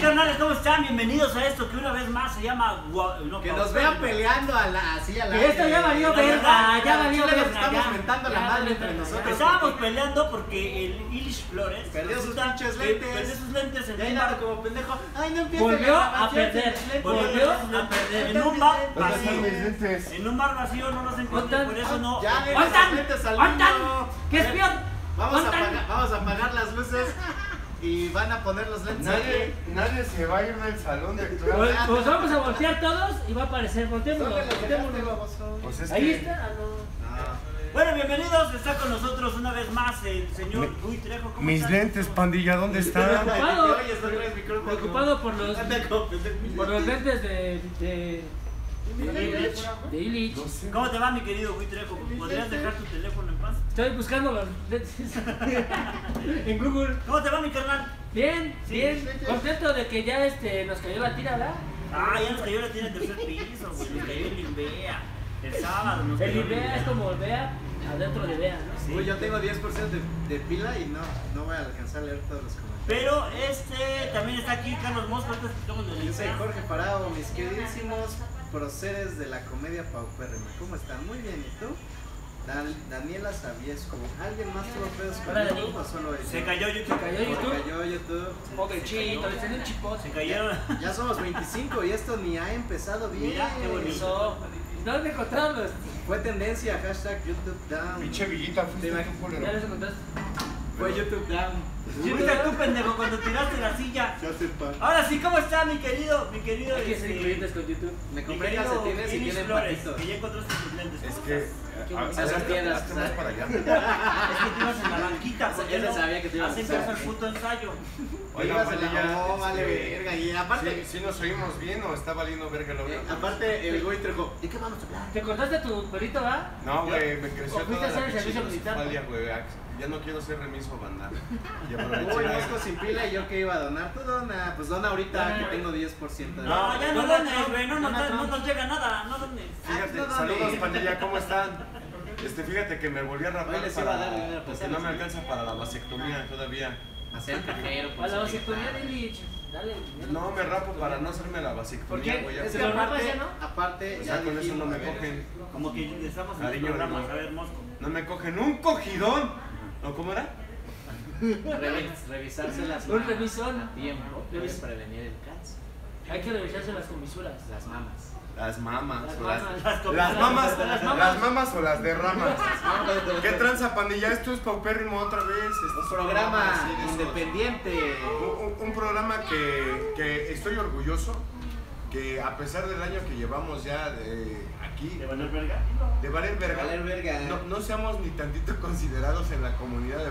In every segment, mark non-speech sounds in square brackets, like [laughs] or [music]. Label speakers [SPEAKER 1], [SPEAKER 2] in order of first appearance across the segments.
[SPEAKER 1] carnales, ¿cómo están? Bienvenidos a esto que una vez más se llama... Gua- no,
[SPEAKER 2] Que
[SPEAKER 1] no,
[SPEAKER 2] nos
[SPEAKER 1] no,
[SPEAKER 2] vean
[SPEAKER 1] no.
[SPEAKER 2] peleando a la, así a la.
[SPEAKER 3] Que esto ya valió
[SPEAKER 2] la
[SPEAKER 3] verga,
[SPEAKER 2] verdad,
[SPEAKER 3] ya
[SPEAKER 2] la
[SPEAKER 3] valió
[SPEAKER 2] chile nos
[SPEAKER 3] verga,
[SPEAKER 2] Estamos
[SPEAKER 3] ya.
[SPEAKER 2] mentando la
[SPEAKER 3] Ya
[SPEAKER 2] madre
[SPEAKER 3] valió
[SPEAKER 2] entre
[SPEAKER 3] verga,
[SPEAKER 2] nosotros.
[SPEAKER 3] ya.
[SPEAKER 1] Estábamos peliando porque el Ilish Flores...
[SPEAKER 2] Perdió sus
[SPEAKER 1] resulta
[SPEAKER 2] pinches
[SPEAKER 1] que
[SPEAKER 2] lentes.
[SPEAKER 1] Perdió sus lentes en
[SPEAKER 2] Ya
[SPEAKER 1] un
[SPEAKER 2] andaba
[SPEAKER 1] bar.
[SPEAKER 2] como pendejo. Ay, no empiezo
[SPEAKER 3] Volvió a perder.
[SPEAKER 1] Volvió a perder. En un bar
[SPEAKER 2] ¿Dónde
[SPEAKER 1] vacío.
[SPEAKER 2] están mis
[SPEAKER 4] lentes?
[SPEAKER 1] En un bar vacío no los encontré,
[SPEAKER 3] ¿Dónde?
[SPEAKER 1] por eso no...
[SPEAKER 2] Ya le
[SPEAKER 3] ¡Aguantan!
[SPEAKER 2] lentes al
[SPEAKER 3] ¡Aguantan!
[SPEAKER 2] niño.
[SPEAKER 3] ¿Qué es peor?
[SPEAKER 2] Vamos a,
[SPEAKER 3] ¡Aguantan!
[SPEAKER 2] apagar, vamos a apagar las luces y van a poner los lentes.
[SPEAKER 4] Nadie,
[SPEAKER 2] aquí.
[SPEAKER 4] nadie se va a ir del salón de
[SPEAKER 3] Pues,
[SPEAKER 4] clase.
[SPEAKER 3] pues vamos a voltear todos y va a aparecer. Volteémoslo,
[SPEAKER 2] ¿Dónde los dejaste,
[SPEAKER 3] volteémoslo.
[SPEAKER 2] baboso?
[SPEAKER 4] Pues es
[SPEAKER 3] Ahí
[SPEAKER 4] que
[SPEAKER 3] está. ah, no.
[SPEAKER 2] No.
[SPEAKER 1] Bueno, bienvenidos, está con nosotros una vez más el señor
[SPEAKER 4] Mi-
[SPEAKER 1] Luis Trejo. ¿Cómo
[SPEAKER 4] mis
[SPEAKER 1] estás?
[SPEAKER 4] lentes, pandilla, ¿dónde están?
[SPEAKER 3] Preocupado.
[SPEAKER 2] Oye, esto traes micrófono.
[SPEAKER 3] Preocupado por los,
[SPEAKER 2] Anda como pendejo.
[SPEAKER 3] por los lentes de. de. de Illich. de Illich.
[SPEAKER 4] No sé.
[SPEAKER 1] ¿Cómo te va, mi querido Luis Trejo? ¿Podrías dejar tu teléfono en paz?
[SPEAKER 3] Estoy buscando los lentes [laughs] en Google.
[SPEAKER 1] ¿Cómo te va, mi carnal?
[SPEAKER 3] Bien,
[SPEAKER 1] Sí,
[SPEAKER 3] bien.
[SPEAKER 2] sí, sí.
[SPEAKER 3] Contento de que ya este, nos cayó la tira, ¿verdad?
[SPEAKER 1] Ah, ya nos cayó la tiene tercer piso, güey. Nos cayó el Ibea. El sábado nos
[SPEAKER 3] El
[SPEAKER 1] cayó
[SPEAKER 3] IBEA es como el BEA adentro de BEA, ¿no?
[SPEAKER 1] Sí.
[SPEAKER 2] Uy, yo tengo 10% de, de pila y no, no voy a alcanzar a leer todos los comentarios.
[SPEAKER 1] Pero este también está aquí Carlos Mosco, ahorita estamos en el
[SPEAKER 2] Yo soy
[SPEAKER 1] Instagram.
[SPEAKER 2] Jorge Parado, mis queridísimos proceres de la comedia paupérrima. ¿Cómo están? Muy bien, ¿y tú? Dan- Daniela Sabiesco. ¿Alguien más tuvo pedos con
[SPEAKER 3] Hola, Dani.
[SPEAKER 2] YouTube o solo yo?
[SPEAKER 1] Se cayó YouTube.
[SPEAKER 3] cayó.
[SPEAKER 2] Se
[SPEAKER 3] YouTube.
[SPEAKER 2] cayó YouTube.
[SPEAKER 3] Pobrecito, le salió un
[SPEAKER 1] Se
[SPEAKER 3] chipote.
[SPEAKER 1] cayeron.
[SPEAKER 2] Ya somos 25 y esto ni ha empezado bien.
[SPEAKER 1] Mira, qué bonito.
[SPEAKER 3] Eso. No me encontraron los.
[SPEAKER 2] Fue tendencia, hashtag YouTube down.
[SPEAKER 4] Pinche villita, fuiste
[SPEAKER 2] Te
[SPEAKER 4] tú,
[SPEAKER 2] imag-
[SPEAKER 3] Ya
[SPEAKER 4] culero.
[SPEAKER 3] les encontraste.
[SPEAKER 2] Fue YouTube
[SPEAKER 1] [laughs]
[SPEAKER 2] down.
[SPEAKER 1] Fuiste tú, pendejo, cuando tiraste la silla.
[SPEAKER 2] Se hace pan.
[SPEAKER 1] Ahora sí, ¿cómo está mi querido? Mi querido.
[SPEAKER 3] Hay que ser
[SPEAKER 1] este,
[SPEAKER 3] incluyentes con YouTube.
[SPEAKER 2] Me
[SPEAKER 1] mi
[SPEAKER 2] compré
[SPEAKER 1] querido
[SPEAKER 2] calcetines y
[SPEAKER 1] Inish
[SPEAKER 2] tienen
[SPEAKER 1] Flores,
[SPEAKER 2] patitos.
[SPEAKER 1] Que ya encontraste tus lentes.
[SPEAKER 4] Es
[SPEAKER 1] ¿Cómo
[SPEAKER 4] que.
[SPEAKER 1] estás?
[SPEAKER 4] a- a-
[SPEAKER 2] Esas
[SPEAKER 4] hazte-
[SPEAKER 2] piedras,
[SPEAKER 4] hazte
[SPEAKER 2] ¿sabes?
[SPEAKER 4] más para
[SPEAKER 2] [laughs]
[SPEAKER 4] allá.
[SPEAKER 1] Es que te ibas en la banquita.
[SPEAKER 2] Ese-
[SPEAKER 1] ¿por qué
[SPEAKER 2] ese
[SPEAKER 1] no?
[SPEAKER 2] sabía que te ibas a
[SPEAKER 1] Así
[SPEAKER 2] usar.
[SPEAKER 1] empezó el puto ensayo.
[SPEAKER 4] Oiga,
[SPEAKER 2] Ibas a la-
[SPEAKER 4] pandilla.
[SPEAKER 2] No, vale
[SPEAKER 4] este,
[SPEAKER 2] verga. Y aparte,
[SPEAKER 4] ¿sí- ¿Sí nos oímos bien o está valiendo verga la
[SPEAKER 2] eh,
[SPEAKER 4] hora?
[SPEAKER 2] aparte el güey trajo. ¿De qué vamos a hablar?
[SPEAKER 3] ¿Te cortaste tu pelito, va?
[SPEAKER 4] No, güey, me creció
[SPEAKER 3] ¿O fuiste
[SPEAKER 4] toda
[SPEAKER 3] a hacer
[SPEAKER 4] la
[SPEAKER 3] el
[SPEAKER 4] pinche
[SPEAKER 3] servicio militar?
[SPEAKER 4] minusvalía, güey. Ah, Ya no quiero ser remiso bandar. Y
[SPEAKER 2] Uy, Mosco
[SPEAKER 4] aproveché.
[SPEAKER 2] sin pila y yo que iba a donar. Tú dona, pues dona ahorita
[SPEAKER 3] Dona.
[SPEAKER 2] que tengo 10% de.
[SPEAKER 1] No, ya no
[SPEAKER 3] Dona
[SPEAKER 1] dones,
[SPEAKER 3] Trump,
[SPEAKER 1] güey. No nos
[SPEAKER 3] Dona
[SPEAKER 1] da- no
[SPEAKER 3] Trump.
[SPEAKER 1] nos llega nada. No eh. dones.
[SPEAKER 2] Ah,
[SPEAKER 4] Fíjate,
[SPEAKER 2] no,
[SPEAKER 4] saludos
[SPEAKER 2] dale.
[SPEAKER 4] pandilla, ¿cómo están? Este, fíjate que me volví a rapar
[SPEAKER 2] Hoy les iba a dar dinero,
[SPEAKER 4] para,
[SPEAKER 2] pues, ya
[SPEAKER 4] porque no
[SPEAKER 2] les
[SPEAKER 4] me
[SPEAKER 2] digo.
[SPEAKER 4] alcanza para la vasectomía todavía.
[SPEAKER 2] Hacer cajero.
[SPEAKER 3] A la vasectomía de Illich. Dale.
[SPEAKER 4] No, me rapo para no hacerme la
[SPEAKER 3] ¿Por qué?
[SPEAKER 4] vasectomía, güey. ya
[SPEAKER 2] Es
[SPEAKER 3] Se
[SPEAKER 2] que
[SPEAKER 3] lo
[SPEAKER 4] pues,
[SPEAKER 3] rapas
[SPEAKER 2] aparte,
[SPEAKER 3] ya, ¿no?
[SPEAKER 2] aparte,
[SPEAKER 4] ya con eso no me
[SPEAKER 2] dijimos,
[SPEAKER 4] cogen.
[SPEAKER 1] Como que estamos en el
[SPEAKER 4] Cariño,
[SPEAKER 1] programa.
[SPEAKER 4] no.
[SPEAKER 1] A ver, Mosco.
[SPEAKER 4] No me cogen un cogidón. ¿O cómo era?
[SPEAKER 2] revi- Revisárselas.
[SPEAKER 3] Un
[SPEAKER 2] a-
[SPEAKER 3] revisón.
[SPEAKER 2] A tiempo. Puede
[SPEAKER 3] Revis-
[SPEAKER 2] prevenir el cáncer.
[SPEAKER 3] Hay que revisarse las comisuras.
[SPEAKER 2] Las mamas.
[SPEAKER 4] Las mamas.
[SPEAKER 3] Las
[SPEAKER 4] o Las,
[SPEAKER 3] mamas.
[SPEAKER 1] Las
[SPEAKER 4] las
[SPEAKER 1] comidas.
[SPEAKER 4] mamas.
[SPEAKER 3] Las
[SPEAKER 4] Las
[SPEAKER 3] mamas.
[SPEAKER 4] mamas o las derramas. ¿Qué tranza, pandilla? Esto es paupérrimo otra vez. este,
[SPEAKER 2] Un programa
[SPEAKER 4] sí, esto.
[SPEAKER 2] independiente.
[SPEAKER 4] Un, un- un programa que, que estoy orgulloso, que a pesar del año que llevamos ya de aquí,
[SPEAKER 1] ¿De valer verga?
[SPEAKER 4] de valer verga,
[SPEAKER 2] Valer verga.
[SPEAKER 4] no, no seamos ni tantito considerados en la comunidad de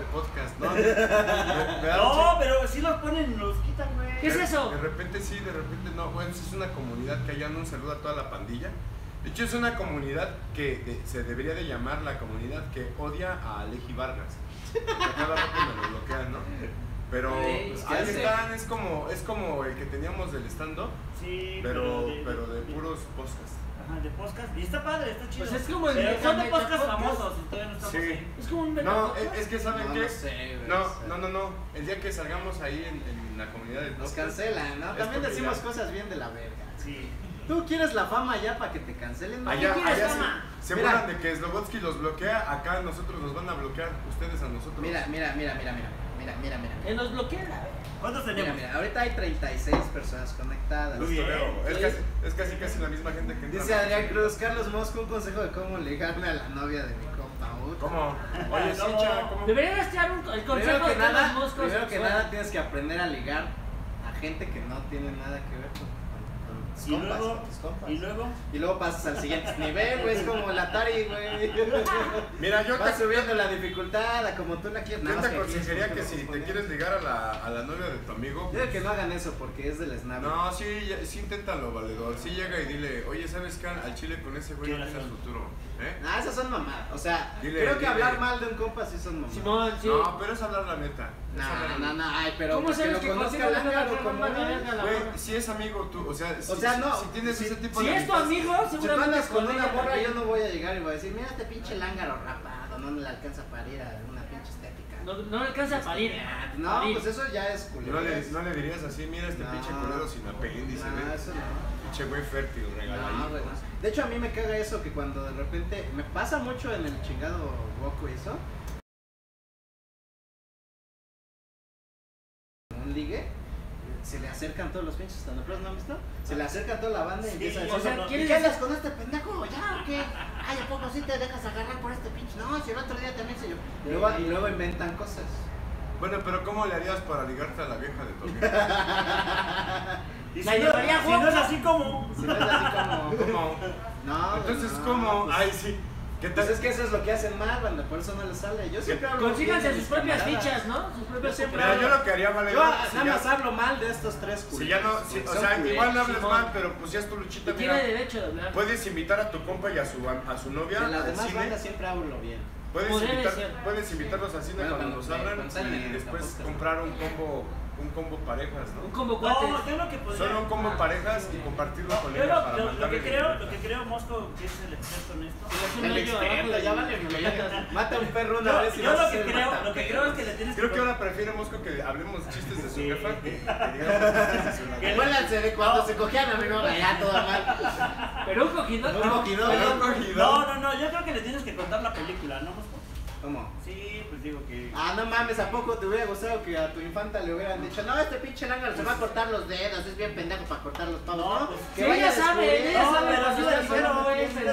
[SPEAKER 1] [laughs]
[SPEAKER 4] podcast, ¿no? Me- me da un
[SPEAKER 1] No, pero si los ponen y los quitan, güey.
[SPEAKER 3] ¿Qué es eso?
[SPEAKER 4] De repente sí, de repente no. Bueno, es una comunidad que allá un saludo a toda la pandilla. De hecho, es una comunidad que de- se debería de llamar la comunidad que odia a Aleji Vargas. A cada rato me lo bloquean, ¿no? Pero
[SPEAKER 3] Güey,
[SPEAKER 4] pues,
[SPEAKER 2] ¿qué
[SPEAKER 4] ahí
[SPEAKER 2] hace?
[SPEAKER 4] están, es como, es como el que teníamos del stand-up,
[SPEAKER 1] Sí,
[SPEAKER 4] pero,
[SPEAKER 1] de-
[SPEAKER 4] pero de puros podcasts.
[SPEAKER 1] Ajá, de podcast. Y está padre, está chido.
[SPEAKER 3] Pues es como el
[SPEAKER 1] Pero
[SPEAKER 3] meta-
[SPEAKER 1] son de
[SPEAKER 3] meta
[SPEAKER 1] podcast
[SPEAKER 3] podcast.
[SPEAKER 1] famosos y todavía no estamos
[SPEAKER 4] Sí.
[SPEAKER 1] ahí.
[SPEAKER 3] Es como un
[SPEAKER 4] No,
[SPEAKER 3] verano.
[SPEAKER 4] es, es que ¿saben
[SPEAKER 2] No,
[SPEAKER 4] qué?
[SPEAKER 2] no sé, güey, o
[SPEAKER 4] No,
[SPEAKER 2] sea,
[SPEAKER 4] no, no, no. El día que salgamos ahí en, en la comunidad de
[SPEAKER 2] Nos
[SPEAKER 4] podcast,
[SPEAKER 2] cancelan, ¿no?
[SPEAKER 4] Es
[SPEAKER 2] También
[SPEAKER 4] porque
[SPEAKER 2] decimos
[SPEAKER 4] ya-
[SPEAKER 2] cosas bien de la verga.
[SPEAKER 1] Sí.
[SPEAKER 2] ¿Tú quieres la fama ya para que te cancelen? ¿no?
[SPEAKER 4] Allá,
[SPEAKER 3] ¿Quién quiere
[SPEAKER 4] allá
[SPEAKER 3] fama?
[SPEAKER 4] se, se
[SPEAKER 2] Mira.
[SPEAKER 4] burlan de que Slobotsky los bloquea, acá nosotros nos van a bloquear, ustedes a nosotros.
[SPEAKER 2] Mira, mira, mira, mira, mira, mira, mira, mira.
[SPEAKER 3] Que nos bloquea la verga.
[SPEAKER 1] ¿Cuántos
[SPEAKER 2] Mira,
[SPEAKER 1] tenemos?
[SPEAKER 2] mira, ahorita hay 36 personas conectadas.
[SPEAKER 4] Los
[SPEAKER 2] eh.
[SPEAKER 4] toreo. eh, Es
[SPEAKER 3] Oye.
[SPEAKER 4] casi, es casi casi la misma gente que entra.
[SPEAKER 2] Dice Adrián Cruz, Carlos Mosco, un consejo de cómo ligarle a la novia de mi compa Ut.
[SPEAKER 4] ¿Cómo? Oye, sí,
[SPEAKER 1] ¿Cómo?
[SPEAKER 4] chava, ¿cómo?
[SPEAKER 3] Debería gastar un, el consejo
[SPEAKER 2] Primero que
[SPEAKER 3] de todos los
[SPEAKER 2] nada,
[SPEAKER 3] moscos.
[SPEAKER 2] primero que
[SPEAKER 3] sexual.
[SPEAKER 2] nada tienes que aprender a ligar a gente que no tiene nada que ver con, con- con tus
[SPEAKER 1] Y
[SPEAKER 2] compas,
[SPEAKER 1] luego-
[SPEAKER 2] con tus compas.
[SPEAKER 1] Y luego,
[SPEAKER 2] Y luego pasas al
[SPEAKER 4] [laughs]
[SPEAKER 2] siguiente nivel, güey, es como el Atari, güey.
[SPEAKER 4] Mira, yo
[SPEAKER 2] Vas
[SPEAKER 4] te
[SPEAKER 2] subiendo la dificultad a como tú la quieres. Nada
[SPEAKER 4] yo
[SPEAKER 2] más
[SPEAKER 4] te
[SPEAKER 2] que aquí es
[SPEAKER 4] aconsejaría
[SPEAKER 2] porque
[SPEAKER 4] que
[SPEAKER 2] no
[SPEAKER 4] si te
[SPEAKER 2] ponen.
[SPEAKER 4] quieres ligar a la, a la novia de tu amigo,
[SPEAKER 2] Yo digo que no hagan eso porque es del snap.
[SPEAKER 4] no, sí, ya- sí inténtalo, valedor. Sí llega y dile, oye, ¿sabes qué? Al chile con ese güey no
[SPEAKER 1] Tienes
[SPEAKER 4] tienes
[SPEAKER 1] razón.
[SPEAKER 4] futuro, ¿eh?
[SPEAKER 2] Ah, esas son mamadas. O sea,
[SPEAKER 4] Dile,
[SPEAKER 2] creo que
[SPEAKER 4] dile.
[SPEAKER 2] hablar mal de un compa sí son mamadas.
[SPEAKER 3] Simón, sí.
[SPEAKER 4] No, pero es hablar la neta. es hablar
[SPEAKER 2] No,
[SPEAKER 4] la
[SPEAKER 2] no,
[SPEAKER 4] neta.
[SPEAKER 2] no, ay, pero
[SPEAKER 3] ¿Cómo
[SPEAKER 2] pues
[SPEAKER 3] sabes que
[SPEAKER 2] lo conozca
[SPEAKER 3] contigo no
[SPEAKER 2] la
[SPEAKER 3] te va a
[SPEAKER 2] cara
[SPEAKER 3] tratar
[SPEAKER 2] como
[SPEAKER 3] mal la
[SPEAKER 2] es.
[SPEAKER 3] verga la
[SPEAKER 4] Güey,
[SPEAKER 3] morra?
[SPEAKER 4] si es amigo tú, o sea, si,
[SPEAKER 2] O sea,
[SPEAKER 4] si-
[SPEAKER 2] no,
[SPEAKER 4] si tienes ese tipo
[SPEAKER 3] Si
[SPEAKER 4] de
[SPEAKER 3] es tu
[SPEAKER 4] amistades-
[SPEAKER 3] amigo,
[SPEAKER 2] Si tú andas
[SPEAKER 3] seguramente
[SPEAKER 2] con una
[SPEAKER 3] ella
[SPEAKER 2] borra,
[SPEAKER 3] también.
[SPEAKER 2] yo no voy a llegar y voy a decir, mira este pinche lángaro rapado, no le alcanza para ir a una pinche estética.
[SPEAKER 3] No, no alcanza a parir. Ah,
[SPEAKER 2] No,
[SPEAKER 3] Parir.
[SPEAKER 2] pues eso ya es
[SPEAKER 4] No
[SPEAKER 2] culero.
[SPEAKER 4] le, no le dirías así, mira este
[SPEAKER 2] No.
[SPEAKER 4] pinche culero sin apéndice,
[SPEAKER 2] No,
[SPEAKER 4] güey.
[SPEAKER 2] eso no.
[SPEAKER 4] Pinche güey fértil,
[SPEAKER 2] No,
[SPEAKER 4] regaladito.
[SPEAKER 2] güey, no. Ah, De hecho, a mí me caga eso que cuando de repente. Me pasa mucho en el chingado Goku eso. Un ligue. Se le acercan todos los pinches estandoperos, ¿no han visto? Se le acerca toda la banda y
[SPEAKER 1] Sí,
[SPEAKER 2] empieza a decir.
[SPEAKER 1] o sea,
[SPEAKER 2] "¿Y
[SPEAKER 3] ¿quieres
[SPEAKER 2] qué
[SPEAKER 3] decir-
[SPEAKER 2] andas con este pendejo? ¿Ya o qué? Ay, ¿a poco sí te dejas agarrar por este pinche? No, si el otro día también se yo. Y luego, y luego inventan cosas.
[SPEAKER 4] Bueno, pero ¿cómo le harías para ligarte a la vieja de tu amigo?
[SPEAKER 2] [laughs]
[SPEAKER 1] Y
[SPEAKER 3] La
[SPEAKER 1] si no,
[SPEAKER 3] llevaría
[SPEAKER 1] si
[SPEAKER 3] guapa.
[SPEAKER 1] no es así como.
[SPEAKER 2] Si no es así como.
[SPEAKER 4] ¿Cómo?
[SPEAKER 2] No,
[SPEAKER 4] [laughs] Entonces,
[SPEAKER 2] no,
[SPEAKER 4] ¿cómo?
[SPEAKER 2] pues-
[SPEAKER 4] Ay, sí. ¿Qué tal?
[SPEAKER 2] Pues es que eso es lo que hacen mal, banda, por eso no les sale. Yo siempre hablo bien
[SPEAKER 3] Consíganse
[SPEAKER 2] de
[SPEAKER 3] sus
[SPEAKER 2] mis
[SPEAKER 3] propias
[SPEAKER 2] camaradas.
[SPEAKER 3] fichas, ¿no? Sus propios siempre.
[SPEAKER 4] Mira, yo lo que haría, vale.
[SPEAKER 2] Yo
[SPEAKER 4] si
[SPEAKER 2] nada
[SPEAKER 4] ya-
[SPEAKER 2] más hablo mal de estos tres culeros.
[SPEAKER 4] Si ya no, si- o
[SPEAKER 2] Son
[SPEAKER 4] sea,
[SPEAKER 2] culeros.
[SPEAKER 4] igual no hables
[SPEAKER 3] Simón.
[SPEAKER 4] mal, pero pues ya es tu
[SPEAKER 3] Y
[SPEAKER 4] luchita,
[SPEAKER 3] tiene
[SPEAKER 4] mira.
[SPEAKER 3] derecho de hablar.
[SPEAKER 4] Puedes invitar a tu compa y a su, a su novia
[SPEAKER 2] De las
[SPEAKER 4] al
[SPEAKER 2] demás
[SPEAKER 4] cine.
[SPEAKER 2] bandas siempre hablo bien.
[SPEAKER 4] Puedes,
[SPEAKER 3] Podría
[SPEAKER 4] invitar-
[SPEAKER 3] ser.
[SPEAKER 4] puedes invitarlos al cine
[SPEAKER 2] Bueno,
[SPEAKER 4] cuando
[SPEAKER 2] cuando-
[SPEAKER 4] nos
[SPEAKER 2] eh,
[SPEAKER 4] hablan
[SPEAKER 2] cuando salen
[SPEAKER 4] y
[SPEAKER 2] en
[SPEAKER 4] después
[SPEAKER 2] la podcast.
[SPEAKER 4] comprar un combo, un combo parejas,
[SPEAKER 3] Un
[SPEAKER 4] ¿no?
[SPEAKER 3] combo cuates.
[SPEAKER 1] No, yo lo que podría.
[SPEAKER 4] Solo un combo
[SPEAKER 3] Ah,
[SPEAKER 4] parejas
[SPEAKER 3] sí.
[SPEAKER 4] y compartirlo
[SPEAKER 1] No,
[SPEAKER 4] con
[SPEAKER 1] yo
[SPEAKER 4] ellos
[SPEAKER 1] lo,
[SPEAKER 4] para
[SPEAKER 1] lo- lo que
[SPEAKER 4] matarle
[SPEAKER 1] creo,
[SPEAKER 4] el-
[SPEAKER 1] lo que creo, Mosco, que es el experto en esto.
[SPEAKER 3] Es un
[SPEAKER 2] El
[SPEAKER 3] hoyo abajo
[SPEAKER 2] experto,
[SPEAKER 3] del-
[SPEAKER 2] ya vale, güey, ya- [laughs] Mata a un perro una
[SPEAKER 1] Yo,
[SPEAKER 2] vez y
[SPEAKER 1] yo
[SPEAKER 2] vas a
[SPEAKER 1] lo que
[SPEAKER 2] ser
[SPEAKER 1] creo, lo que
[SPEAKER 2] mataperros.
[SPEAKER 1] creo es que le tienes
[SPEAKER 4] Creo que ahora prefiere Mosco que hablemos chistes de su
[SPEAKER 1] Sí.
[SPEAKER 4] jefa que, que digamos chistes de su
[SPEAKER 1] Que
[SPEAKER 4] novia.
[SPEAKER 2] Huélanse de cuando se cogían a mi novia, ya todo mal.
[SPEAKER 3] Pero un cogidón.
[SPEAKER 2] Un cogidón.
[SPEAKER 4] Pero un
[SPEAKER 1] No,
[SPEAKER 4] cogidón.
[SPEAKER 1] no, no, yo creo que le tienes que contar la película, ¿no, Mosco?
[SPEAKER 2] ¿Cómo?
[SPEAKER 1] Sí, pues digo que.
[SPEAKER 2] Ah, no mames, ¿a poco te hubiera gustado que a tu infanta le hubieran dicho, no, este pinche lángaro se va a cortar los dedos, es bien pendejo para cortar los pavos,
[SPEAKER 1] No,
[SPEAKER 2] ¿no?
[SPEAKER 1] pues,
[SPEAKER 3] Sí, ella sabe, ella
[SPEAKER 1] No,
[SPEAKER 3] sabe.
[SPEAKER 1] pero
[SPEAKER 3] Pero
[SPEAKER 1] sí
[SPEAKER 3] sí
[SPEAKER 1] le dijeron,
[SPEAKER 3] no es
[SPEAKER 2] sí le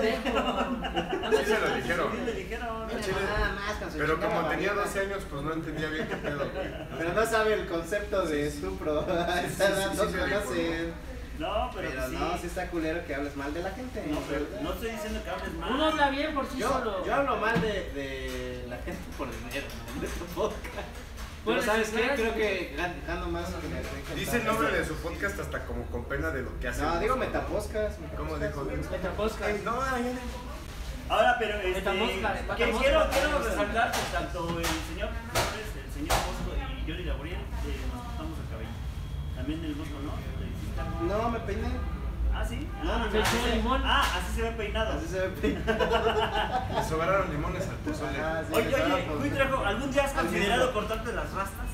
[SPEAKER 3] pendejo.
[SPEAKER 4] Sí se lo dijeron.
[SPEAKER 1] Sí, le dijeron.
[SPEAKER 2] Mira,
[SPEAKER 4] Chile.
[SPEAKER 2] nada más con su
[SPEAKER 4] Pero
[SPEAKER 2] chingada
[SPEAKER 4] como tenía
[SPEAKER 2] babita.
[SPEAKER 4] 12 años, pues no entendía bien qué pedo, güey.
[SPEAKER 2] Pero no sabe el concepto de estupro. [laughs] a esa
[SPEAKER 4] sí,
[SPEAKER 2] edad
[SPEAKER 4] sí,
[SPEAKER 2] no
[SPEAKER 4] sí, sí,
[SPEAKER 2] conocen.
[SPEAKER 1] No, pero,
[SPEAKER 2] Pero
[SPEAKER 1] sí.
[SPEAKER 2] no, sí está culero que hables mal de la gente.
[SPEAKER 1] No, pero
[SPEAKER 2] ¿verdad?
[SPEAKER 1] no estoy diciendo que hables mal.
[SPEAKER 3] Uno habla bien por sí
[SPEAKER 2] yo,
[SPEAKER 3] solo.
[SPEAKER 2] yo hablo mal de, de la gente por dinero, ¿no? de tu podcast. Pero
[SPEAKER 3] Bueno,
[SPEAKER 2] ¿sabes
[SPEAKER 3] sí,
[SPEAKER 2] qué?
[SPEAKER 3] claro.
[SPEAKER 2] Creo que gan- gano más que me dejen
[SPEAKER 4] Dice el
[SPEAKER 2] tanto.
[SPEAKER 4] nombre de su podcast hasta como con pena de lo que hace.
[SPEAKER 2] No, digo
[SPEAKER 4] Mosco.
[SPEAKER 2] metaposcas.
[SPEAKER 4] ¿Cómo
[SPEAKER 2] metaposcas.
[SPEAKER 4] dijo?
[SPEAKER 3] Metaposcas.
[SPEAKER 4] Ay, No, ay, ay.
[SPEAKER 1] Ahora, pero este,
[SPEAKER 3] Metamoscas,
[SPEAKER 1] que
[SPEAKER 3] metamoscas.
[SPEAKER 1] quiero, quiero resaltar que tanto el señor Flores, el señor Bosco y Yori Gabriel eh, nos cortamos el cabello. También el Bosco, ¿no? Le hiciste algo.
[SPEAKER 2] No, me peiné.
[SPEAKER 1] Ah, sí.
[SPEAKER 2] No,
[SPEAKER 1] ah,
[SPEAKER 3] me
[SPEAKER 1] así
[SPEAKER 3] eché
[SPEAKER 1] se-
[SPEAKER 3] limón.
[SPEAKER 1] Ah, así se ve peinado.
[SPEAKER 2] Así se ve peinado.
[SPEAKER 4] Le sobraron limones al pozole.
[SPEAKER 2] Ajá, sí.
[SPEAKER 1] Oye, oye,
[SPEAKER 2] Pues,
[SPEAKER 1] muy trajo, ¿algún día has
[SPEAKER 2] al
[SPEAKER 1] considerado
[SPEAKER 2] mismo.
[SPEAKER 1] cortarte las rastas?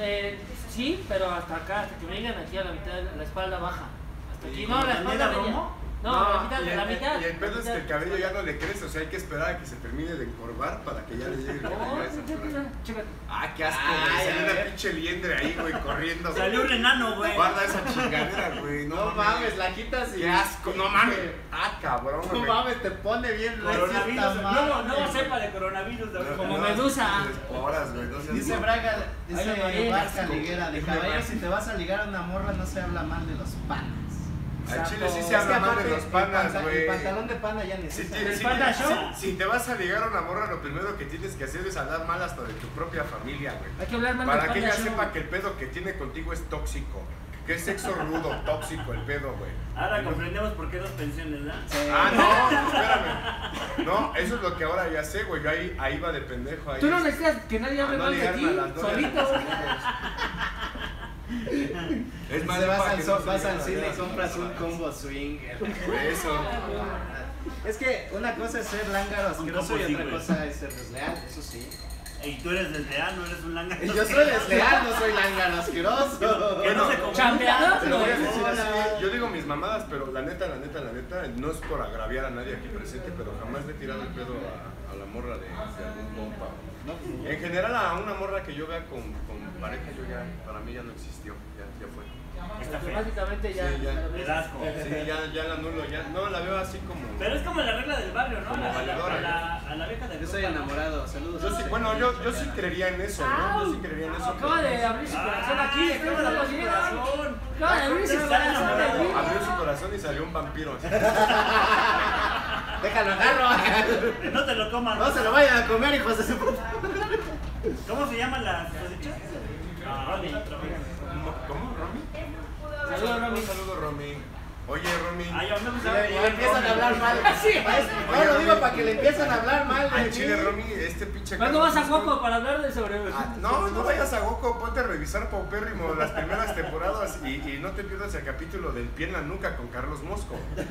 [SPEAKER 3] Eh, sí, pero hasta acá, hasta que me vengan aquí a la mitad, a la espalda baja. Hasta
[SPEAKER 2] ¿Y
[SPEAKER 3] aquí.
[SPEAKER 2] como
[SPEAKER 3] No, la
[SPEAKER 1] Daniela
[SPEAKER 3] espalda media.
[SPEAKER 1] Romo?
[SPEAKER 3] No, a la mitad,
[SPEAKER 4] y
[SPEAKER 3] a
[SPEAKER 4] el,
[SPEAKER 3] la mitad.
[SPEAKER 4] Y el pedo es que el
[SPEAKER 3] la mitad.
[SPEAKER 4] cabello ya no le crece, o sea, hay que esperar a que se termine de encorvar para que ya le llegue el cabello a esa
[SPEAKER 3] No,
[SPEAKER 4] altura.
[SPEAKER 3] chécate, chécate.
[SPEAKER 4] Ah, qué asco,
[SPEAKER 2] Ay,
[SPEAKER 4] güey.
[SPEAKER 2] a
[SPEAKER 4] Salió una
[SPEAKER 2] ver.
[SPEAKER 4] pinche liendre ahí, güey, corriendo.
[SPEAKER 1] Salió un enano, güey.
[SPEAKER 4] Guarda esa chingadera, güey. No,
[SPEAKER 2] No mames, la quitas y.
[SPEAKER 4] Qué asco, no mames. Ah, cabrón,
[SPEAKER 2] No
[SPEAKER 4] güey.
[SPEAKER 2] mames, te pone bien recio esta
[SPEAKER 1] Coronavirus. No,
[SPEAKER 2] madre.
[SPEAKER 1] no sepa de coronavirus. de-
[SPEAKER 4] No,
[SPEAKER 3] Como
[SPEAKER 4] no,
[SPEAKER 3] medusa.
[SPEAKER 4] Esporas, güey. No seas-
[SPEAKER 2] Dice Braga,
[SPEAKER 3] Ahí lo
[SPEAKER 2] dice
[SPEAKER 3] mareé.
[SPEAKER 2] Vasca Liguera, de
[SPEAKER 4] Dice
[SPEAKER 2] caballeros,
[SPEAKER 4] Vasca.
[SPEAKER 2] si te vas a ligar a una morra no se habla mal de los panas.
[SPEAKER 4] Al chile sí se
[SPEAKER 2] Es que
[SPEAKER 4] habla mal
[SPEAKER 2] aparte,
[SPEAKER 4] de los
[SPEAKER 2] el
[SPEAKER 4] panas,
[SPEAKER 2] panta- El
[SPEAKER 4] güey.
[SPEAKER 2] pantalón de pana ya
[SPEAKER 4] Si,
[SPEAKER 2] necesita.
[SPEAKER 4] tienes-
[SPEAKER 3] ¿El
[SPEAKER 4] si-
[SPEAKER 3] panda
[SPEAKER 4] si-
[SPEAKER 3] show?
[SPEAKER 4] si te vas a ligar a una morra, lo primero que tienes que hacer es hablar mal hasta de tu propia familia, güey.
[SPEAKER 3] Hay que hablar más
[SPEAKER 4] Para que ella sepa que el pedo que tiene contigo es tóxico. Que es sexo rudo, tóxico el pedo, güey.
[SPEAKER 1] Ahora
[SPEAKER 4] Que no-
[SPEAKER 1] comprendemos por qué dos pensiones, ¿verdad?
[SPEAKER 2] Sí.
[SPEAKER 4] Ah, no, espérame. No, eso es lo que ahora ya sé, güey. Yo ahí, ahí va de pendejo. Ahí
[SPEAKER 3] Tú no
[SPEAKER 4] es-
[SPEAKER 3] necesitas que nadie
[SPEAKER 4] a
[SPEAKER 3] hable
[SPEAKER 4] no
[SPEAKER 3] mal de
[SPEAKER 4] ligarme
[SPEAKER 3] ti,
[SPEAKER 4] a las dos de la [laughs]
[SPEAKER 3] solito.
[SPEAKER 4] tarde. Es más,
[SPEAKER 2] Dice, vas
[SPEAKER 4] para
[SPEAKER 2] al,
[SPEAKER 4] que
[SPEAKER 2] so-
[SPEAKER 4] no se
[SPEAKER 2] vas
[SPEAKER 4] digan
[SPEAKER 2] al
[SPEAKER 4] las
[SPEAKER 2] cine y
[SPEAKER 4] veras,
[SPEAKER 2] compras
[SPEAKER 4] las
[SPEAKER 2] un
[SPEAKER 4] veras.
[SPEAKER 2] combo
[SPEAKER 4] [laughs]
[SPEAKER 2] swinger.
[SPEAKER 4] Eso.
[SPEAKER 2] Es que una cosa es ser lángaro asqueroso
[SPEAKER 1] combo
[SPEAKER 2] y otra
[SPEAKER 1] swinger.
[SPEAKER 2] cosa es ser desleal, eso
[SPEAKER 4] [laughs]
[SPEAKER 2] sí.
[SPEAKER 1] Y tú eres desleal, no eres un langa.
[SPEAKER 2] Yo soy desleal, no soy lángaro asqueroso.
[SPEAKER 1] Que no se
[SPEAKER 4] Bueno,
[SPEAKER 1] confunda.
[SPEAKER 3] chambeador,
[SPEAKER 4] Te lo voy a
[SPEAKER 3] güey.
[SPEAKER 4] decir así,
[SPEAKER 2] Hola.
[SPEAKER 4] Yo digo mis mamadas, pero la neta, la neta, la neta, no es por agraviar a nadie aquí presente, pero jamás le he tirado el pedo a, a la morra de, de algún compa.
[SPEAKER 2] No, pues,
[SPEAKER 4] En general, a una morra que yo vea con, con pareja, yo ya, para mí ya no existió, ya, ya fue.
[SPEAKER 1] Está
[SPEAKER 3] Porque
[SPEAKER 1] feo.
[SPEAKER 3] Básicamente ya.
[SPEAKER 4] Sí, ya.
[SPEAKER 1] Le da asco.
[SPEAKER 4] Sí, ya, ya la anulo, ya, no, la veo así como...
[SPEAKER 1] Pero es como la regla del barrio, ¿no? A
[SPEAKER 4] Como
[SPEAKER 1] la, a la,
[SPEAKER 4] valedora,
[SPEAKER 1] a la, a la vieja del
[SPEAKER 2] Yo soy
[SPEAKER 1] compa, ¿no?
[SPEAKER 2] enamorado, saludos.
[SPEAKER 4] Yo sí, bueno, yo, yo sí creería en eso, ¿no? Yo sí creería en eso.
[SPEAKER 3] Acaba de abrir su corazón aquí,
[SPEAKER 4] Ah,
[SPEAKER 1] Ay,
[SPEAKER 3] estamos
[SPEAKER 1] abrió
[SPEAKER 3] la
[SPEAKER 1] su
[SPEAKER 3] posibilidad.
[SPEAKER 1] corazón.
[SPEAKER 3] Acaba de abrir su
[SPEAKER 1] Está
[SPEAKER 3] corazón
[SPEAKER 1] enamorado.
[SPEAKER 3] aquí.
[SPEAKER 4] Abrió su corazón y salió un vampiro. [laughs] así.
[SPEAKER 2] Déjalo, agarro.
[SPEAKER 4] [laughs]
[SPEAKER 1] [laughs] No te lo comas.
[SPEAKER 2] No se lo vayan a comer, hijos de su puta.
[SPEAKER 1] ¿Cómo se llaman las cosechas? Ah, otra vez.
[SPEAKER 4] ¿Cómo, cómo, Romy?
[SPEAKER 3] Saludos, Romy.
[SPEAKER 4] Un saludo, Romy. Oye, Romy.
[SPEAKER 1] Ay, a mí me
[SPEAKER 2] Y
[SPEAKER 1] gustaba
[SPEAKER 2] le, y le
[SPEAKER 1] jugar
[SPEAKER 2] empiezan
[SPEAKER 1] Romy.
[SPEAKER 2] a hablar mal.
[SPEAKER 3] [laughs] Sí.
[SPEAKER 2] No lo digo para que le empiezan a hablar mal de
[SPEAKER 4] Al chile,
[SPEAKER 2] mí.
[SPEAKER 4] Romy, este pinche.
[SPEAKER 3] ¿Cuándo
[SPEAKER 4] Carlos
[SPEAKER 3] vas a
[SPEAKER 4] Busco-
[SPEAKER 3] Guapo para hablar de sobre
[SPEAKER 4] Ah, No, no vayas a Goku, ponte a revisar Paupérrimo las primeras temporadas y, y no te pierdas el capítulo del pie en la nuca con Carlos Mosco.
[SPEAKER 1] A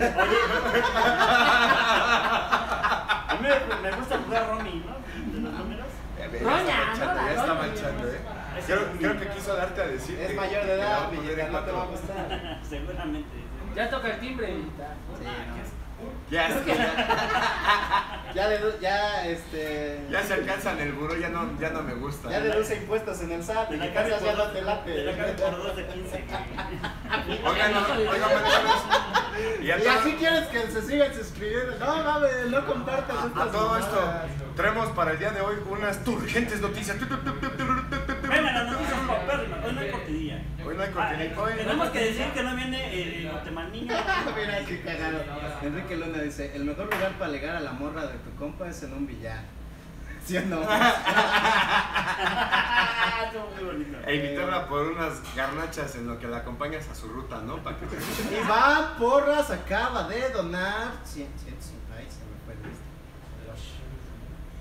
[SPEAKER 1] mí me- me gusta jugar Romy, ¿no? De los números. [laughs]
[SPEAKER 4] Eh, ve,
[SPEAKER 3] Roña,
[SPEAKER 4] ya está manchando,
[SPEAKER 3] no la
[SPEAKER 4] ya está
[SPEAKER 3] roña.
[SPEAKER 4] manchando, eh. Creo, creo que quiso darte a decir.
[SPEAKER 2] Es
[SPEAKER 4] que-
[SPEAKER 2] mayor
[SPEAKER 4] que
[SPEAKER 2] de
[SPEAKER 4] te va a
[SPEAKER 2] edad,
[SPEAKER 4] poner
[SPEAKER 2] Villegas,
[SPEAKER 4] en
[SPEAKER 2] no te va a
[SPEAKER 4] cuatro.
[SPEAKER 2] gustar.
[SPEAKER 1] Seguramente.
[SPEAKER 3] Ya toca el timbre.
[SPEAKER 2] Sí,
[SPEAKER 4] Ya,
[SPEAKER 2] [laughs] no. Ya, dedu- ya, este,
[SPEAKER 4] ya se alcanzan el buró, ya no, ya no me gusta.
[SPEAKER 2] ya deduce impuestos en el SAT
[SPEAKER 1] Te
[SPEAKER 2] y
[SPEAKER 1] la
[SPEAKER 2] que
[SPEAKER 1] cambio
[SPEAKER 2] casas ya
[SPEAKER 1] por-
[SPEAKER 2] no te late.
[SPEAKER 1] Te la cambio por dos de
[SPEAKER 2] [laughs]
[SPEAKER 1] 15.
[SPEAKER 4] Oigan, no, oigan, manchones,
[SPEAKER 2] [laughs]
[SPEAKER 4] y a
[SPEAKER 2] Y
[SPEAKER 4] todo-
[SPEAKER 2] así quieres que se sigan suscribiendo. No mames, no compartas
[SPEAKER 4] A,
[SPEAKER 2] estas
[SPEAKER 4] a todo esto,
[SPEAKER 2] mamadas.
[SPEAKER 4] traemos para el día de hoy unas turgentes noticias.
[SPEAKER 1] Venga, las noticias paupérrimas. Hoy no hay cortinilla.
[SPEAKER 4] Hoy no hay
[SPEAKER 1] Ah,
[SPEAKER 4] cortinilla. Hoy
[SPEAKER 1] Tenemos que decir que no viene el [laughs]
[SPEAKER 4] [laughs]
[SPEAKER 1] guatemalino.
[SPEAKER 2] Mira, qué cagado. Enrique Luna dice, el mejor lugar para alegar a la morra de tu compa es en un billar. [laughs] ¿Sí o no?
[SPEAKER 1] Ah, estuvo muy bonito.
[SPEAKER 4] E invitarla por unas garnachas en lo que la acompañas a su ruta, ¿no? Pa' que-
[SPEAKER 2] Iván Porras acaba de donar 100, 150, ay, se me fue el listo.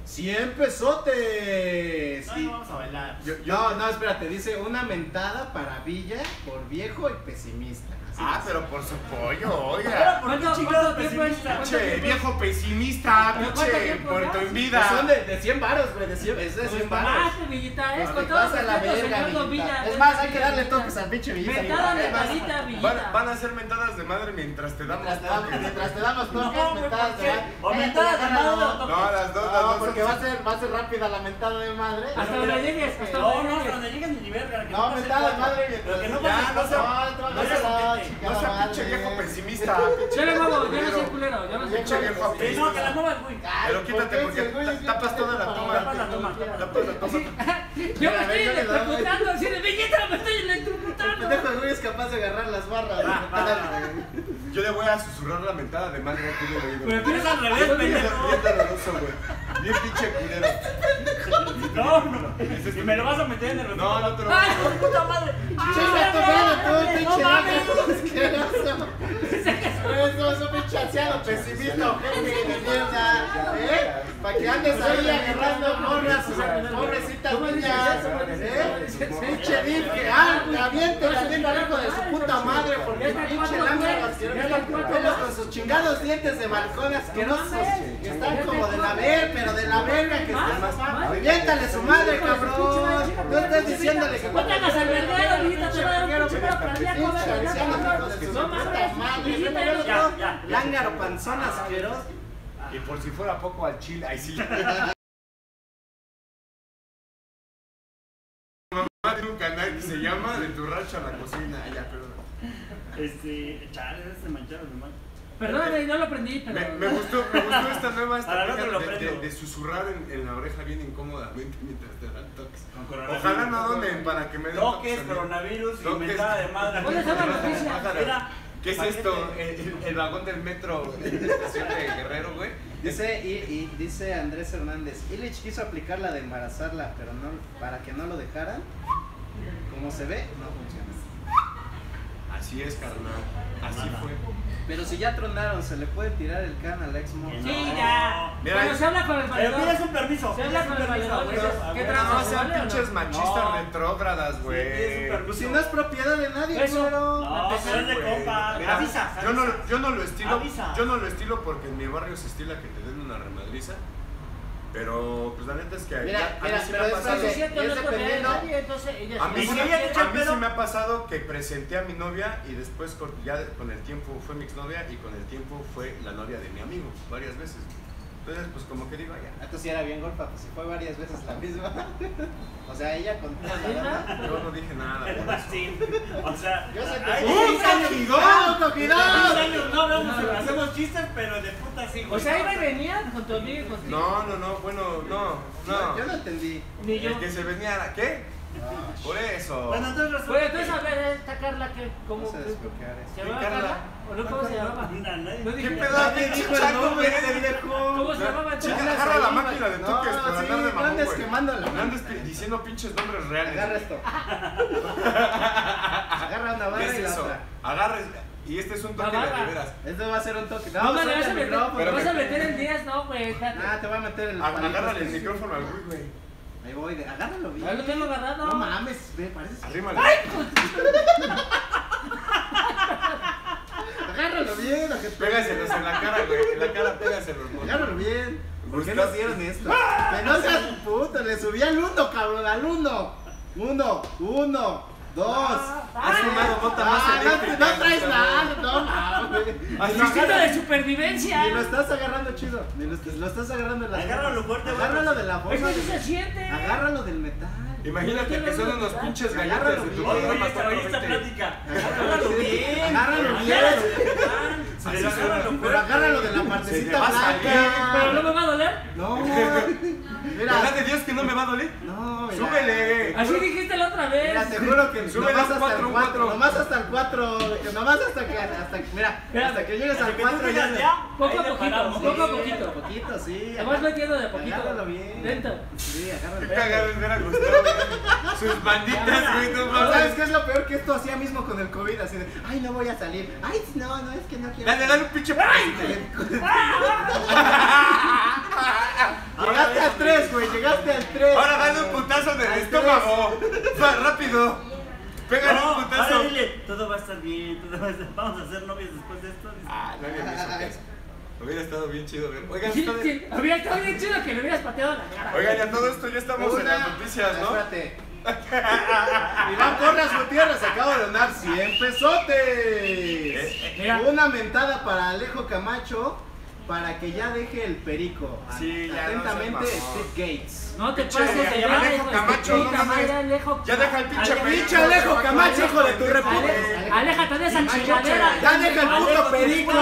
[SPEAKER 2] 100 pesotes.
[SPEAKER 1] No,
[SPEAKER 2] Y-
[SPEAKER 1] no vamos a bailar.
[SPEAKER 4] Yo- yo-
[SPEAKER 2] No, no, espérate, dice una mentada para Villa por viejo y pesimista. Así
[SPEAKER 4] Ah,
[SPEAKER 2] dice.
[SPEAKER 4] pero por su pollo, oiga.
[SPEAKER 1] ¿Por qué
[SPEAKER 3] ¿Cuánto-
[SPEAKER 1] chingados
[SPEAKER 3] cuánto tiempo es?
[SPEAKER 1] pesimista?
[SPEAKER 3] ¿Cuánto
[SPEAKER 4] Pinche
[SPEAKER 3] tiempo es?
[SPEAKER 4] viejo pesimista,
[SPEAKER 3] ¿Pero cuánto
[SPEAKER 4] pinche
[SPEAKER 3] tiempo
[SPEAKER 4] Puerto
[SPEAKER 3] ya?
[SPEAKER 4] en
[SPEAKER 2] Pues
[SPEAKER 4] vida.
[SPEAKER 2] Son de, de 100 varos, güey, de 100, es de
[SPEAKER 3] Pues
[SPEAKER 2] 100 varos.
[SPEAKER 3] mamaste, Villita, es
[SPEAKER 2] Pues
[SPEAKER 3] con
[SPEAKER 2] te
[SPEAKER 3] todo
[SPEAKER 2] pasa la
[SPEAKER 3] respeto,
[SPEAKER 2] verga,
[SPEAKER 3] señor
[SPEAKER 2] Villita.
[SPEAKER 3] Don Villa.
[SPEAKER 2] Es más, hay que darle toques al pinche Villita.
[SPEAKER 3] Mentada
[SPEAKER 2] Es más,
[SPEAKER 3] mentadita, Villita.
[SPEAKER 4] Van, van a ser mentadas de madre mientras te damos.
[SPEAKER 2] Mientras te damos,
[SPEAKER 4] toques.
[SPEAKER 2] mientras te damos
[SPEAKER 1] No,
[SPEAKER 2] toques,
[SPEAKER 1] güey,
[SPEAKER 2] mentadas
[SPEAKER 1] ¿por
[SPEAKER 2] de
[SPEAKER 1] qué?
[SPEAKER 2] madre.
[SPEAKER 1] O
[SPEAKER 2] Eh,
[SPEAKER 1] mentadas de
[SPEAKER 2] agarra
[SPEAKER 1] madre
[SPEAKER 2] dos.
[SPEAKER 1] o toques.
[SPEAKER 4] No, las dos, las
[SPEAKER 2] No,
[SPEAKER 4] dos.
[SPEAKER 2] porque va a ser, va a ser rápida la mentada de madre.
[SPEAKER 3] Hasta donde llegues, hasta
[SPEAKER 1] No,
[SPEAKER 3] donde
[SPEAKER 1] no,
[SPEAKER 3] llegues.
[SPEAKER 1] cuando llegas ni verga. que
[SPEAKER 2] No,
[SPEAKER 1] pase
[SPEAKER 2] mentada de
[SPEAKER 1] cuatro.
[SPEAKER 2] madre.
[SPEAKER 1] Pero que no
[SPEAKER 4] Ya,
[SPEAKER 1] pase
[SPEAKER 4] "Ah, no
[SPEAKER 1] cuatro.
[SPEAKER 4] se
[SPEAKER 2] No,
[SPEAKER 1] No
[SPEAKER 2] no,
[SPEAKER 1] seas
[SPEAKER 2] no,
[SPEAKER 1] ojete.
[SPEAKER 2] chingada
[SPEAKER 4] No sea
[SPEAKER 2] madre.
[SPEAKER 4] pinche viejo pesimista. pinche
[SPEAKER 3] Yo le
[SPEAKER 4] viejo
[SPEAKER 3] muevo, yo no soy
[SPEAKER 4] culero.
[SPEAKER 3] culero, yo no soy
[SPEAKER 4] Pinche
[SPEAKER 3] culero.
[SPEAKER 4] viejo
[SPEAKER 1] Sí,
[SPEAKER 4] apesta.
[SPEAKER 1] no, que la muevas, güey.
[SPEAKER 4] Pero quítate
[SPEAKER 2] ¿por qué? Si
[SPEAKER 4] porque
[SPEAKER 2] el güey
[SPEAKER 4] ta-
[SPEAKER 2] es
[SPEAKER 4] tapas toda la
[SPEAKER 2] para
[SPEAKER 4] toma.
[SPEAKER 2] la
[SPEAKER 4] Tapas la
[SPEAKER 1] toma,
[SPEAKER 2] tecnología.
[SPEAKER 4] La puta toma.
[SPEAKER 3] Yo
[SPEAKER 2] Mira,
[SPEAKER 3] me
[SPEAKER 2] a ver, yo le doy.
[SPEAKER 3] estoy electrocutando, así de Villita, me estoy
[SPEAKER 2] El
[SPEAKER 3] electrocutando.
[SPEAKER 2] pendejo del güey es capaz de agarrar las barras.
[SPEAKER 1] Ah, Va, va.
[SPEAKER 4] Yo le voy a susurrar la mentada de madre aquí en el oído.
[SPEAKER 1] Pero tú eres al
[SPEAKER 4] Bien
[SPEAKER 1] revés, pendejo.
[SPEAKER 4] bien doloroso, güey. Bien pinche culero.
[SPEAKER 1] No, no. Y me lo vas a meter en el
[SPEAKER 4] No, no te lo voy
[SPEAKER 3] ¡Ay,
[SPEAKER 4] a
[SPEAKER 3] puta madre!
[SPEAKER 2] Chinga tu madre, tú,
[SPEAKER 3] ¡Ay, no
[SPEAKER 2] pinche
[SPEAKER 3] mames!
[SPEAKER 2] vato [laughs] asqueroso. Eso es un pinche anciano pesimista, ojete de mierda, ¿eh? Para que andes ahí agarrando morras, o sea, pobrecitas niñas, ¿eh? Pinche dip que, ah, aviente la tienda lejos de su puta madre, porque es pinche lámpara asquerosa, pelos con sus chingados dientes de balcón asquerosos, que están como de la ver, pero de la verga que están. Aviéntale su madre, cabrón. No estés diciéndole que
[SPEAKER 3] No te hagas al verdadero, Villita, te voy a dar un pinche cardíaco,
[SPEAKER 2] Pinche
[SPEAKER 3] vete a la
[SPEAKER 2] anciano,
[SPEAKER 3] verga.
[SPEAKER 2] hijo de su
[SPEAKER 3] No
[SPEAKER 2] puta
[SPEAKER 3] mames,
[SPEAKER 2] madre,
[SPEAKER 3] Villita,
[SPEAKER 2] vete al
[SPEAKER 3] ya-
[SPEAKER 2] otro.
[SPEAKER 1] ya, ya.
[SPEAKER 2] Lángaro panzón asqueroso.
[SPEAKER 4] Y por si fuera poco al chile. Ay, sí. [laughs] Mamá tiene un canal que se llama De tu racha a la cocina. Ay, ya, perdón.
[SPEAKER 1] Este, chale, se mancharon, hermano.
[SPEAKER 3] Perdóname, no lo aprendí,
[SPEAKER 4] Me,
[SPEAKER 3] pero...
[SPEAKER 4] me gustó, me gustó esta nueva
[SPEAKER 1] Para el otro
[SPEAKER 4] estrategia
[SPEAKER 1] lo
[SPEAKER 4] de, de-
[SPEAKER 1] prendo.
[SPEAKER 4] de susurrar en, en la oreja bien incómodamente mientras te dan toques.
[SPEAKER 1] Con coronavirus.
[SPEAKER 4] Ojalá no donen para que me den
[SPEAKER 1] Toques,
[SPEAKER 4] a mí.
[SPEAKER 1] coronavirus y
[SPEAKER 4] Toques.
[SPEAKER 1] mentada de madre.
[SPEAKER 3] ¿Cuáles son las noticias?
[SPEAKER 4] Pájaro.
[SPEAKER 1] Mira,
[SPEAKER 4] ¿Qué es
[SPEAKER 1] paquete.
[SPEAKER 4] esto? El, el- el vagón del metro en la estación de Guerrero, güey.
[SPEAKER 2] Dice, y, y dice Andrés Hernández, Illich quiso aplicar la de embarazarla, pero no, para que no lo dejaran, como se ve, no funciona.
[SPEAKER 4] Así es, carnal. Así fue.
[SPEAKER 2] Pero si ya tronaron, se le puede tirar el can al ex morra?
[SPEAKER 3] Sí, ya.
[SPEAKER 4] Mira,
[SPEAKER 3] Pero se habla con el
[SPEAKER 1] Pero pides
[SPEAKER 3] valedor.
[SPEAKER 1] un permiso.
[SPEAKER 3] Se habla
[SPEAKER 1] pides un
[SPEAKER 3] con el
[SPEAKER 1] permiso,
[SPEAKER 3] valedor,
[SPEAKER 1] güey.
[SPEAKER 3] dices, ¿qué
[SPEAKER 1] Ah,
[SPEAKER 3] tranza?
[SPEAKER 4] No,
[SPEAKER 1] bueno,
[SPEAKER 4] sean
[SPEAKER 3] ¿Vale o no?
[SPEAKER 4] pinches machistas
[SPEAKER 1] No.
[SPEAKER 4] retrógradas,
[SPEAKER 1] pides un
[SPEAKER 4] güey.
[SPEAKER 1] permiso.
[SPEAKER 2] Pues si no es propiedad de nadie,
[SPEAKER 3] Eso.
[SPEAKER 2] claro.
[SPEAKER 1] No, pero es de compa.
[SPEAKER 4] Mira,
[SPEAKER 1] Avisa.
[SPEAKER 4] yo, no,
[SPEAKER 1] avisa.
[SPEAKER 4] yo no lo estilo,
[SPEAKER 1] Avisa.
[SPEAKER 4] yo no lo estilo porque en mi barrio se estila que te den una remadriza. Pero pues la neta es que
[SPEAKER 2] Mira,
[SPEAKER 4] ya- a mí
[SPEAKER 2] mira,
[SPEAKER 4] sí me
[SPEAKER 2] pero
[SPEAKER 4] ha
[SPEAKER 2] es
[SPEAKER 4] pasado.
[SPEAKER 3] Es cierto,
[SPEAKER 2] Y es
[SPEAKER 3] no es propiedad de
[SPEAKER 2] dependiendo.
[SPEAKER 3] nadie, entonces ella
[SPEAKER 4] A mí,
[SPEAKER 1] Y
[SPEAKER 3] es
[SPEAKER 4] sí,
[SPEAKER 1] si
[SPEAKER 4] me-
[SPEAKER 3] una
[SPEAKER 1] ella te
[SPEAKER 3] fiesta.
[SPEAKER 1] echa
[SPEAKER 4] a mí sí
[SPEAKER 1] pedo-
[SPEAKER 4] me ha pasado que presenté a mi novia y después con- ya de- con el tiempo fue mi exnovia y con el tiempo fue la novia de mi amigo varias veces. Entonces pues como que digo, "Ay, ya.
[SPEAKER 2] Esto sí era bien golfa, pues si fue varias veces la misma. [laughs] o sea, ella con
[SPEAKER 3] ¿La misma?
[SPEAKER 4] Yo no dije nada. por eso".
[SPEAKER 1] [laughs] Sí. O sea,
[SPEAKER 2] Yo sé que-
[SPEAKER 1] ay,
[SPEAKER 2] ¡Uh,
[SPEAKER 1] seis años,
[SPEAKER 4] cogidón!
[SPEAKER 2] ¡Ah, un
[SPEAKER 1] seis
[SPEAKER 2] cogidón!
[SPEAKER 1] años, no hablamos, hacemos chistes, pero de puta sí.
[SPEAKER 3] O
[SPEAKER 1] güey.
[SPEAKER 3] sea, iba y venía con tu amigo y contigo.
[SPEAKER 4] No, no, no, bueno, no, no.
[SPEAKER 2] No, Yo no entendí.
[SPEAKER 3] Ni yo.
[SPEAKER 4] El que se venía a qué? Por eso.
[SPEAKER 1] Bueno, entonces
[SPEAKER 3] Bueno,
[SPEAKER 1] resulta.
[SPEAKER 3] entonces a ver, esta Carla que cómo
[SPEAKER 2] Vamos a desbloquear esto.
[SPEAKER 3] se llamaba
[SPEAKER 4] Carla.
[SPEAKER 3] Carla o no cómo se llamaba.
[SPEAKER 1] Una, nadie-
[SPEAKER 3] No dije
[SPEAKER 4] ¿Qué
[SPEAKER 3] nada.
[SPEAKER 4] pedo?
[SPEAKER 2] Nadie dijo el nombre,
[SPEAKER 3] ¿Cómo se llamaba
[SPEAKER 4] Chica,
[SPEAKER 3] entonces?
[SPEAKER 4] agarra la
[SPEAKER 2] ahí,
[SPEAKER 4] máquina de
[SPEAKER 2] no,
[SPEAKER 4] toques para
[SPEAKER 2] sí,
[SPEAKER 4] andar de
[SPEAKER 2] no
[SPEAKER 4] mamón,
[SPEAKER 2] andes
[SPEAKER 4] güey.
[SPEAKER 2] quemando la
[SPEAKER 4] No andes
[SPEAKER 2] máquina.
[SPEAKER 4] diciendo pinches nombres reales.
[SPEAKER 2] Agarra
[SPEAKER 4] güey.
[SPEAKER 2] esto. [laughs] Agarra una barra
[SPEAKER 4] ¿Qué es
[SPEAKER 2] y la
[SPEAKER 4] eso?
[SPEAKER 2] otra.
[SPEAKER 4] Agarres. Y este es un toque
[SPEAKER 3] La barra.
[SPEAKER 4] de veras.
[SPEAKER 2] Esto va a ser un toque. No,
[SPEAKER 3] No, no,
[SPEAKER 2] suelta
[SPEAKER 3] le vas a
[SPEAKER 2] el
[SPEAKER 3] meter,
[SPEAKER 2] micrófono.
[SPEAKER 4] Pero
[SPEAKER 3] vas a
[SPEAKER 4] me-
[SPEAKER 3] meter el 10, no, güey, espérate.
[SPEAKER 2] Ah, te voa a meter el palito
[SPEAKER 4] Agárrale el
[SPEAKER 2] este.
[SPEAKER 4] micrófono al güey, güey.
[SPEAKER 2] Ahí voy, de- agárralo bien.
[SPEAKER 3] Ahí lo tengo agarrado.
[SPEAKER 2] No mames, me parece.
[SPEAKER 4] Arrímale.
[SPEAKER 2] Agárralo bien, ojete.
[SPEAKER 4] Pégaselos en la cara, güey. En la cara pégaselos, güey.
[SPEAKER 2] Agárralo bien.
[SPEAKER 5] ¿Por qué nos dieron
[SPEAKER 4] [laughs]
[SPEAKER 5] esto?
[SPEAKER 2] Que no seas un puto, le subí al uno, cabrón, al uno. Uno, uno, dos.
[SPEAKER 4] Ah,
[SPEAKER 3] Ah,
[SPEAKER 5] Has fumado mota más
[SPEAKER 2] Ah, no,
[SPEAKER 5] eléctrica,
[SPEAKER 2] no traes
[SPEAKER 5] cabrón.
[SPEAKER 2] nada, no mames.
[SPEAKER 5] Ay,
[SPEAKER 2] Ni lo
[SPEAKER 3] Instinto
[SPEAKER 2] agarras-
[SPEAKER 3] de supervivencia.
[SPEAKER 2] Ni lo estás agarrando chido. Ni lo, lo estás agarrando en la
[SPEAKER 1] Agárralo fuerte, güey.
[SPEAKER 2] Agárralo de la
[SPEAKER 3] Es
[SPEAKER 2] bolsa.
[SPEAKER 3] que sí se siente.
[SPEAKER 2] Agárralo del metal.
[SPEAKER 4] Imagínate que son unos pinches galletas de tu
[SPEAKER 1] Oye,
[SPEAKER 4] programa
[SPEAKER 1] oye,
[SPEAKER 4] para
[SPEAKER 1] oye, esta
[SPEAKER 4] verte.
[SPEAKER 1] plática. Agárralo bien.
[SPEAKER 2] Agárralo bien.
[SPEAKER 1] Pero agárralo
[SPEAKER 2] Pero
[SPEAKER 1] fuerte.
[SPEAKER 2] agárralo de la
[SPEAKER 5] te
[SPEAKER 2] partecita
[SPEAKER 5] va a
[SPEAKER 3] Pero no
[SPEAKER 2] blanca.
[SPEAKER 3] me va a doler.
[SPEAKER 2] No,
[SPEAKER 4] Ojalá
[SPEAKER 2] mira.
[SPEAKER 4] de Dios que no me va a doler.
[SPEAKER 2] No, mira.
[SPEAKER 4] Súbele, güey.
[SPEAKER 3] Así dijiste la otra
[SPEAKER 2] Mira,
[SPEAKER 3] vez.
[SPEAKER 2] te juro que
[SPEAKER 4] Súbele
[SPEAKER 2] nomás
[SPEAKER 4] un
[SPEAKER 2] hasta
[SPEAKER 4] cuatro,
[SPEAKER 2] el
[SPEAKER 4] un
[SPEAKER 2] 4,
[SPEAKER 4] cuatro.
[SPEAKER 2] nomás hasta el 4, nomás hasta que, hasta que, mira,
[SPEAKER 3] Mira,
[SPEAKER 2] hasta que llegues
[SPEAKER 1] Hasta
[SPEAKER 2] al
[SPEAKER 1] que tú
[SPEAKER 2] 4
[SPEAKER 1] digas ya.
[SPEAKER 3] Poco
[SPEAKER 1] ahí
[SPEAKER 3] a
[SPEAKER 1] le
[SPEAKER 3] poquito,
[SPEAKER 1] paramos.
[SPEAKER 3] poco a
[SPEAKER 1] Sí.
[SPEAKER 3] poquito.
[SPEAKER 2] poquito, sí.
[SPEAKER 3] Te vas metiendo de a poquito.
[SPEAKER 2] Agárralo bien.
[SPEAKER 3] Lento.
[SPEAKER 2] Sí, agárralo
[SPEAKER 4] Qué
[SPEAKER 2] bien.
[SPEAKER 4] cagado es ver a Gustavo, güey. Sus banditas, güey, no
[SPEAKER 2] No, ¿Sabes
[SPEAKER 4] mames.
[SPEAKER 2] qué es lo peor que esto hacía mismo con el COVID? Así de, ay, no voy a salir. Ay, no, no, es que no quiero.
[SPEAKER 4] Dale, dale un pinche ¡Ay!
[SPEAKER 2] [laughs] Llegaste al 3, güey, llegaste al 3.
[SPEAKER 4] Ahora dale un putazo en el
[SPEAKER 2] Al
[SPEAKER 4] estómago. Va, rápido. Pégale
[SPEAKER 1] No,
[SPEAKER 4] un
[SPEAKER 1] ahora
[SPEAKER 4] putazo.
[SPEAKER 1] dile, todo va a estar bien, todo va a estar- vamos a ser novios después de esto. dice.
[SPEAKER 4] Ah, nadie me hizo caso. Hubiera estado bien chido ver. Oigan,
[SPEAKER 3] Sí,
[SPEAKER 4] ustedes-
[SPEAKER 3] sí. Habría estado bien chido que le hubieras pateado la cara.
[SPEAKER 4] Oigan, y a todo esto ya estamos en las noticias, ¿no?
[SPEAKER 2] Espérate. [laughs] Iván Porras Gutiérrez acaba de donar 100
[SPEAKER 4] Eh,
[SPEAKER 2] pesotes.
[SPEAKER 3] Mira.
[SPEAKER 2] Una mentada para Alejo Camacho para que ya deje el perico.
[SPEAKER 4] Sí, ya, no
[SPEAKER 2] Atentamente,
[SPEAKER 4] seas mamón.
[SPEAKER 2] Steve Gates.
[SPEAKER 3] No te
[SPEAKER 4] Pinche,
[SPEAKER 3] pases de
[SPEAKER 4] ya
[SPEAKER 3] verga,
[SPEAKER 4] Alejo
[SPEAKER 3] hijo de
[SPEAKER 4] Camacho,
[SPEAKER 3] tu
[SPEAKER 4] no
[SPEAKER 3] puta
[SPEAKER 4] mames.
[SPEAKER 3] madre, Alejo.
[SPEAKER 4] Ya deja el pinche
[SPEAKER 3] Ale-
[SPEAKER 4] perico.
[SPEAKER 2] pinche Alejo Camacho, hijo de tu
[SPEAKER 3] Ale-
[SPEAKER 2] reputa.
[SPEAKER 3] Aléjate de esa chingadera.
[SPEAKER 2] Ya deja el puto perico, ¿eh?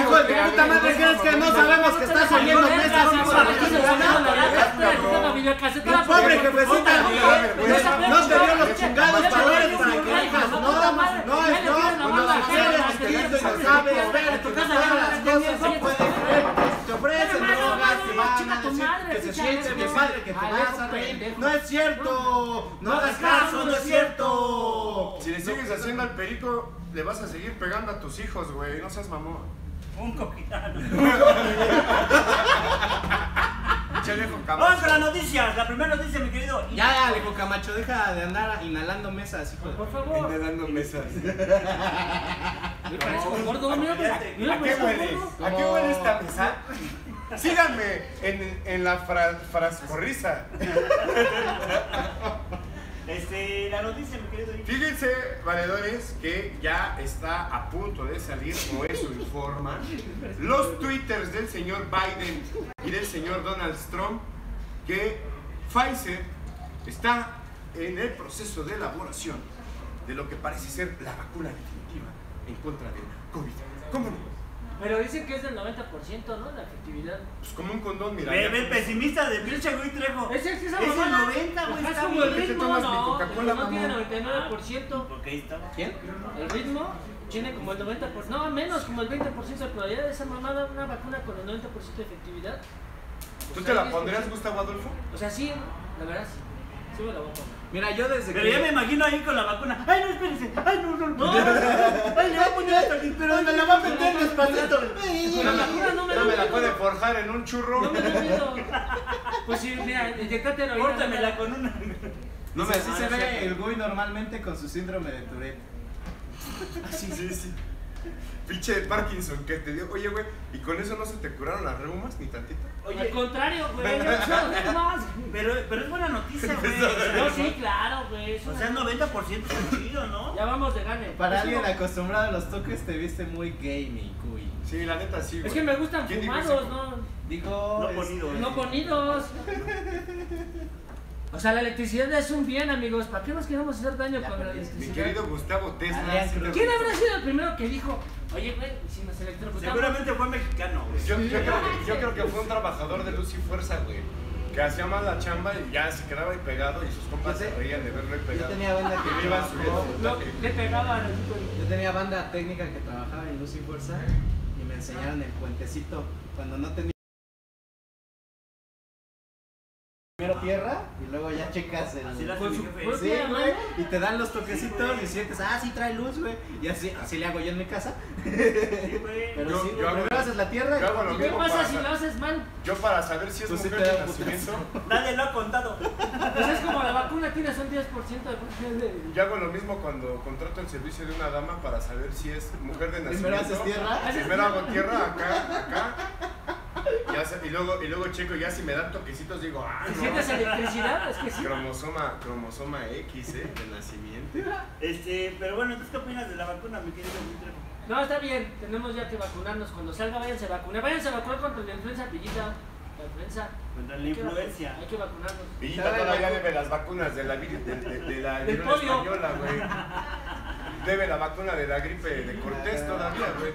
[SPEAKER 2] hijo de tu puta madre, crees que no sabemos que está saliendo mesas, hijo de tu puta madre. Tu pobre jefecita, pues, no te dio los chingados valores para que digas, no, no es no, no lo quieres, te dicen, lo sabes, espérate, no todas las cosas se pueden creer, te ofrecen drogas, te van a decir que se siente mi padre, que te vas a reír, no es cierto, no hagas caso, no es cierto.
[SPEAKER 4] Si le sigues haciendo al perico, le vas a seguir pegando a tus hijos, güey. No seas mamón.
[SPEAKER 1] Un coquitano.
[SPEAKER 4] Pinche viejo
[SPEAKER 2] Ah,
[SPEAKER 1] Vamos
[SPEAKER 4] cabrón.
[SPEAKER 1] con las noticias. La primera noticia, mi querido.
[SPEAKER 2] Ya, Alejo Camacho, deja de andar inhalando mesas, hijo de
[SPEAKER 3] Por
[SPEAKER 4] Anda
[SPEAKER 3] favor.
[SPEAKER 4] dando mesas.
[SPEAKER 3] Me parezco gordo, mira,
[SPEAKER 1] Fíjate,
[SPEAKER 3] mira,
[SPEAKER 2] pues,
[SPEAKER 4] ¿A qué
[SPEAKER 3] parezco
[SPEAKER 4] huele?
[SPEAKER 3] gordo.
[SPEAKER 4] ¿A qué huele esta mesa? Síganme en, en la fra- frascorrisa.
[SPEAKER 1] Este, la noticia, mi querido.
[SPEAKER 4] Fíjense, valedores, que ya está a punto de salir, o eso informa, los twitters del señor Biden y del señor Donald Trump, que Pfizer está en el proceso de elaboración de lo que parece ser la vacuna definitiva en contra del COVID. ¿Cómo no?
[SPEAKER 3] Pero dicen que es del 90%, ¿no? La efectividad.
[SPEAKER 4] Pues como un condón, mira.
[SPEAKER 1] Ve,
[SPEAKER 4] ya
[SPEAKER 1] ve,
[SPEAKER 4] te-
[SPEAKER 1] pesimista de pinche güey Trejo.
[SPEAKER 3] Es el que
[SPEAKER 1] Es el ¿eh? 90, güey,
[SPEAKER 3] Es
[SPEAKER 1] está
[SPEAKER 3] como el
[SPEAKER 4] bien. ¿Qué te
[SPEAKER 3] ritmo,
[SPEAKER 4] tomas, mi
[SPEAKER 3] no.
[SPEAKER 4] Coca-Cola,
[SPEAKER 3] No tiene
[SPEAKER 4] mamón?
[SPEAKER 3] 99%.
[SPEAKER 1] Porque ahí está.
[SPEAKER 2] ¿Quién?
[SPEAKER 3] El ritmo tiene como el 90%, no, menos como el 20% de probabilidad de esa mamada, una vacuna con el 90% de efectividad.
[SPEAKER 4] ¿Tú
[SPEAKER 3] Pues
[SPEAKER 4] te la
[SPEAKER 3] ahí
[SPEAKER 4] pondrías,
[SPEAKER 3] es-
[SPEAKER 4] Gustavo Adolfo?
[SPEAKER 3] O sea, sí, la verdad sí. Sí me la voy a poner.
[SPEAKER 2] Mira, yo desde
[SPEAKER 1] Pero ya me
[SPEAKER 2] que...
[SPEAKER 1] imagino ahí con la vacuna. Ay, no, espérense. Ay, no, no, no. Ay, le voy a poner hasta aquí.
[SPEAKER 2] Pero me la va a meter despacito.
[SPEAKER 3] La vacuna no me da
[SPEAKER 4] No me la
[SPEAKER 3] miedo.
[SPEAKER 4] puede forjar en un churro.
[SPEAKER 3] No me da miedo. Pues sí, mira, inyectate heroína.
[SPEAKER 1] Córtamela con una.
[SPEAKER 4] No me
[SPEAKER 2] Así se ve el güey normalmente con su síndrome de Tourette.
[SPEAKER 4] Sí, sí, sí. Pinche de Parkinson que te dio. Oye, güey, ¿y con eso no se te curaron las reumas ni tantito?
[SPEAKER 1] Oye,
[SPEAKER 3] Al contrario, güey, yo quiero ver más.
[SPEAKER 1] pero, pero es buena noticia, güey.
[SPEAKER 3] No, sí, claro, güey. es
[SPEAKER 1] O
[SPEAKER 3] una-
[SPEAKER 1] sea, 90% es chido, ¿no?
[SPEAKER 3] Ya vamos de gane.
[SPEAKER 2] Para
[SPEAKER 3] Es
[SPEAKER 2] alguien
[SPEAKER 3] como-
[SPEAKER 2] acostumbrado a los toques te viste muy gay, mi cuy.
[SPEAKER 4] Sí, la neta sí, güey.
[SPEAKER 3] Es que me gustan
[SPEAKER 4] ¿Quién dijo
[SPEAKER 3] fumados,
[SPEAKER 4] eso?
[SPEAKER 3] ¿no?
[SPEAKER 2] Digo...
[SPEAKER 1] No ponido,
[SPEAKER 2] eh.
[SPEAKER 3] No ponidos. O sea, la electricidad es un bien, amigos. ¿Para qué nos queremos hacer daño
[SPEAKER 2] Ya
[SPEAKER 3] con la
[SPEAKER 2] perdí.
[SPEAKER 4] Mi
[SPEAKER 3] electricidad?
[SPEAKER 4] querido Gustavo Tesla.
[SPEAKER 2] Adrián,
[SPEAKER 4] sí te
[SPEAKER 2] creo
[SPEAKER 3] ¿Quién
[SPEAKER 4] gustó.
[SPEAKER 3] habrá sido el primero que dijo, oye, güey, si nos electrocutamos?
[SPEAKER 1] Seguramente fue mexicano, güey.
[SPEAKER 4] Yo, yo creo que, yo creo que fue un trabajador de luz y fuerza, güey. Que hacía más la chamba y ya se quedaba ahí pegado y sus compas se reían de verlo ahí
[SPEAKER 2] Yo
[SPEAKER 4] pegado.
[SPEAKER 2] tenía banda
[SPEAKER 4] Que
[SPEAKER 2] que
[SPEAKER 4] le iban subiendo.
[SPEAKER 2] trabajó-
[SPEAKER 3] No, le pegaban así con-
[SPEAKER 2] Yo tenía banda técnica que trabajaba en Luz y Fuerza y me enseñaron el puentecito cuando no tenía... Primero tierra y luego ya checas el...
[SPEAKER 1] Así la hace
[SPEAKER 3] con
[SPEAKER 1] mi
[SPEAKER 3] su
[SPEAKER 1] jefe.
[SPEAKER 3] cuerpo.
[SPEAKER 2] Sí, güey, y te dan los toquecitos y sientes, ah, sí trae luz, güey. Y así, así le hago yo en mi casa.
[SPEAKER 1] Sí, güey.
[SPEAKER 2] Pero
[SPEAKER 4] Yo-
[SPEAKER 2] sí,
[SPEAKER 4] yo
[SPEAKER 2] güey,
[SPEAKER 4] hago-
[SPEAKER 2] primero haces la tierra y
[SPEAKER 4] Yo hago lo
[SPEAKER 3] ¿Y qué
[SPEAKER 4] mismo.
[SPEAKER 3] pasa
[SPEAKER 4] para-
[SPEAKER 3] si lo haces mal?
[SPEAKER 4] Yo para saber si es
[SPEAKER 2] Pues sí
[SPEAKER 4] mujer
[SPEAKER 2] te
[SPEAKER 4] de
[SPEAKER 2] da putazo.
[SPEAKER 4] nacimiento,
[SPEAKER 1] Nadie lo ha contado.
[SPEAKER 3] Pues es como la vacuna, tienes un 10% de posibilidad de...
[SPEAKER 4] yo hago lo mismo cuando contrato el servicio de una dama para saber si es mujer de nacimiento.
[SPEAKER 2] Primero haces tierra.
[SPEAKER 4] Primero hago tierra acá, acá. Y Ya sé, y, luego, y luego checo, ya si me dan toquecitos digo, ah,
[SPEAKER 3] ¿Te sientes
[SPEAKER 4] no.
[SPEAKER 3] electricidad? Es que sí.
[SPEAKER 4] Cromosoma, cromosoma X, ¿eh? De nacimiento.
[SPEAKER 1] Este, pero bueno, entonces, ¿qué opinas de la vacuna, mi querido Buitre?
[SPEAKER 3] No, está bien, tenemos ya que vacunarnos. Cuando salga, váyanse a vacunar. Váyanse a vacunar contra la influenza, pillita. La influenza.
[SPEAKER 1] Contra la
[SPEAKER 3] Hay que vacu-
[SPEAKER 1] influencia.
[SPEAKER 3] Hay que vacunarnos.
[SPEAKER 4] Villita todavía debe las vacunas de la, vir- de, de- de la
[SPEAKER 3] Del
[SPEAKER 4] viruela
[SPEAKER 3] polio.
[SPEAKER 4] española, güey. Debe la vacuna de la gripe de Cortés todavía, güey.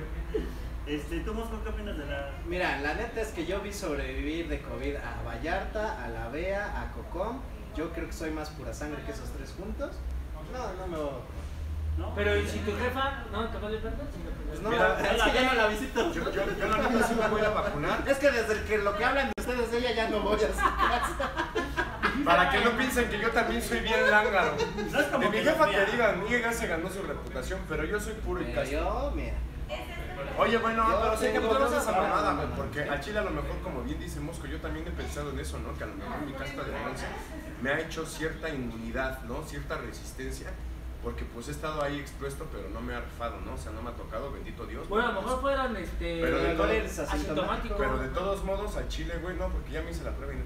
[SPEAKER 1] Este, ¿tú, Mosco, qué opinas de la...?
[SPEAKER 2] Mira, la neta es que yo vi sobrevivir de COVID a Vallarta, a La Vea, a Cocom. Yo creo que soy más pura sangre que esos tres juntos. No, no me voy.
[SPEAKER 1] ¿No?
[SPEAKER 3] Pero ¿y si tu jefa no te vale perdón? señor?
[SPEAKER 2] Pues no,
[SPEAKER 4] Mira,
[SPEAKER 2] es que ya no la visito.
[SPEAKER 4] Yo, yo, yo la neta sí me voy a vacunar.
[SPEAKER 2] Es que desde que lo que hablan de ustedes de ella ya no voy a su casa.
[SPEAKER 4] [laughs] Para que no piensen que yo también soy bien lángaro.
[SPEAKER 1] No es como
[SPEAKER 4] De mi
[SPEAKER 1] que
[SPEAKER 4] jefa
[SPEAKER 1] los
[SPEAKER 4] que
[SPEAKER 1] vea.
[SPEAKER 4] digan, Miguel Gas se ganó su reputación, pero yo soy puro y
[SPEAKER 2] Pero
[SPEAKER 4] casto.
[SPEAKER 2] yo, mira.
[SPEAKER 4] Oye, bueno,
[SPEAKER 2] Yo
[SPEAKER 4] pero sé que
[SPEAKER 2] tengo
[SPEAKER 4] tú no
[SPEAKER 2] dos
[SPEAKER 4] esa
[SPEAKER 2] hermanos.
[SPEAKER 4] mamada, güey, porque al chile a lo mejor, como bien dice Mosco, yo también he pensado en eso, ¿no? Que a lo mejor mi casta de bronce me ha hecho cierta inmunidad, ¿no? Cierta resistencia, porque pues he estado ahí expuesto, pero no me ha rifado, ¿no? O sea, no me ha tocado, bendito Dios.
[SPEAKER 3] Bueno, a lo mejor fueron este.
[SPEAKER 4] Pero de
[SPEAKER 2] el
[SPEAKER 4] todo-
[SPEAKER 2] gol eres asintomático.
[SPEAKER 3] asintomático.
[SPEAKER 4] Pero de todos modos, al chile, güey, no, porque ya me hice la prueba y no.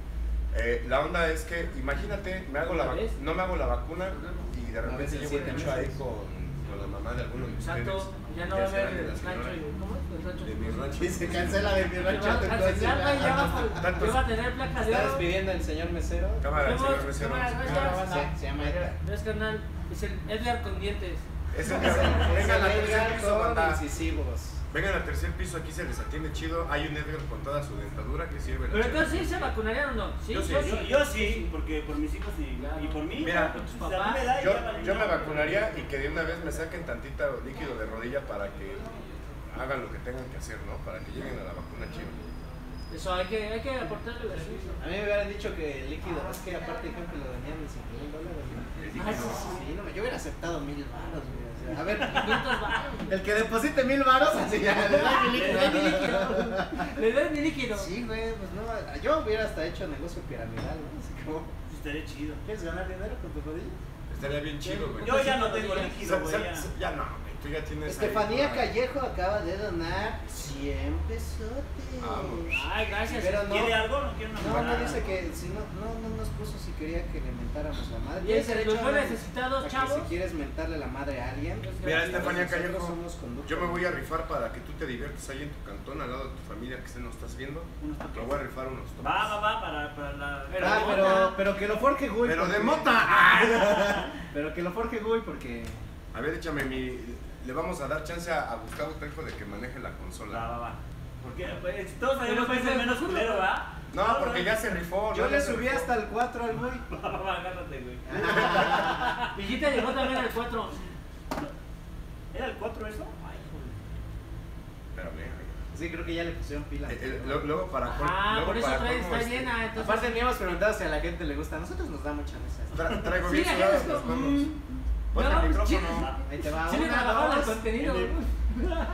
[SPEAKER 4] Eh, la onda es que, imagínate, me hago la vac-
[SPEAKER 3] ¿Ves?
[SPEAKER 4] no me hago la vacuna y de
[SPEAKER 2] A
[SPEAKER 4] repente
[SPEAKER 2] veces
[SPEAKER 4] llevo el
[SPEAKER 2] siete
[SPEAKER 4] bicho ahí
[SPEAKER 2] meses.
[SPEAKER 4] con, con la mamá de alguno de ustedes.
[SPEAKER 3] Exacto, ya no va a
[SPEAKER 4] sea
[SPEAKER 3] haber
[SPEAKER 4] de la
[SPEAKER 3] el
[SPEAKER 4] señora
[SPEAKER 3] rancho. y- ¿Cómo es? El rancho.
[SPEAKER 4] De mi rancho.
[SPEAKER 2] Y se cancela de mi
[SPEAKER 3] Ya va-
[SPEAKER 2] rancho entonces.
[SPEAKER 3] ya va- ya
[SPEAKER 2] Ah, ya.
[SPEAKER 3] va-
[SPEAKER 4] Tantos-
[SPEAKER 3] ya va a tener placa de
[SPEAKER 2] ¿Está
[SPEAKER 3] oro.
[SPEAKER 2] despidiendo el señor mesero? Ah,
[SPEAKER 4] Cámara,
[SPEAKER 3] Vemos,
[SPEAKER 4] señor mesero.
[SPEAKER 3] cámara, gracias.
[SPEAKER 4] Cámara.
[SPEAKER 2] Se- se llama Edgar.
[SPEAKER 3] Ves, carnal, es el Edgar con dientes.
[SPEAKER 4] Es el-
[SPEAKER 2] Es el- es
[SPEAKER 4] Vengan
[SPEAKER 2] el
[SPEAKER 4] al tercer
[SPEAKER 2] Edgar
[SPEAKER 4] piso,
[SPEAKER 2] con
[SPEAKER 4] banda.
[SPEAKER 2] incisivos.
[SPEAKER 4] Vengan al tercer piso, aquí se les atiende chido. Hay un Edgar con toda su dentadura que sirve. la
[SPEAKER 3] Pero
[SPEAKER 4] chela.
[SPEAKER 3] entonces sí se vacunarían o no. Sí,
[SPEAKER 4] Yo sí,
[SPEAKER 1] Yo, yo sí, porque por mis hijos y,
[SPEAKER 3] Claro.
[SPEAKER 1] y por mí.
[SPEAKER 4] Mira,
[SPEAKER 1] pues,
[SPEAKER 3] tus
[SPEAKER 1] a mí me da y
[SPEAKER 4] Yo,
[SPEAKER 1] ya valió.
[SPEAKER 4] yo me vacunaría y que de una vez me saquen tantita líquido de rodilla para que hagan lo que tengan que hacer, ¿no? Para que lleguen a la vacuna chido.
[SPEAKER 3] Eso hay que, hay que aportarle la suya.
[SPEAKER 2] A mí me hubieran dicho que el líquido, es que aparte dijeron que lo vendían en 5 mil dólares. güey.
[SPEAKER 3] Ah, eso
[SPEAKER 2] Sí, no, yo hubiera aceptado mil varos, güey. o sea, a ver,
[SPEAKER 3] 500 baros.
[SPEAKER 2] [laughs] el que deposite mil varos, así ya le da mi [laughs]
[SPEAKER 3] Le doy mi
[SPEAKER 2] líquido.
[SPEAKER 3] líquido. Le doy mi líquido.
[SPEAKER 2] Sí, güey, pues no, yo hubiera hasta hecho negocio piramidal, ¿no? Así como,
[SPEAKER 1] Pues, estaría chido.
[SPEAKER 2] ¿quieres ganar dinero con tu rodilla?
[SPEAKER 4] Estaría bien chido, güey.
[SPEAKER 1] Yo ya no tengo
[SPEAKER 4] Sa-
[SPEAKER 1] líquido, güey.
[SPEAKER 4] sa-
[SPEAKER 1] ya.
[SPEAKER 4] sa- Ya no, güey, tú ya tienes. ahí
[SPEAKER 2] Estefanía
[SPEAKER 4] una-
[SPEAKER 2] Callejo acaba de donar 100 pesotes.
[SPEAKER 4] Vamos.
[SPEAKER 3] Ay, gracias.
[SPEAKER 2] Pero no.
[SPEAKER 1] ¿Quiere algo? ¿No quiere una
[SPEAKER 2] No, no
[SPEAKER 1] vacuna?
[SPEAKER 2] dice que si no, no, no nos puso si quería que le mentáramos la madre.
[SPEAKER 3] Bien,
[SPEAKER 2] Tienes
[SPEAKER 3] se
[SPEAKER 2] derecho
[SPEAKER 3] los
[SPEAKER 2] a-
[SPEAKER 3] fue
[SPEAKER 2] a Pues,
[SPEAKER 3] necesitados,
[SPEAKER 2] que
[SPEAKER 3] chavos.
[SPEAKER 2] Si quieres mentarle la madre a alguien.
[SPEAKER 4] Mira,
[SPEAKER 3] esta
[SPEAKER 4] Estefanía
[SPEAKER 2] Nosotros
[SPEAKER 4] Callejo,
[SPEAKER 2] somos conducta.
[SPEAKER 4] yo me voy a rifar para que tú te diviertas ahí en tu cantón, al lado de tu familia que se nos estás viendo.
[SPEAKER 1] Unos toques.
[SPEAKER 4] Te voy a rifar unos toques.
[SPEAKER 1] Va, va, va, para, para la...
[SPEAKER 3] Pero-
[SPEAKER 2] Ah, pero, pero que lo forje Gui.
[SPEAKER 4] Pero
[SPEAKER 2] porque-
[SPEAKER 4] de mota. ¡Ah!
[SPEAKER 2] Pero que lo forje Gui porque.
[SPEAKER 4] A ver, échame mi. Le vamos a dar chance a, a Gustavo Trejo de que maneje la
[SPEAKER 1] Va,
[SPEAKER 4] consola.
[SPEAKER 1] va, va. Porque pues, todos sabemos
[SPEAKER 3] Pero,
[SPEAKER 1] que es
[SPEAKER 3] pues,
[SPEAKER 1] el menos
[SPEAKER 3] nosotros-
[SPEAKER 1] culero, ¿va?
[SPEAKER 4] No, porque ya se rifó.
[SPEAKER 2] Yo
[SPEAKER 4] no,
[SPEAKER 2] le
[SPEAKER 4] ya se
[SPEAKER 2] subí
[SPEAKER 4] rifó.
[SPEAKER 2] hasta el 4 al Ah,
[SPEAKER 1] [laughs]
[SPEAKER 2] Gui.
[SPEAKER 4] [laughs]
[SPEAKER 1] Va, va, va, agárrate, güey.
[SPEAKER 3] Pillita llegó también al 4.
[SPEAKER 1] ¿Era el 4 eso? Ay, joder.
[SPEAKER 4] Espérame.
[SPEAKER 2] Sí, creo que ya le pusieron pila.
[SPEAKER 4] Eh, eh, lo- luego para col-
[SPEAKER 3] Ah,
[SPEAKER 4] luego
[SPEAKER 3] por eso
[SPEAKER 4] para
[SPEAKER 3] trae,
[SPEAKER 4] colmo,
[SPEAKER 3] está
[SPEAKER 4] este,
[SPEAKER 3] llena. Entonces,
[SPEAKER 2] Aparte, ni hemos preguntado si a la gente le gusta. A nosotros nos da mucha risa.
[SPEAKER 4] tra- traigo
[SPEAKER 3] sí,
[SPEAKER 4] bien
[SPEAKER 3] la gente
[SPEAKER 4] sudados
[SPEAKER 3] es
[SPEAKER 4] los
[SPEAKER 3] como.
[SPEAKER 4] manos.
[SPEAKER 3] mm,
[SPEAKER 4] Ponte
[SPEAKER 3] no,
[SPEAKER 4] el
[SPEAKER 3] pues,
[SPEAKER 4] micrófono.
[SPEAKER 2] Ahí te va.
[SPEAKER 3] Sí, le
[SPEAKER 2] una,
[SPEAKER 3] trabajaron Ah, el
[SPEAKER 2] dos.
[SPEAKER 3] contenido.
[SPEAKER 1] en el-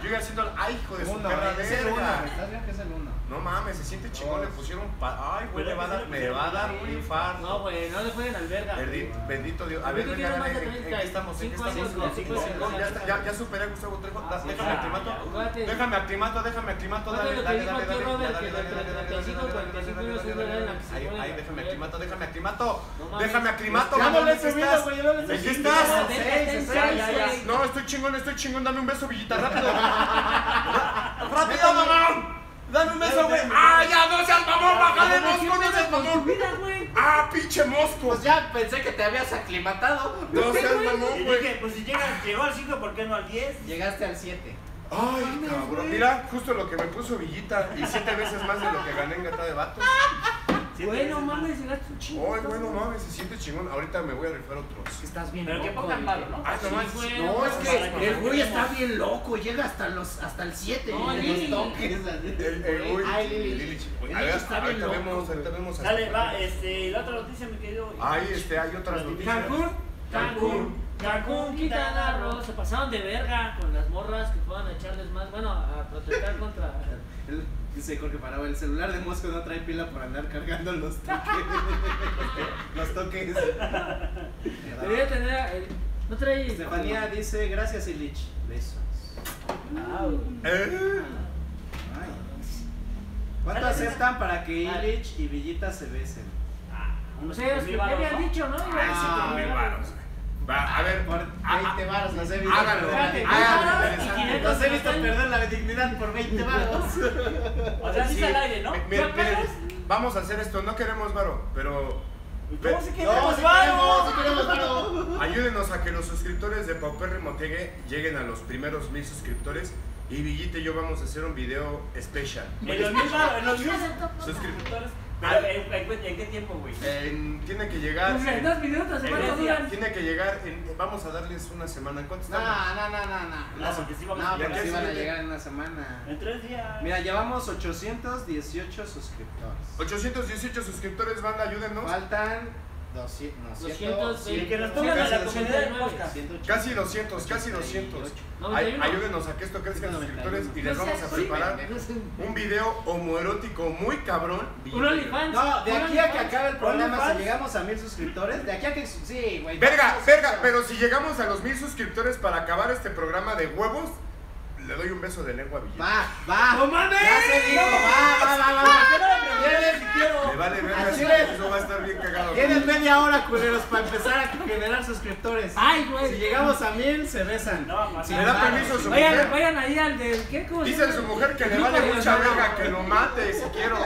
[SPEAKER 4] Yo iba haciendo. ¡Ay, hijo de su
[SPEAKER 2] Uno,
[SPEAKER 3] eh,
[SPEAKER 4] perra
[SPEAKER 2] es el uno.
[SPEAKER 4] verga!
[SPEAKER 2] ¿Estás viendo que es el uno?
[SPEAKER 4] No mames, se siente chingón, le pusieron pa- Ay, güey,
[SPEAKER 1] Pero
[SPEAKER 4] me va a
[SPEAKER 1] es que
[SPEAKER 4] dar,
[SPEAKER 1] se le
[SPEAKER 4] me va a dar un
[SPEAKER 1] pusieron-
[SPEAKER 4] infarto.
[SPEAKER 3] No, güey, no le pueden alberga.
[SPEAKER 4] Bendito, bendito Dios. A ver,
[SPEAKER 3] Yo
[SPEAKER 4] venga,
[SPEAKER 3] quiero más
[SPEAKER 4] dale,
[SPEAKER 3] de
[SPEAKER 4] ¿en- en
[SPEAKER 3] 30
[SPEAKER 4] qué
[SPEAKER 3] y
[SPEAKER 4] estamos? ¿En qué
[SPEAKER 3] cinco
[SPEAKER 4] estamos?
[SPEAKER 3] años,
[SPEAKER 4] ¿En
[SPEAKER 1] cinco,
[SPEAKER 4] qué
[SPEAKER 1] cinco,
[SPEAKER 4] estamos?
[SPEAKER 1] cinco,
[SPEAKER 4] Ya
[SPEAKER 1] cinco.
[SPEAKER 4] está- Ya ya superé a Gustavo Trejo.
[SPEAKER 3] Ah,
[SPEAKER 4] Da-
[SPEAKER 3] sí,
[SPEAKER 4] Déjame
[SPEAKER 1] ya,
[SPEAKER 4] aclimato.
[SPEAKER 1] ya,
[SPEAKER 3] acuérdate.
[SPEAKER 4] Déjame aclimato, déjame aclimato.
[SPEAKER 3] Acuérdate
[SPEAKER 4] Dale,
[SPEAKER 3] lo que
[SPEAKER 4] dale,
[SPEAKER 3] dijo
[SPEAKER 4] dale,
[SPEAKER 3] aquí
[SPEAKER 4] dale.
[SPEAKER 3] Robert,
[SPEAKER 4] dale,
[SPEAKER 3] que
[SPEAKER 4] dale,
[SPEAKER 3] entre
[SPEAKER 4] dale, dale,
[SPEAKER 3] 35 y
[SPEAKER 4] dale,
[SPEAKER 3] 45
[SPEAKER 4] dale, dale,
[SPEAKER 3] minutos es
[SPEAKER 4] dale,
[SPEAKER 3] la hora en la
[SPEAKER 4] dale.
[SPEAKER 3] que se
[SPEAKER 4] Ahí,
[SPEAKER 3] pone
[SPEAKER 4] ahí,
[SPEAKER 3] la
[SPEAKER 4] déjame
[SPEAKER 3] mujer.
[SPEAKER 4] aclimato, déjame aclimato.
[SPEAKER 3] No mames.
[SPEAKER 4] Déjame aclimato.
[SPEAKER 2] Ya no
[SPEAKER 4] mamá,
[SPEAKER 2] le he
[SPEAKER 4] ¿dónde
[SPEAKER 2] subido,
[SPEAKER 4] estás?
[SPEAKER 2] güey, ya no le he
[SPEAKER 4] ¿En qué
[SPEAKER 2] subido.
[SPEAKER 4] estás?
[SPEAKER 2] Ya, seis,
[SPEAKER 3] Seis, seis,
[SPEAKER 2] seis,
[SPEAKER 3] ya,
[SPEAKER 2] seis.
[SPEAKER 3] ya.
[SPEAKER 4] No, estoy chingón, estoy chingón. Dame un beso, Villita,
[SPEAKER 3] [laughs]
[SPEAKER 4] rápido. ¡Rápido, mamón! Dame un beso, güey. ¡Ah, ya! ¡No seas mamón! ¡Bájale, mosco! ¡No seas mamón!
[SPEAKER 3] Mira, güey.
[SPEAKER 4] ¡Ah, pinche mosco!
[SPEAKER 2] Pues ya pensé que te habías aclimatado.
[SPEAKER 4] ¡No seas
[SPEAKER 1] Y
[SPEAKER 4] mamón, güey!
[SPEAKER 1] dije, pues si llega, llegó al 5, ¿por qué no al 10?
[SPEAKER 2] Llegaste al 7. Ah,
[SPEAKER 4] Ay, cabrón. Mira, justo lo que me puso Villita y siete veces más de lo que gané en gata de vatos.
[SPEAKER 1] Siete
[SPEAKER 3] Bueno,
[SPEAKER 1] veces más.
[SPEAKER 3] mames, llegaste un chingo.
[SPEAKER 4] Ay, bueno, mames, se siente chingón. Ahorita me voy a rifar otros.
[SPEAKER 2] Estás bien
[SPEAKER 1] Pero que
[SPEAKER 2] loco,
[SPEAKER 1] pongan
[SPEAKER 2] güey.
[SPEAKER 1] palo, Ah, ¿no?
[SPEAKER 4] Ay, no
[SPEAKER 3] Sí,
[SPEAKER 4] mames.
[SPEAKER 3] güey,
[SPEAKER 2] No, es que el güey
[SPEAKER 1] güey
[SPEAKER 2] está bien loco, llega hasta los hasta el 7
[SPEAKER 3] No,
[SPEAKER 2] y
[SPEAKER 3] Lili.
[SPEAKER 2] los toques.
[SPEAKER 4] El, el, uy,
[SPEAKER 2] Ay, Lili.
[SPEAKER 4] Lili,
[SPEAKER 2] Lili
[SPEAKER 4] a ver,
[SPEAKER 2] está bien
[SPEAKER 4] ahorita
[SPEAKER 2] loco,
[SPEAKER 4] vemos,
[SPEAKER 2] güey.
[SPEAKER 4] ahorita vemos. a-
[SPEAKER 1] Dale, va, este, la otra noticia, mi querido.
[SPEAKER 4] Ay, este, hay otras noticias.
[SPEAKER 3] Cancún, Cancún, Cancún, Quintana Roo. Se pasaron de verga con las morras que fueron a echarles más. Bueno, a protestar contra.
[SPEAKER 2] Él Dice Jorge Paraba, el celular de Mosco no trae pila por andar cargando los toques. los toques.
[SPEAKER 3] Debería tener. eh, no trae.
[SPEAKER 2] Estefanía dice, gracias Ilich. Besos.
[SPEAKER 3] Ah, güey.
[SPEAKER 4] Eh,
[SPEAKER 2] Ay.
[SPEAKER 5] ¿Cuánto aceptan para que Illich y Villita se besen?
[SPEAKER 1] Ah,
[SPEAKER 3] O
[SPEAKER 1] unos
[SPEAKER 3] sea, es
[SPEAKER 1] cinco
[SPEAKER 3] que
[SPEAKER 1] mil
[SPEAKER 3] me
[SPEAKER 1] varos,
[SPEAKER 3] habían
[SPEAKER 1] ¿no?
[SPEAKER 3] dicho, ¿no?
[SPEAKER 2] Ah,
[SPEAKER 4] Ay, cinco mil varos. Va, a ver,
[SPEAKER 2] Por
[SPEAKER 4] ah,
[SPEAKER 2] 20 varos las he visto.
[SPEAKER 4] háganlo.
[SPEAKER 2] perder.
[SPEAKER 3] Espérate,
[SPEAKER 4] Háganlo.
[SPEAKER 3] varos y
[SPEAKER 4] interesante.
[SPEAKER 3] quinientos.
[SPEAKER 2] Las he visto perder la dignidad
[SPEAKER 1] [laughs]
[SPEAKER 2] por 20 varos.
[SPEAKER 1] O sea, sí
[SPEAKER 4] Sí.
[SPEAKER 1] está al aire, ¿no?
[SPEAKER 4] Mi- mi-
[SPEAKER 1] ¿Ya
[SPEAKER 4] miren,
[SPEAKER 1] pagas?
[SPEAKER 4] vamos a hacer esto, no queremos varo, pero
[SPEAKER 1] ¿Cómo se queda?
[SPEAKER 2] No, si queremos, si queremos varo.
[SPEAKER 4] ayúdenos a que los suscriptores de Paupérrimo TV lleguen a los primeros mil suscriptores y Villita y yo vamos a hacer un video especial.
[SPEAKER 1] En los mil varos, en los mil
[SPEAKER 3] [laughs]
[SPEAKER 4] Suscriptores.
[SPEAKER 1] suscriptores. Pero, ¿en, en- en qué tiempo, güey?
[SPEAKER 4] En- tiene que llegar.
[SPEAKER 3] Pues en dos minutos,
[SPEAKER 1] En
[SPEAKER 3] ¿cuánto
[SPEAKER 1] dos
[SPEAKER 3] duran?
[SPEAKER 1] días.
[SPEAKER 4] Tiene que llegar. en- vamos a darles una semana. ¿Cuánto
[SPEAKER 2] No,
[SPEAKER 4] estamos?
[SPEAKER 2] no, no, no, no.
[SPEAKER 1] No, porque sí vamos a
[SPEAKER 2] no,
[SPEAKER 1] llegar.
[SPEAKER 2] porque sí van a
[SPEAKER 4] Sí,
[SPEAKER 2] llegar en una semana.
[SPEAKER 1] En tres días.
[SPEAKER 5] Mira, llevamos 818 suscriptores.
[SPEAKER 4] 818 suscriptores, banda, ayúdenos.
[SPEAKER 2] Faltan 200, no,
[SPEAKER 3] 200,
[SPEAKER 2] 100,
[SPEAKER 3] y que nos
[SPEAKER 2] sí,
[SPEAKER 1] pongan a
[SPEAKER 2] casi
[SPEAKER 1] la
[SPEAKER 2] 200,
[SPEAKER 1] comunidad del podcast.
[SPEAKER 2] 180,
[SPEAKER 4] Casi 200, casi 200.
[SPEAKER 2] 88.
[SPEAKER 4] Ay-
[SPEAKER 3] 91.
[SPEAKER 4] ayúdenos a que esto crezca en suscriptores y les vamos a preparar un video homoerótico muy cabrón.
[SPEAKER 3] Un OnlyFans.
[SPEAKER 2] No, de
[SPEAKER 3] un
[SPEAKER 2] aquí a que
[SPEAKER 3] OnlyFans.
[SPEAKER 2] acabe el programa,
[SPEAKER 5] Además,
[SPEAKER 2] si
[SPEAKER 5] si
[SPEAKER 2] llegamos.
[SPEAKER 5] llegamos a mil suscriptores,
[SPEAKER 2] De aquí a que. Sí, güey.
[SPEAKER 4] Verga,
[SPEAKER 2] Sí,
[SPEAKER 4] verga,
[SPEAKER 2] sí.
[SPEAKER 4] pero si llegamos a los mil suscriptores para acabar este programa de huevos, le doy un beso de lengua a Villeta.
[SPEAKER 2] Va, va.
[SPEAKER 3] ¡No mames!
[SPEAKER 2] Ya se dijo, va, va, va, va. Tienen-
[SPEAKER 4] Me vale verga,
[SPEAKER 2] Así
[SPEAKER 4] si
[SPEAKER 2] es.
[SPEAKER 4] eso va a estar bien cagado.
[SPEAKER 2] Tienen media hora, culeros, para empezar a generar suscriptores.
[SPEAKER 3] ¡Ay, güey!
[SPEAKER 2] Si llegamos a mil, se besan.
[SPEAKER 1] No va a pasar.
[SPEAKER 2] Si
[SPEAKER 4] ¿Le da permiso su
[SPEAKER 3] Vayan,
[SPEAKER 4] mujer?
[SPEAKER 3] vayan ahí al del. ¿Qué? ¿Cómo se
[SPEAKER 4] Dice
[SPEAKER 3] llama?
[SPEAKER 4] su mujer que le
[SPEAKER 3] Grupo
[SPEAKER 4] vale
[SPEAKER 3] de
[SPEAKER 4] mucha
[SPEAKER 3] los-
[SPEAKER 4] verga, que lo mate si quiero.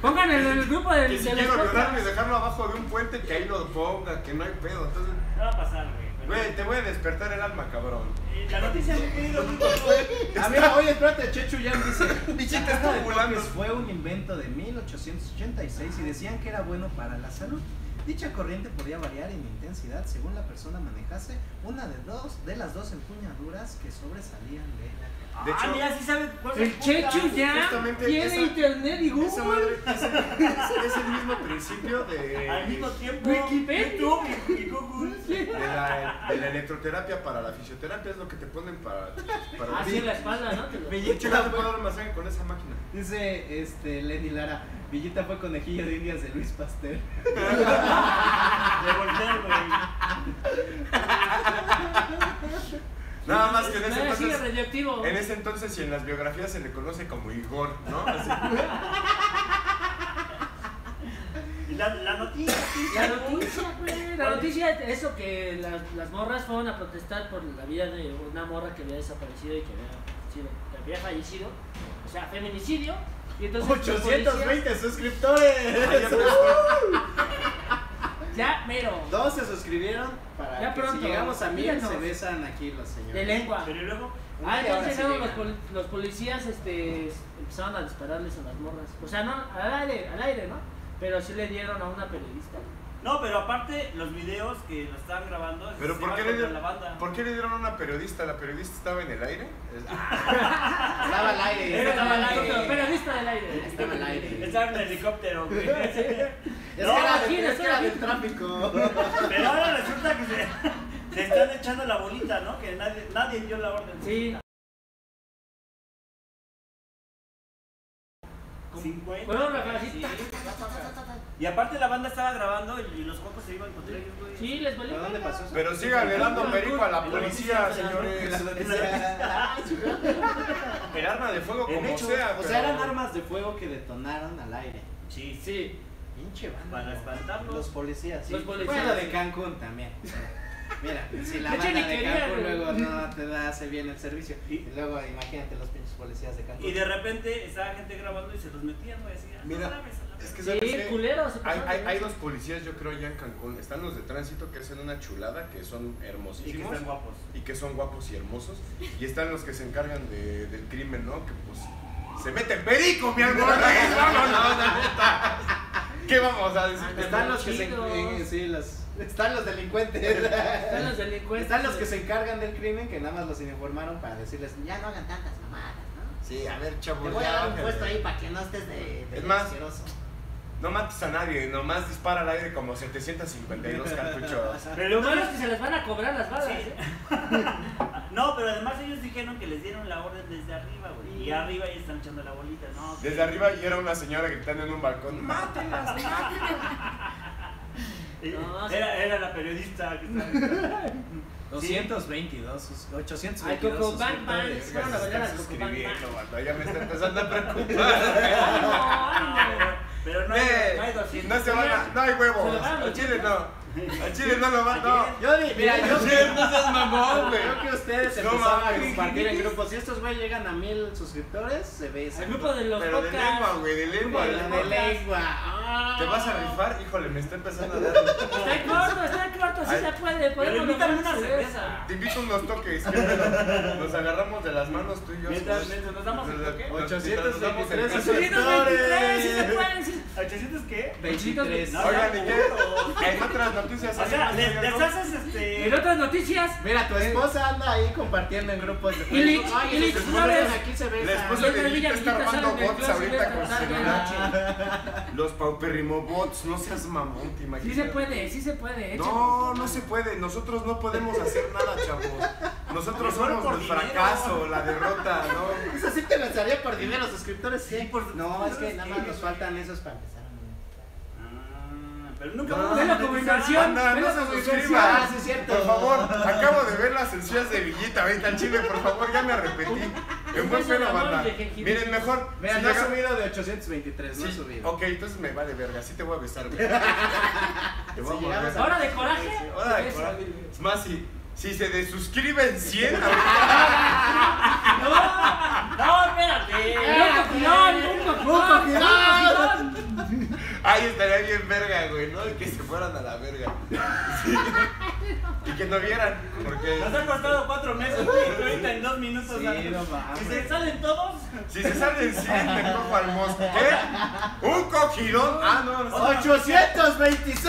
[SPEAKER 3] Pongan en el grupo del.
[SPEAKER 4] Que si
[SPEAKER 3] del
[SPEAKER 4] quiero
[SPEAKER 3] podcast.
[SPEAKER 4] violarme y dejarlo abajo de un puente, que ahí lo ponga, que no hay pedo. Entonces,
[SPEAKER 1] No va a pasar, güey. pero-
[SPEAKER 4] güey, te voy a despertar el alma, cabrón.
[SPEAKER 1] Eh, La noticia que he
[SPEAKER 4] [laughs]
[SPEAKER 1] querido mucho,
[SPEAKER 5] A Ah, mira, oye, espérate, Chechu Yan [laughs] dice.
[SPEAKER 4] Villeta
[SPEAKER 5] "Caja
[SPEAKER 4] está
[SPEAKER 5] de
[SPEAKER 4] volando.
[SPEAKER 5] Torres Fue un invento de 1886 y decían que era bueno para la salud. Dicha corriente podía variar en intensidad según la persona manejase una de dos de las dos empuñaduras que sobresalían de la caja.
[SPEAKER 4] De
[SPEAKER 1] Ah,
[SPEAKER 4] hecho-
[SPEAKER 1] mira, sí sabe cuál es
[SPEAKER 3] El
[SPEAKER 1] puta.
[SPEAKER 3] Chechu ya
[SPEAKER 4] Justamente
[SPEAKER 3] tiene
[SPEAKER 4] esa-
[SPEAKER 3] internet y
[SPEAKER 4] Esa
[SPEAKER 3] Google.
[SPEAKER 4] madre es, es- es el mismo principio de,
[SPEAKER 1] Al mismo tiempo,
[SPEAKER 3] Wikipedia.
[SPEAKER 1] YouTube y- y Google.
[SPEAKER 4] de la, de la electroterapia para la fisioterapia, es lo que te ponen para. para
[SPEAKER 3] Así Ah, en la espalda, ¿no? Te lo-
[SPEAKER 4] Yo no te puedo dar un masaje con esa máquina.
[SPEAKER 5] Dice este Lenny Lara, Villita fue conejillo de indias de Luis [laughs] Pastel.
[SPEAKER 1] De voltear, güey.
[SPEAKER 4] Nada más que en ese
[SPEAKER 3] Nada, sigue
[SPEAKER 4] entonces.
[SPEAKER 3] radioactivo.
[SPEAKER 4] En ese entonces y en las biografías se le conoce como Igor, ¿no? Así.
[SPEAKER 1] La, la noticia.
[SPEAKER 3] La noticia, güey, La noticia es eso que las, las morras fueron a protestar por la vida de una morra que había desaparecido y que había, sido- que había fallecido. O sea, feminicidio. Y entonces los policías-
[SPEAKER 5] 820 suscriptores.
[SPEAKER 3] Ya, mero.
[SPEAKER 5] Dos se suscribieron para
[SPEAKER 3] Ya
[SPEAKER 5] que
[SPEAKER 3] pronto,
[SPEAKER 5] si llegamos a mil
[SPEAKER 3] díganos.
[SPEAKER 5] se besan aquí los señores.
[SPEAKER 3] De lengua.
[SPEAKER 1] Pero luego,
[SPEAKER 3] Ah, entonces
[SPEAKER 5] ahora sí
[SPEAKER 3] llegaron los,
[SPEAKER 5] llegan.
[SPEAKER 3] poli- los policías este, s- empezaron a dispararles a las morras. O sea, no, al aire, al aire, ¿no? Pero sí le dieron a una periodista.
[SPEAKER 1] no, pero aparte, los videos que lo estaban grabando.
[SPEAKER 4] Pero
[SPEAKER 1] se
[SPEAKER 4] ¿por
[SPEAKER 1] van
[SPEAKER 4] qué, le
[SPEAKER 1] contra
[SPEAKER 4] dieron,
[SPEAKER 1] la banda.
[SPEAKER 4] ¿por qué le dieron a una periodista? ¿La periodista estaba en el aire? Es- ah,
[SPEAKER 2] Estaba al aire.
[SPEAKER 1] Era
[SPEAKER 2] estaba
[SPEAKER 1] al
[SPEAKER 2] al
[SPEAKER 1] aire.
[SPEAKER 2] aire.
[SPEAKER 3] periodista del aire.
[SPEAKER 2] Estaba al aire.
[SPEAKER 1] Estaba en el helicóptero, güey.
[SPEAKER 2] Es
[SPEAKER 1] No,
[SPEAKER 2] que era,
[SPEAKER 3] aquí,
[SPEAKER 2] de, es que era
[SPEAKER 3] aquí.
[SPEAKER 2] del tráfico.
[SPEAKER 1] Pero ahora resulta que se, [laughs] se están echando la bolita, ¿no? Que nadie, nadie dio la orden.
[SPEAKER 3] Sí.
[SPEAKER 1] 50.
[SPEAKER 3] Fueron así.
[SPEAKER 1] Y aparte, la banda estaba grabando y los cocos se iban contra ellos, güey.
[SPEAKER 3] Sí, les valió.
[SPEAKER 5] ¿Pero dónde
[SPEAKER 3] verga.
[SPEAKER 5] pasó eso? Ah,
[SPEAKER 4] Pero síganle dando perico a la policía, señores. El arma de fuego
[SPEAKER 1] En
[SPEAKER 4] como
[SPEAKER 1] hecho,
[SPEAKER 4] sea. [laughs]
[SPEAKER 5] O sea,
[SPEAKER 4] pero-
[SPEAKER 5] eran armas de fuego que detonaron al aire.
[SPEAKER 1] Sí, sí.
[SPEAKER 3] Sí.
[SPEAKER 5] Pinche banda.
[SPEAKER 1] Para
[SPEAKER 5] ¿no?
[SPEAKER 1] espantarlos.
[SPEAKER 5] Los policías. sí.
[SPEAKER 3] Los policías,
[SPEAKER 5] Bueno, de
[SPEAKER 3] sí.
[SPEAKER 5] Cancún también. Mira, si la
[SPEAKER 3] [laughs] De hecho,
[SPEAKER 5] banda
[SPEAKER 3] ni
[SPEAKER 5] de
[SPEAKER 3] querían,
[SPEAKER 5] Cancún
[SPEAKER 3] güey.
[SPEAKER 5] luego no te da, hace bien el servicio.
[SPEAKER 1] Y-
[SPEAKER 5] Y luego imagínate los pinches policías de Cancún.
[SPEAKER 1] Y de repente estaba gente grabando y se los metían, güey. Así, ah, no
[SPEAKER 4] Mira,
[SPEAKER 1] mames, a la
[SPEAKER 4] es
[SPEAKER 1] vez.
[SPEAKER 4] que
[SPEAKER 3] Sí,
[SPEAKER 4] ¿sabes qué?
[SPEAKER 3] culeros. se
[SPEAKER 4] Hay,
[SPEAKER 3] pasaron
[SPEAKER 4] hay,
[SPEAKER 3] de
[SPEAKER 4] hay
[SPEAKER 3] verga.
[SPEAKER 4] dos policías, yo creo, ya en Cancún. Están los de tránsito que hacen una chulada, que son
[SPEAKER 1] Y que
[SPEAKER 4] hermosísimos.
[SPEAKER 1] están guapos.
[SPEAKER 4] Y que son guapos y hermosos. Y están los que se encargan de, del crimen, ¿no? Que pues se meten perico, mi hermano. Vámonos, la neta. ¿Qué vamos a decir?
[SPEAKER 5] Están los que se.
[SPEAKER 3] Chidos.
[SPEAKER 5] en- sí, los-
[SPEAKER 2] Están los delincuentes.
[SPEAKER 3] Están los delincuentes.
[SPEAKER 5] Están los que se encargan del crimen que nada más los informaron para decirles, ya no hagan tantas mamadas, ¿no?
[SPEAKER 4] Sí, a ver,
[SPEAKER 5] Te
[SPEAKER 4] chavos.
[SPEAKER 5] voy a
[SPEAKER 4] ya
[SPEAKER 5] dar un
[SPEAKER 4] bájale.
[SPEAKER 5] puesto ahí para que no estés de, de
[SPEAKER 4] Es más,
[SPEAKER 5] asqueroso".
[SPEAKER 4] No mates a nadie, nomás dispara al aire como 752
[SPEAKER 1] [laughs]
[SPEAKER 4] cartuchos.
[SPEAKER 1] Pero
[SPEAKER 3] Lo
[SPEAKER 1] luego
[SPEAKER 3] malo es que se les van a cobrar las balas.
[SPEAKER 1] Sí.
[SPEAKER 3] ¿eh?
[SPEAKER 1] No, pero además ellos dijeron que les dieron la orden desde arriba, güey. Y arriba ahí están echando la bolita, ¿no?
[SPEAKER 4] Desde arriba y era una señora gritando en un balcón. ¡Mátenlas, mátenlas!
[SPEAKER 1] Eh,
[SPEAKER 3] No, sí.
[SPEAKER 1] Era, era la periodista que
[SPEAKER 3] [laughs]
[SPEAKER 1] estaba.
[SPEAKER 5] 222, sus- 822.
[SPEAKER 3] Ay, Coco,
[SPEAKER 5] suscriptores.
[SPEAKER 3] bang, bang.
[SPEAKER 4] Vergas,
[SPEAKER 3] Fueron a bailar al
[SPEAKER 4] están
[SPEAKER 3] Coco Bang
[SPEAKER 4] suscribiendo,
[SPEAKER 3] Bang.
[SPEAKER 4] vato, Ya me está
[SPEAKER 1] [laughs]
[SPEAKER 4] empezando a preocupar.
[SPEAKER 3] No,
[SPEAKER 1] Pero no hay, no hay
[SPEAKER 4] Ve,
[SPEAKER 1] 200.
[SPEAKER 4] Eh,
[SPEAKER 1] [laughs]
[SPEAKER 4] No se van a. No hay huevos.
[SPEAKER 3] Se lo van a
[SPEAKER 4] Al chile
[SPEAKER 3] meter,
[SPEAKER 4] no. Al chile no lo van. No.
[SPEAKER 1] Ayer-
[SPEAKER 2] Yo di- mira, yo
[SPEAKER 4] Sí, no
[SPEAKER 2] [laughs]
[SPEAKER 4] seas mamón, güey.
[SPEAKER 2] creo que ustedes
[SPEAKER 4] No
[SPEAKER 2] empezaban a
[SPEAKER 4] mames.
[SPEAKER 2] compartir en grupos. Si estos güey llegan a mil suscriptores, se ve ese
[SPEAKER 3] El grupo de los
[SPEAKER 4] Pero de
[SPEAKER 3] podcasts.
[SPEAKER 4] lengua, güey, de lengua. de
[SPEAKER 2] de
[SPEAKER 4] lengua.
[SPEAKER 2] lengua. Ah.
[SPEAKER 4] ¿Te vas a rifar? Híjole, me está empezando a dar.
[SPEAKER 3] Está corto, está corto, sí
[SPEAKER 4] Ay.
[SPEAKER 3] se puede.
[SPEAKER 1] Pero
[SPEAKER 3] Podemos
[SPEAKER 1] invítame
[SPEAKER 3] lograr
[SPEAKER 1] una cerveza.
[SPEAKER 4] Te invito unos toques. ¿qué pedo? Nos agarramos de las manos tú y yo.
[SPEAKER 1] Mientras-
[SPEAKER 4] Nos-
[SPEAKER 1] mientras nos damos el toque.
[SPEAKER 4] nos- nos damos el
[SPEAKER 2] 823
[SPEAKER 4] beso.
[SPEAKER 3] 823, sí se puede. sí.
[SPEAKER 1] ¿800 qué?
[SPEAKER 2] 23.
[SPEAKER 1] No,
[SPEAKER 4] Oigan,
[SPEAKER 1] no,
[SPEAKER 4] ¿y qué? [laughs] En otras noticias.
[SPEAKER 1] O sea,
[SPEAKER 4] alguien
[SPEAKER 1] les,
[SPEAKER 4] nos
[SPEAKER 1] les
[SPEAKER 4] diga,
[SPEAKER 1] haces este.
[SPEAKER 3] En otras noticias,
[SPEAKER 2] Mira, tu esposa anda ahí compartiendo en grupos de
[SPEAKER 3] Illich,
[SPEAKER 2] Facebook. Ay,
[SPEAKER 3] Illich,
[SPEAKER 2] sus
[SPEAKER 3] ¿tú
[SPEAKER 2] esposas
[SPEAKER 3] sabes?
[SPEAKER 2] aquí se
[SPEAKER 4] ¿no?
[SPEAKER 2] besan.
[SPEAKER 4] La esposa de Villita está armando bots ahorita con celular. Los paupérrimo bots, no seas mamón, te
[SPEAKER 3] Sí
[SPEAKER 4] imaginas.
[SPEAKER 3] se puede, sí se puede.
[SPEAKER 4] No, no se puede. Nosotros no podemos hacer nada, chavos. Nosotros
[SPEAKER 1] Mejor por
[SPEAKER 4] somos el
[SPEAKER 1] dinero.
[SPEAKER 4] fracaso, la derrota, ¿no?
[SPEAKER 2] Eso sí te lanzaría por dinero, suscriptores. Sí, por No, es que nada más nos faltan esos para empezar.
[SPEAKER 1] Ah, pero nunca
[SPEAKER 4] No,
[SPEAKER 1] vamos a
[SPEAKER 3] es la
[SPEAKER 1] monetizar.
[SPEAKER 3] conversión.
[SPEAKER 4] Anda,
[SPEAKER 3] Ve
[SPEAKER 4] no
[SPEAKER 3] la
[SPEAKER 4] se
[SPEAKER 3] suscripción.
[SPEAKER 4] suscriban.
[SPEAKER 2] Ah, sí, es cierto.
[SPEAKER 4] Por favor, acabo de ver las encías de Villita, ahorita al chile, por favor, ya
[SPEAKER 3] [laughs]
[SPEAKER 4] me arrepentí. En buen
[SPEAKER 3] beso de
[SPEAKER 4] pena,
[SPEAKER 3] amor
[SPEAKER 4] banda.
[SPEAKER 3] de jengibre.
[SPEAKER 4] Miren, mejor.
[SPEAKER 5] Mira,
[SPEAKER 4] si
[SPEAKER 5] no ha
[SPEAKER 4] llega-
[SPEAKER 5] subido de 823, no ha
[SPEAKER 4] sí,
[SPEAKER 5] subido.
[SPEAKER 4] Ok, entonces me vale verga, sí te voy a besar,
[SPEAKER 3] [laughs]
[SPEAKER 4] güey. Te voy
[SPEAKER 2] Si
[SPEAKER 4] a
[SPEAKER 2] llegamos
[SPEAKER 4] morder.
[SPEAKER 2] a-
[SPEAKER 3] Ahora de coraje.
[SPEAKER 4] Ahora de
[SPEAKER 3] eso.
[SPEAKER 4] coraje. Es más, si, si se desuscriben 100, ahorita
[SPEAKER 3] No, no, espérate. Un copilón, un copilón.
[SPEAKER 2] copilón.
[SPEAKER 4] Ay, estaría bien verga, güey, ¿no? Que se fueran a la verga. Sí. Y que no vieran, porque
[SPEAKER 1] Nos ha costado cuatro meses, güey, y ahorita en dos minutos.
[SPEAKER 5] Sí,
[SPEAKER 1] ¿sabes?
[SPEAKER 5] no mames.
[SPEAKER 1] Si se salen todos,
[SPEAKER 4] si se salen 100, me cojo al mosco. ¿Qué? ¿Un cogidón? Ah, no, no.
[SPEAKER 2] ¡826!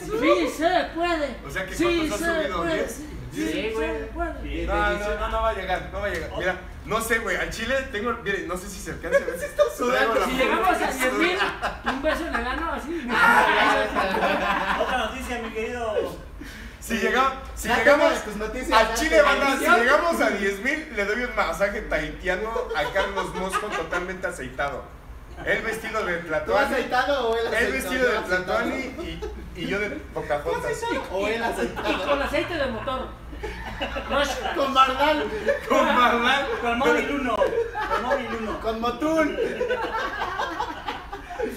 [SPEAKER 3] Sí se puede.
[SPEAKER 4] O sea que
[SPEAKER 3] sí
[SPEAKER 4] ¿cuántos
[SPEAKER 3] se
[SPEAKER 4] has subido?
[SPEAKER 3] puede.
[SPEAKER 4] ¿Diez?
[SPEAKER 3] Sí, güey. puede.
[SPEAKER 1] Sí.
[SPEAKER 4] No, no, no, no va a llegar, no va a llegar. Mira, no sé, güey, al chile tengo, miren, no sé si se alcanza a ver.
[SPEAKER 2] sudando.
[SPEAKER 4] Traigo la
[SPEAKER 3] Si llegamos a
[SPEAKER 4] pulga.
[SPEAKER 3] 100 mil, un beso en el ano
[SPEAKER 4] [laughs]
[SPEAKER 3] así.
[SPEAKER 1] otra noticia, mi querido.
[SPEAKER 4] Si llegamos, si
[SPEAKER 2] Ya
[SPEAKER 4] llegamos
[SPEAKER 2] toma tus noticias,
[SPEAKER 4] al
[SPEAKER 2] ya,
[SPEAKER 4] Chile,
[SPEAKER 2] tu
[SPEAKER 4] banda, si
[SPEAKER 2] edición.
[SPEAKER 4] llegamos a 10.000, le doy un masaje tahitiano a Carlos Mosco totalmente aceitado. El vestido de
[SPEAKER 2] ¿Tú has
[SPEAKER 4] Tlatoani,
[SPEAKER 2] aceitado o él aceitó?
[SPEAKER 4] el vestido de
[SPEAKER 2] Yo aceitado.
[SPEAKER 4] Tlatoani y, y yo de Pocahontas.
[SPEAKER 2] O él
[SPEAKER 3] Y
[SPEAKER 2] aceitado.
[SPEAKER 3] con aceite de motor. Rush.
[SPEAKER 2] Con Bardal,
[SPEAKER 4] Con mamá.
[SPEAKER 1] Con móvil uno. Con móvil uno.
[SPEAKER 2] con Motul.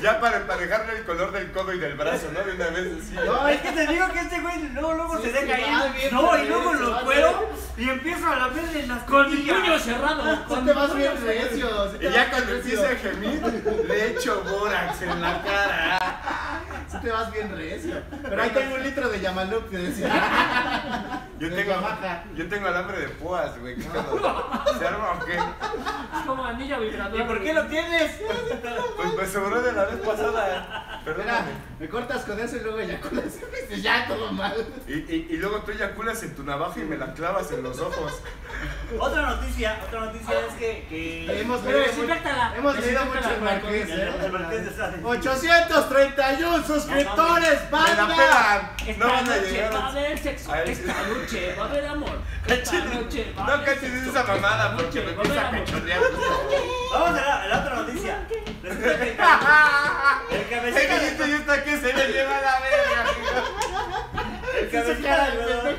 [SPEAKER 4] Ya para emparejarle el color del codo y del brazo, ¿no? De una vez así.
[SPEAKER 2] No,
[SPEAKER 1] Es que te digo que este güey luego, luego
[SPEAKER 2] Sí,
[SPEAKER 1] se
[SPEAKER 2] sí,
[SPEAKER 1] deja
[SPEAKER 2] va
[SPEAKER 1] ir.
[SPEAKER 2] bien,
[SPEAKER 1] No,
[SPEAKER 2] va
[SPEAKER 1] y luego
[SPEAKER 2] bien,
[SPEAKER 1] lo
[SPEAKER 2] va
[SPEAKER 1] cuero y empiezo a lamerle las
[SPEAKER 3] Con mi
[SPEAKER 1] costillas.
[SPEAKER 3] puño cerrado.
[SPEAKER 2] tú
[SPEAKER 3] con
[SPEAKER 2] te
[SPEAKER 3] mi
[SPEAKER 2] vas
[SPEAKER 3] puño
[SPEAKER 2] bien
[SPEAKER 3] cerrado.
[SPEAKER 2] recio. sí te
[SPEAKER 4] Y ya
[SPEAKER 2] vas
[SPEAKER 4] cuando
[SPEAKER 2] bien recio.
[SPEAKER 4] empieza a gemir, le echo bórax en la cara.
[SPEAKER 2] Sí te vas bien recio. Pero ahí tengo un litro de Yamalup, te decía. "Ah,
[SPEAKER 4] Yo
[SPEAKER 2] De
[SPEAKER 4] tengo,
[SPEAKER 2] Oaxaca.
[SPEAKER 4] yo tengo alambre de púas, güey. ¿qué pedo? ¿Se arma o qué?
[SPEAKER 3] Es como anillo vibrador.
[SPEAKER 1] ¿Y por qué lo tienes?
[SPEAKER 4] Pues me sobró de la vez pasada.
[SPEAKER 2] Mira,
[SPEAKER 4] Perdóname.
[SPEAKER 2] me cortas con eso y luego eyaculas. [laughs] Y ya todo mal.
[SPEAKER 4] Y, y, y luego tú eyaculas en tu navaja y me la clavas en los ojos.
[SPEAKER 1] [laughs] Otra noticia, otra noticia es que. que...
[SPEAKER 2] Hemos
[SPEAKER 3] Pero
[SPEAKER 2] leído, mucho-
[SPEAKER 3] desinfectala.
[SPEAKER 2] hemos leído mucho
[SPEAKER 3] Desinfectala,
[SPEAKER 2] el marqués,
[SPEAKER 1] el- el Marqués de
[SPEAKER 2] ¿eh?
[SPEAKER 1] Sade.
[SPEAKER 2] 831 suscriptores,
[SPEAKER 4] ¡Me la
[SPEAKER 2] banda.
[SPEAKER 4] pelan!
[SPEAKER 3] Esta
[SPEAKER 4] No van a
[SPEAKER 3] noche va a
[SPEAKER 4] llegar.
[SPEAKER 3] haber sexo,
[SPEAKER 4] a ver.
[SPEAKER 3] esta noche va a haber amor, esta noche va a
[SPEAKER 4] No
[SPEAKER 3] haber
[SPEAKER 4] cantes
[SPEAKER 3] sexo.
[SPEAKER 4] esa mamada porque me
[SPEAKER 3] Esta noche
[SPEAKER 4] empieza
[SPEAKER 3] va
[SPEAKER 4] a
[SPEAKER 3] a haber amor.
[SPEAKER 4] cachonear.
[SPEAKER 1] Vamos a la, a la otra
[SPEAKER 2] [laughs]
[SPEAKER 1] noticia. Resulta que el cabe- el
[SPEAKER 4] Ese
[SPEAKER 1] cabecita
[SPEAKER 4] gallito ya está que se le lleva la verga, amigo.
[SPEAKER 1] El cabecita del algodón.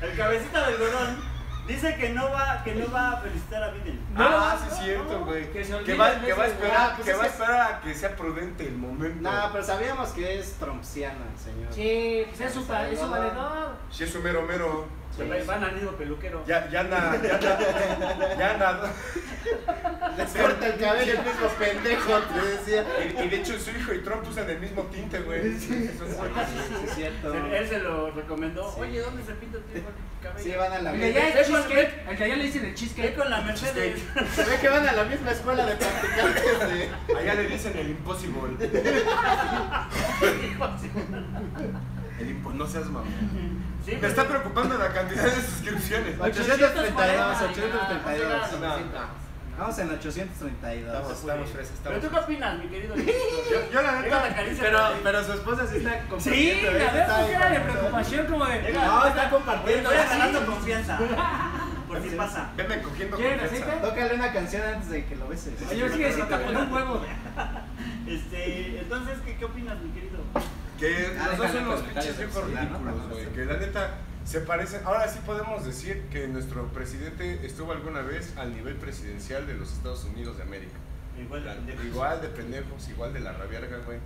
[SPEAKER 1] El cabecita del algodón dice que no va, que no va a felicitar a Biden.
[SPEAKER 3] No,
[SPEAKER 4] Ah, sí es
[SPEAKER 3] no,
[SPEAKER 4] cierto,
[SPEAKER 3] no,
[SPEAKER 4] güey.
[SPEAKER 3] que se
[SPEAKER 4] Que
[SPEAKER 3] olviden
[SPEAKER 4] va
[SPEAKER 3] de
[SPEAKER 4] que va a
[SPEAKER 3] eso,
[SPEAKER 2] ah,
[SPEAKER 4] esperar
[SPEAKER 2] pues
[SPEAKER 4] que
[SPEAKER 2] es
[SPEAKER 4] va a
[SPEAKER 2] que-
[SPEAKER 4] esperar a que sea prudente el momento.
[SPEAKER 2] No, pero sabíamos que es trompsiano el señor.
[SPEAKER 3] Sí, pues es su, pa- es su valedor.
[SPEAKER 4] Si es un mero mero.
[SPEAKER 1] Se Van al mismo peluquero.
[SPEAKER 4] Ya, ya nada, ya nada, ya nada.
[SPEAKER 2] Les corta el cabello el mismo pendejo, te decía.
[SPEAKER 4] Y, y de hecho su hijo y Trump usan el mismo tinte, güey.
[SPEAKER 2] Sí, es cierto.
[SPEAKER 1] Se- Él se lo recomendó.
[SPEAKER 2] Sí.
[SPEAKER 1] Oye, ¿dónde se pinta tu hijo el cabello?
[SPEAKER 2] Sí, van a la
[SPEAKER 3] El de allá
[SPEAKER 2] misma.
[SPEAKER 3] es cheesecake, el de allá le dicen el
[SPEAKER 1] Ve
[SPEAKER 3] cheesecake.
[SPEAKER 1] con la Mercedes. [laughs]
[SPEAKER 2] Se ve que van a la misma escuela de practicantes de.
[SPEAKER 4] Allá le dicen el impossible. El impo no seas mamón.
[SPEAKER 1] Sí,
[SPEAKER 4] Me está preocupando la cantidad de suscripciones.
[SPEAKER 2] 832,
[SPEAKER 1] Ah,
[SPEAKER 3] 832.
[SPEAKER 2] 832.
[SPEAKER 5] Vamos en 832.
[SPEAKER 4] Estamos, estamos fresas,
[SPEAKER 1] ¿Pero
[SPEAKER 4] estamos.
[SPEAKER 1] tú qué opinas, mi querido?
[SPEAKER 4] Yo, yo la
[SPEAKER 1] Llega la
[SPEAKER 4] neta.
[SPEAKER 1] caricia.
[SPEAKER 2] Pero, pero su esposa sí está
[SPEAKER 3] Sí,
[SPEAKER 2] compartiendo. ¿eh?
[SPEAKER 3] la pues verdad
[SPEAKER 2] Está
[SPEAKER 3] que era de
[SPEAKER 2] ahí con
[SPEAKER 3] preocupación como de.
[SPEAKER 1] Llega-
[SPEAKER 2] No, está compartiendo.
[SPEAKER 1] Estoy ganando confianza. [laughs] Por si pasa.
[SPEAKER 4] Venme cogiendo
[SPEAKER 3] ¿Quieren
[SPEAKER 4] confianza.
[SPEAKER 3] aceite?
[SPEAKER 5] todo. Tócale una canción antes de que lo beses.
[SPEAKER 3] Oye, sí, sí, con un huevo.
[SPEAKER 1] Este, entonces, ¿qué, qué opinas, mi querido?
[SPEAKER 4] Que
[SPEAKER 2] Ah,
[SPEAKER 4] los dos
[SPEAKER 2] déjalo en
[SPEAKER 4] son los
[SPEAKER 2] comentarios
[SPEAKER 4] pinches
[SPEAKER 2] del
[SPEAKER 4] viejos
[SPEAKER 2] celular, ¿no?
[SPEAKER 4] ridículos,
[SPEAKER 2] Para
[SPEAKER 4] güey.
[SPEAKER 2] no
[SPEAKER 4] Que la neta se parecen. Ahora sí podemos decir que nuestro presidente estuvo alguna vez al nivel presidencial de los Estados Unidos de América.
[SPEAKER 1] Igual de pendejo.
[SPEAKER 4] Igual de pendejos, igual de la rabiarga, güey.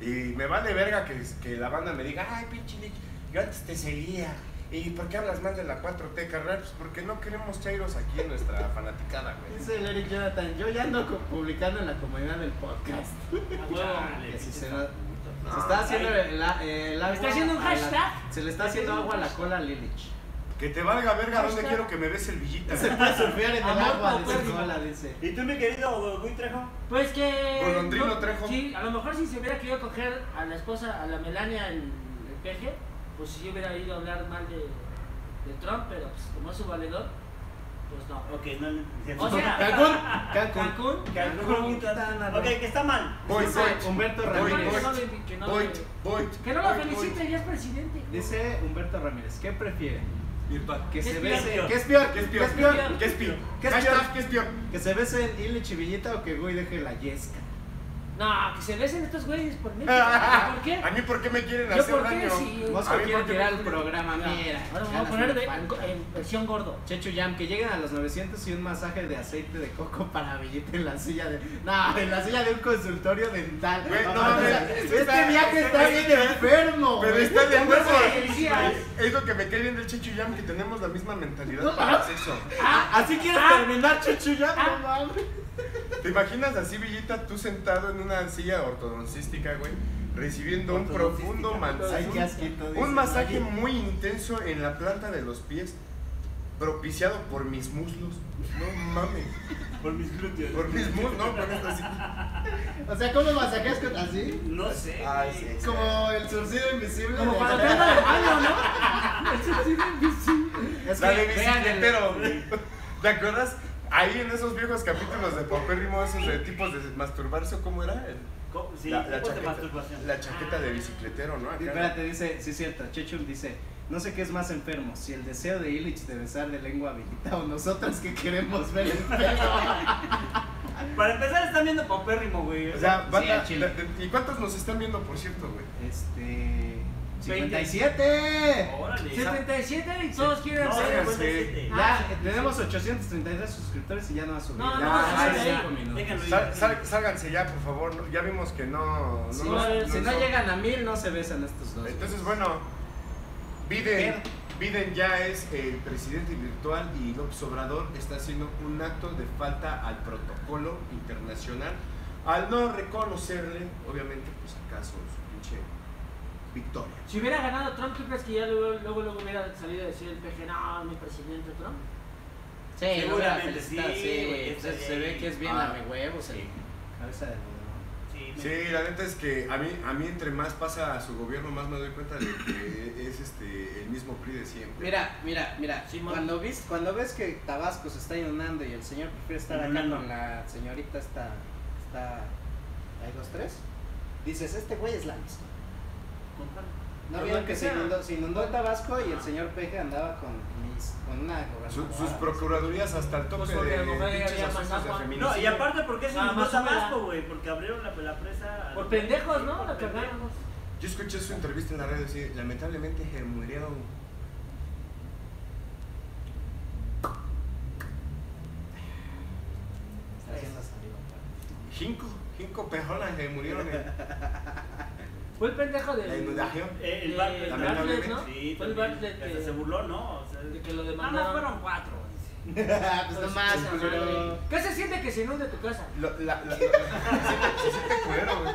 [SPEAKER 4] Y me vale verga que, que la banda me diga, ay, pinche Nick, yo antes te seguía. ¿Y por qué hablas mal de la 4T, carnal? Pues porque no queremos chairos aquí en nuestra fanaticada, güey.
[SPEAKER 6] Dice el Eric Jonathan, yo ya ando co- publicando en la comunidad del podcast.
[SPEAKER 3] A huevo.
[SPEAKER 1] Chale,
[SPEAKER 6] Que si se
[SPEAKER 1] está
[SPEAKER 6] va-
[SPEAKER 1] puto.
[SPEAKER 6] Se está haciendo
[SPEAKER 1] Ay,
[SPEAKER 6] el, la- eh, el agua.
[SPEAKER 3] ¿Está haciendo un
[SPEAKER 6] a la-
[SPEAKER 3] hashtag?
[SPEAKER 6] se le está haciendo agua a la cola a Lilich.
[SPEAKER 4] Que te valga verga dónde quiero que me ves el villita.
[SPEAKER 6] Se puede surfear en el
[SPEAKER 3] Amor
[SPEAKER 6] agua de su
[SPEAKER 3] paupérrimo.
[SPEAKER 6] cola, dice.
[SPEAKER 1] ¿Y tú, mi querido güey Trejo?
[SPEAKER 3] Pues que.
[SPEAKER 4] Golondrino
[SPEAKER 3] no,
[SPEAKER 4] Trejo.
[SPEAKER 3] Sí, a lo mejor si se hubiera querido coger a la esposa, a la Melania, el, el peje, pues sí hubiera ido a hablar mal de, de Trump, pero pues como es su valedor, pues no.
[SPEAKER 1] Ok, no le entiendo.
[SPEAKER 3] O sea,
[SPEAKER 6] Cancún, Cancún.
[SPEAKER 3] Cancún.
[SPEAKER 1] Cancún,
[SPEAKER 2] Quintana
[SPEAKER 1] Quintana.
[SPEAKER 2] Roo.
[SPEAKER 1] Ok, que está mal.
[SPEAKER 4] Voy,
[SPEAKER 6] Dice
[SPEAKER 4] voy.
[SPEAKER 6] Humberto
[SPEAKER 4] Voy,
[SPEAKER 3] Cancún,
[SPEAKER 6] Ramírez.
[SPEAKER 3] que no
[SPEAKER 4] voy.
[SPEAKER 3] le- que no le-
[SPEAKER 4] Voy, voy.
[SPEAKER 3] Que no lo
[SPEAKER 4] voy, voy.
[SPEAKER 3] felicite, ya es presidente.
[SPEAKER 2] Dice Humberto Ramírez, ¿qué prefiere?
[SPEAKER 4] Virtual.
[SPEAKER 2] Que se
[SPEAKER 3] Es
[SPEAKER 2] bese,
[SPEAKER 1] peor.
[SPEAKER 6] ¿Qué es peor?
[SPEAKER 4] ¿Qué es peor?
[SPEAKER 6] ¿Qué es peor?
[SPEAKER 4] ¿Qué es peor?
[SPEAKER 2] ¿Qué es
[SPEAKER 4] Hashtag,
[SPEAKER 2] peor?
[SPEAKER 4] ¿Qué es peor?
[SPEAKER 2] que se bese Illich y Villita o que Gui deje la yesca.
[SPEAKER 3] No, que se besen estos güeyes por
[SPEAKER 4] [laughs]
[SPEAKER 3] mí. ¿Por qué?
[SPEAKER 4] ¿A mí por qué me quieren
[SPEAKER 3] ¿Yo
[SPEAKER 4] hacer
[SPEAKER 3] por qué?
[SPEAKER 4] daño?
[SPEAKER 3] Si...
[SPEAKER 2] Mosco
[SPEAKER 4] A mí
[SPEAKER 2] quiere
[SPEAKER 4] porque
[SPEAKER 2] tirar
[SPEAKER 4] me-
[SPEAKER 2] el programa, mira.
[SPEAKER 3] Ahora me voy a
[SPEAKER 2] ganas
[SPEAKER 3] poner
[SPEAKER 2] me
[SPEAKER 3] de-
[SPEAKER 2] faltan.
[SPEAKER 3] en versión gordo.
[SPEAKER 2] Chechu Yam, que lleguen a los 900 y un masaje de aceite de coco para Villita en la silla de. No, en la silla de un consultorio dental.
[SPEAKER 4] Güey, no
[SPEAKER 2] Mamá,
[SPEAKER 4] mames.
[SPEAKER 2] o sea,
[SPEAKER 4] Está-
[SPEAKER 2] Este viaje está bien enfermo.
[SPEAKER 4] Pero
[SPEAKER 2] güey.
[SPEAKER 4] está de
[SPEAKER 3] Entonces,
[SPEAKER 4] huevo.
[SPEAKER 2] pues,
[SPEAKER 3] decías-
[SPEAKER 4] Es lo que me cae bien del Checho Yam, que tenemos la misma mentalidad
[SPEAKER 2] No,
[SPEAKER 4] para
[SPEAKER 2] ah.
[SPEAKER 4] el sexo.
[SPEAKER 2] Ah, así quieres
[SPEAKER 3] Ah.
[SPEAKER 2] terminar, Chechu Yam,
[SPEAKER 3] Ah.
[SPEAKER 2] no mames.
[SPEAKER 4] ¿Te imaginas así, Villita, tú sentado en una silla ortodoncística, güey? Recibiendo un profundo
[SPEAKER 2] Ay, qué
[SPEAKER 4] masaje.
[SPEAKER 2] asquito, dice.
[SPEAKER 4] Un masaje muy intenso en la planta de los pies, propiciado por mis muslos. No mames.
[SPEAKER 1] Por mis glúteos.
[SPEAKER 4] Por mis muslos, no, por esto así.
[SPEAKER 6] O sea, ¿cómo masajeas con así?
[SPEAKER 1] No sé.
[SPEAKER 4] Ah,
[SPEAKER 1] güey.
[SPEAKER 4] sí.
[SPEAKER 6] Como el surcido invisible.
[SPEAKER 3] Como
[SPEAKER 6] de-
[SPEAKER 3] cuando te anda de baño, ¿no? Eso sí me invisible.
[SPEAKER 2] Es
[SPEAKER 4] La de
[SPEAKER 2] vean el-
[SPEAKER 4] bicicletero. ¿Te acuerdas? Ahí en esos viejos capítulos de Popérrimo, esos de tipos de masturbarse, ¿o ¿cómo era? El-
[SPEAKER 1] Co- Sí,
[SPEAKER 4] la, la
[SPEAKER 1] tipos de
[SPEAKER 4] chaqueta,
[SPEAKER 1] masturbación.
[SPEAKER 4] la chaqueta de bicicletero, ¿no? Acá.
[SPEAKER 2] Ah. Espérate, dice, sí es cierto, Chechum dice, no sé qué es más enfermo, si el deseo de Illich de besar de lengua habilita o nosotras que queremos ver el pelo.
[SPEAKER 1] Para empezar, están viendo paupérrimo, güey.
[SPEAKER 4] O sea, banda,
[SPEAKER 2] al chile.
[SPEAKER 4] la- de- ¿y cuántos nos están viendo, por cierto, güey?
[SPEAKER 2] Este...
[SPEAKER 6] 57.
[SPEAKER 1] Órale.
[SPEAKER 3] 77 y todos quieren
[SPEAKER 1] No,
[SPEAKER 3] ser.
[SPEAKER 4] sí.
[SPEAKER 1] 57.
[SPEAKER 2] Ya
[SPEAKER 3] Ah, sí.
[SPEAKER 2] tenemos 833 suscriptores y ya no va a subir.
[SPEAKER 3] No,
[SPEAKER 2] Ya,
[SPEAKER 3] no
[SPEAKER 4] va a
[SPEAKER 2] ya,
[SPEAKER 4] subir.
[SPEAKER 2] ya, cinco minutos.
[SPEAKER 1] Déjenlo ir.
[SPEAKER 4] Sal- sal- sálganse ya, por favor. ¿no? Ya vimos que no... no
[SPEAKER 2] Si
[SPEAKER 4] nos-
[SPEAKER 2] no, si no
[SPEAKER 4] nos-
[SPEAKER 2] llegan a mil, no se besan estos dos.
[SPEAKER 4] Entonces, bueno, Biden, Biden ya es el presidente virtual y López Obrador está haciendo un acto de falta al protocolo internacional al no reconocerle, obviamente, pues acaso su pinche victoria.
[SPEAKER 3] Si hubiera ganado Trump, ¿tú crees que ya luego, luego, luego hubiera salido a decir el PG, no, mi presidente Trump?
[SPEAKER 2] Sí,
[SPEAKER 1] Seguramente
[SPEAKER 2] lo voy a felicitar,
[SPEAKER 1] sí,
[SPEAKER 2] sí, güey.
[SPEAKER 1] está
[SPEAKER 2] Se, se
[SPEAKER 1] bien.
[SPEAKER 2] ve que es bien
[SPEAKER 4] Ah.
[SPEAKER 2] lame huevos el cabeza de
[SPEAKER 1] Sí,
[SPEAKER 4] Sí, la neta es que a mí, a mí entre más pasa su gobierno, más me doy cuenta de que es este el mismo PRI de siempre.
[SPEAKER 2] Mira, mira, mira.
[SPEAKER 3] Simón.
[SPEAKER 2] cuando, ves, cuando ves que Tabasco se está inundando y el señor prefiere estar acá
[SPEAKER 1] Inundando.
[SPEAKER 2] con la señorita esta, está ¿Hay dos, tres? Dices, este güey es la misma.
[SPEAKER 1] ¿Con cuál?
[SPEAKER 2] ¿No
[SPEAKER 3] Pero
[SPEAKER 2] vieron
[SPEAKER 3] la
[SPEAKER 2] que
[SPEAKER 3] que
[SPEAKER 2] se
[SPEAKER 3] sea.
[SPEAKER 2] inundó, se inundó Tabasco y el
[SPEAKER 3] Ajá.
[SPEAKER 2] señor Peje andaba con, mis- con una
[SPEAKER 4] Su-
[SPEAKER 2] gobernadora?
[SPEAKER 4] sus procuradurías hasta el tope
[SPEAKER 3] Pues
[SPEAKER 4] de
[SPEAKER 3] porque a lo mejor
[SPEAKER 4] pinches
[SPEAKER 3] había más
[SPEAKER 4] asuntos de
[SPEAKER 3] agua.
[SPEAKER 1] No, y
[SPEAKER 4] feminicidio.
[SPEAKER 1] aparte, ¿por qué se
[SPEAKER 3] Ah,
[SPEAKER 1] inundó
[SPEAKER 3] más húmeda.
[SPEAKER 1] Tabasco, güey? Porque abrieron la, la presa.
[SPEAKER 3] Por pendejos, ¿no?
[SPEAKER 1] Por
[SPEAKER 3] La
[SPEAKER 1] pendejos.
[SPEAKER 3] cagamos.
[SPEAKER 4] Yo escuché su entrevista en la radio decir, lamentablemente se murieron.
[SPEAKER 2] Está haciendo saliva, güey.
[SPEAKER 4] Cinco, cinco personas se murieron en
[SPEAKER 3] Fue el pendejo [laughs]
[SPEAKER 4] la
[SPEAKER 3] de,
[SPEAKER 4] inundación.
[SPEAKER 1] Eh,
[SPEAKER 3] Eh,
[SPEAKER 1] el Bartlett,
[SPEAKER 4] el Bartlett,
[SPEAKER 3] ¿no?
[SPEAKER 1] Sí,
[SPEAKER 3] Fue el
[SPEAKER 1] también.
[SPEAKER 3] Bartlett
[SPEAKER 1] Hasta
[SPEAKER 3] que-
[SPEAKER 1] se burló, ¿no? O sea,
[SPEAKER 3] de que lo
[SPEAKER 1] nada más
[SPEAKER 3] demandaron.
[SPEAKER 1] fueron cuatro. dice.
[SPEAKER 6] pues no más,
[SPEAKER 3] Esa madre.
[SPEAKER 6] pero.
[SPEAKER 3] ¿Qué se siente que se inunde tu casa?
[SPEAKER 4] Lo- la- la- se siente- se siente culero, güey.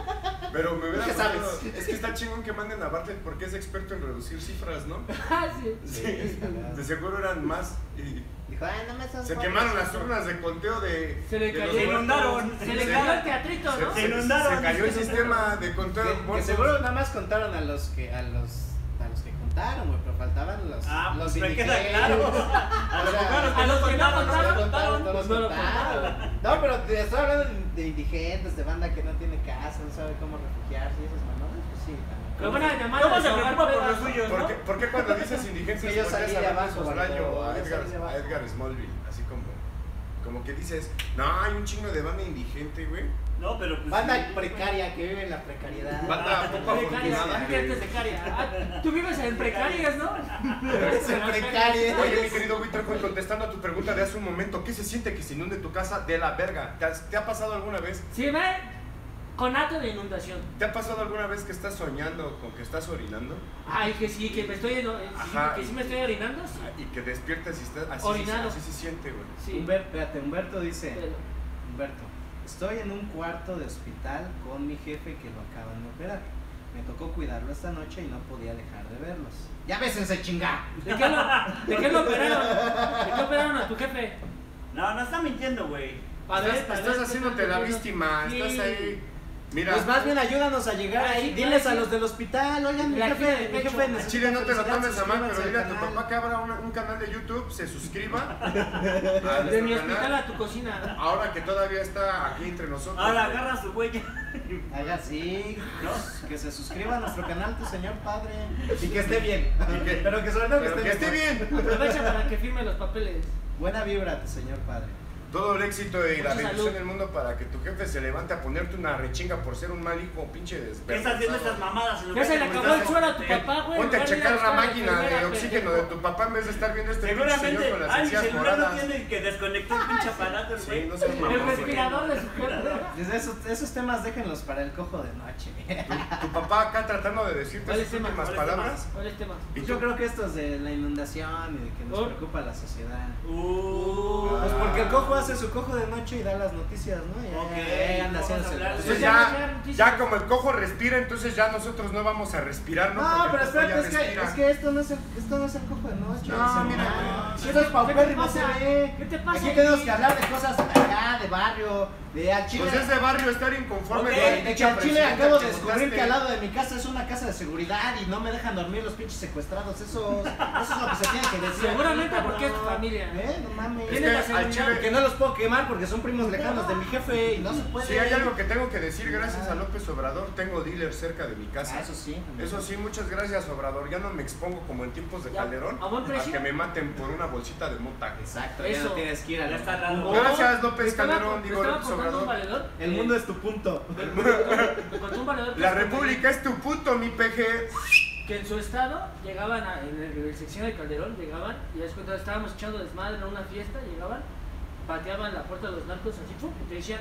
[SPEAKER 4] Pero me hubiera
[SPEAKER 6] ¿Qué sabes?
[SPEAKER 4] gustado- Es que está chingón que manden a Bartlett porque es experto en reducir cifras, ¿no?
[SPEAKER 3] Ah, sí.
[SPEAKER 4] Sí. De seguro eran más. y
[SPEAKER 2] Dijo, ay, no me estás
[SPEAKER 4] se quemaron las urnas de conteo de.
[SPEAKER 3] Se le
[SPEAKER 4] de los
[SPEAKER 3] cayó- Se
[SPEAKER 4] muertos.
[SPEAKER 1] inundaron.
[SPEAKER 3] Se le
[SPEAKER 4] Se-
[SPEAKER 3] cayó el teatrito,
[SPEAKER 4] se-
[SPEAKER 3] ¿no?
[SPEAKER 4] se-
[SPEAKER 1] Se inundaron.
[SPEAKER 4] Se cayó el sistema de conteo de
[SPEAKER 2] Que, que
[SPEAKER 4] muertos.
[SPEAKER 2] seguro nada más contaron a los que a los a los que contaron, güey, pero faltaban los
[SPEAKER 1] Ah,
[SPEAKER 2] los
[SPEAKER 1] pues me queda
[SPEAKER 2] indigentes.
[SPEAKER 1] claro. [laughs]
[SPEAKER 2] O
[SPEAKER 1] A los
[SPEAKER 2] sea,
[SPEAKER 1] cocaros
[SPEAKER 3] a los que no
[SPEAKER 1] contaron,
[SPEAKER 2] No lo
[SPEAKER 3] contaron,
[SPEAKER 2] contaron, no lo
[SPEAKER 3] pues no lo
[SPEAKER 2] contaron.
[SPEAKER 3] contaron.
[SPEAKER 2] No, pero te estoy hablando de indigentes, de banda que no tiene casa, no sabe cómo refugiarse y esas mamadas, pues sí, también.
[SPEAKER 3] Lo van a llamar
[SPEAKER 1] ¿Cómo
[SPEAKER 3] a
[SPEAKER 1] se
[SPEAKER 3] desahogar
[SPEAKER 1] preocupa por
[SPEAKER 3] pedas,
[SPEAKER 1] los
[SPEAKER 3] ¿no?
[SPEAKER 1] suyos,
[SPEAKER 4] ¿Por qué,
[SPEAKER 1] no?
[SPEAKER 4] por qué cuando dices indigentes
[SPEAKER 2] Que yo salí de
[SPEAKER 4] podrías haberle
[SPEAKER 2] abajo,
[SPEAKER 4] hecho
[SPEAKER 2] Bartolo,
[SPEAKER 4] daño a
[SPEAKER 2] yo
[SPEAKER 4] Edgar,
[SPEAKER 2] salí de abajo.
[SPEAKER 4] a Edgar Smallville? Así como, Como que dices, no, hay un chingo de banda indigente, güey.
[SPEAKER 1] No, pero pues.
[SPEAKER 7] Banda precaria que vive en la precariedad.
[SPEAKER 2] Ah,
[SPEAKER 4] Banda poco
[SPEAKER 3] Precarias,
[SPEAKER 4] afortunada.
[SPEAKER 3] inviertes de caria. Ah, tú vives en precarias, ¿no?
[SPEAKER 7] Vives en precarias.
[SPEAKER 4] Oye, mi querido Huitrajo, y contestando a tu pregunta de hace un momento, ¿qué se siente que se inunde tu casa de la verga? ¿Te, has- te ha pasado alguna vez?
[SPEAKER 3] Sí, ve, conato de inundación.
[SPEAKER 4] ¿Te ha pasado alguna vez que estás soñando con que estás orinando?
[SPEAKER 3] Ay, que sí, que me estoy, eno- eh, sí,
[SPEAKER 4] Ajá.
[SPEAKER 3] que sí me estoy orinando. sí.
[SPEAKER 4] Y que despiertas y estás así,
[SPEAKER 3] Orinado.
[SPEAKER 4] así se siente, güey.
[SPEAKER 3] Sí.
[SPEAKER 2] Humber- espérate, Humberto dice,
[SPEAKER 3] Pero-
[SPEAKER 2] Humberto, estoy en un cuarto de hospital con mi jefe que lo acaban de operar. Me tocó cuidarlo esta noche y no podía dejar de verlos. ¡Ya bésense, chinga!
[SPEAKER 3] ¿De qué, lo, ¿De qué lo operaron? ¿De qué operaron a tu jefe?
[SPEAKER 1] No, no está mintiendo, güey.
[SPEAKER 3] A ver,
[SPEAKER 4] Estás,
[SPEAKER 3] a ver,
[SPEAKER 4] estás haciéndote la
[SPEAKER 3] sí.
[SPEAKER 4] víctima,
[SPEAKER 3] Sí.
[SPEAKER 4] estás ahí. Mira,
[SPEAKER 2] Pues más bien ayúdanos a llegar
[SPEAKER 3] Ay,
[SPEAKER 2] ahí.
[SPEAKER 3] sí,
[SPEAKER 2] Diles
[SPEAKER 3] sí.
[SPEAKER 2] a los del hospital, oigan, mi
[SPEAKER 3] La gira
[SPEAKER 2] jefe,
[SPEAKER 3] de
[SPEAKER 2] mi
[SPEAKER 3] pecho.
[SPEAKER 2] jefe
[SPEAKER 3] A
[SPEAKER 4] al
[SPEAKER 2] necesita
[SPEAKER 4] Chile no te lo
[SPEAKER 2] felicidad,
[SPEAKER 4] tomes a mal, pero
[SPEAKER 2] suscríbanse
[SPEAKER 4] dile a
[SPEAKER 2] al
[SPEAKER 4] tu
[SPEAKER 2] canal.
[SPEAKER 4] papá que abra una- un canal de YouTube, se suscriba. a
[SPEAKER 3] De
[SPEAKER 4] nuestro
[SPEAKER 3] mi hospital
[SPEAKER 4] canal,
[SPEAKER 3] a tu cocina.
[SPEAKER 4] Ahora que todavía está aquí entre nosotros.
[SPEAKER 1] Ahora
[SPEAKER 4] güey.
[SPEAKER 1] agarra su huella.
[SPEAKER 2] Haga así,
[SPEAKER 1] ¿No?
[SPEAKER 2] que se suscriba a nuestro canal, tu señor padre.
[SPEAKER 7] Y que esté
[SPEAKER 2] [laughs]
[SPEAKER 7] bien.
[SPEAKER 4] Y que-
[SPEAKER 7] Pero que sobre todo que
[SPEAKER 4] Pero
[SPEAKER 7] esté
[SPEAKER 4] que esté bien.
[SPEAKER 3] Aprovecha para que firme los papeles.
[SPEAKER 2] Buena vibra, tu señor padre.
[SPEAKER 4] Todo el éxito y
[SPEAKER 3] Mucha
[SPEAKER 4] la bendición
[SPEAKER 3] salud.
[SPEAKER 4] del mundo para que tu jefe se levante a ponerte una rechinga por ser un mal hijo, pinche
[SPEAKER 1] ¿Qué estás
[SPEAKER 4] desvergonzado.
[SPEAKER 1] haciendo estas mamadas? En
[SPEAKER 3] Ya
[SPEAKER 1] lugar
[SPEAKER 3] se
[SPEAKER 1] de
[SPEAKER 3] le acabó
[SPEAKER 1] comentar-
[SPEAKER 3] el suelo a tu
[SPEAKER 1] Eh,
[SPEAKER 3] papá, güey.
[SPEAKER 4] Ponte a
[SPEAKER 3] Mejor dile
[SPEAKER 4] checar la
[SPEAKER 3] buscar
[SPEAKER 4] máquina de
[SPEAKER 3] enfermera,
[SPEAKER 4] oxígeno de
[SPEAKER 3] pendejo.
[SPEAKER 4] tu papá en vez de estar viendo este pinche señor
[SPEAKER 1] Seguramente,
[SPEAKER 4] con las
[SPEAKER 1] ay, mi
[SPEAKER 4] encías
[SPEAKER 1] celular no
[SPEAKER 4] moradas.
[SPEAKER 1] tiene que desconectar un pinche aparato,
[SPEAKER 4] Sí,
[SPEAKER 1] güey.
[SPEAKER 4] no seas mamón,
[SPEAKER 3] Ah, El
[SPEAKER 4] güey.
[SPEAKER 3] respirador de su jefe.
[SPEAKER 2] Desde esos, esos temas déjenlos para el cojo de noche.
[SPEAKER 4] Tu papá acá tratando de decirte
[SPEAKER 3] ¿Cuál
[SPEAKER 4] sus
[SPEAKER 3] es el tema?
[SPEAKER 4] últimas
[SPEAKER 1] ¿Cuál es el tema?
[SPEAKER 4] palabras.
[SPEAKER 3] ¿Cuál es el tema?
[SPEAKER 4] Y
[SPEAKER 2] Yo
[SPEAKER 4] tú-
[SPEAKER 2] creo que esto es de la inundación y de que nos
[SPEAKER 3] Oh.
[SPEAKER 2] preocupa la sociedad.
[SPEAKER 1] Uh,
[SPEAKER 2] Pues porque el cojo hace su cojo de noche y da las noticias, ¿no? Y
[SPEAKER 1] Ok,
[SPEAKER 2] ahí
[SPEAKER 1] vamos
[SPEAKER 2] anda
[SPEAKER 1] a
[SPEAKER 2] haciéndose
[SPEAKER 1] hablar
[SPEAKER 2] el-
[SPEAKER 1] de-
[SPEAKER 4] Entonces ya, ya como el cojo respira, entonces ya nosotros no vamos a respirar, ¿no?
[SPEAKER 2] No,
[SPEAKER 4] Porque
[SPEAKER 2] pero
[SPEAKER 4] el cojo ya
[SPEAKER 2] espérate, es que,
[SPEAKER 4] respira.
[SPEAKER 2] es que esto, no es el, esto no es el cojo de noche.
[SPEAKER 4] No,
[SPEAKER 2] o sea,
[SPEAKER 4] mira,
[SPEAKER 2] no.
[SPEAKER 4] güey.
[SPEAKER 2] Esto es paupérrimo,
[SPEAKER 3] ¿Qué te
[SPEAKER 2] se
[SPEAKER 3] pasa?
[SPEAKER 2] ve.
[SPEAKER 3] ¿Qué te pasa
[SPEAKER 2] Aquí
[SPEAKER 3] ahí?
[SPEAKER 2] tenemos que hablar de cosas de acá, de barrio, de al chile.
[SPEAKER 4] Pues es de barrio estar inconforme
[SPEAKER 1] Ok,
[SPEAKER 4] con la
[SPEAKER 2] de que
[SPEAKER 4] pinche
[SPEAKER 2] al chile
[SPEAKER 4] presidenta
[SPEAKER 2] acabo
[SPEAKER 4] que
[SPEAKER 2] de descubrir
[SPEAKER 4] votaste.
[SPEAKER 2] que al lado de mi casa es una casa de seguridad y no me dejan dormir los pinches secuestrados. Eso, eso es lo que se tiene que decir.
[SPEAKER 3] Seguramente
[SPEAKER 2] aquí,
[SPEAKER 3] porque es tu
[SPEAKER 2] cabrón.
[SPEAKER 3] familia.
[SPEAKER 2] ¿Eh? No mames.
[SPEAKER 4] Es
[SPEAKER 3] Tiene la
[SPEAKER 4] que al
[SPEAKER 3] seguridad.
[SPEAKER 4] chile-
[SPEAKER 2] Que no los puedo quemar porque son primos lejanos de mi jefe y no se puede.
[SPEAKER 4] Si hay algo que tengo que decir, gracias a López Obrador, tengo dealer cerca de mi casa.
[SPEAKER 2] Ah, eso sí.
[SPEAKER 4] Eso sí, muchas gracias, Obrador. Ya no me expongo como en tiempos de
[SPEAKER 3] Ya,
[SPEAKER 4] Calderón
[SPEAKER 3] a buen precio.
[SPEAKER 4] que me maten por una bolsita de mota.
[SPEAKER 2] Exacto, ya
[SPEAKER 3] Eso.
[SPEAKER 2] no tienes que ir a
[SPEAKER 1] Ya
[SPEAKER 2] la-
[SPEAKER 1] está raro.
[SPEAKER 4] Gracias, López
[SPEAKER 3] estaba-
[SPEAKER 4] Calderón,
[SPEAKER 3] me
[SPEAKER 4] digo,
[SPEAKER 3] estaba
[SPEAKER 4] López
[SPEAKER 3] contando un
[SPEAKER 4] Obrador.
[SPEAKER 3] valedor.
[SPEAKER 2] El mundo es tu punto.
[SPEAKER 3] Me [laughs] contó un valedor que-
[SPEAKER 4] La República es tu puto, mi peje.
[SPEAKER 3] Que en su estado llegaban a- en el, en el sección de Calderón, llegaban y es cuando estábamos echando desmadre en una fiesta, llegaban, pateaban la puerta de los narcos así, ¡fum! y te decían,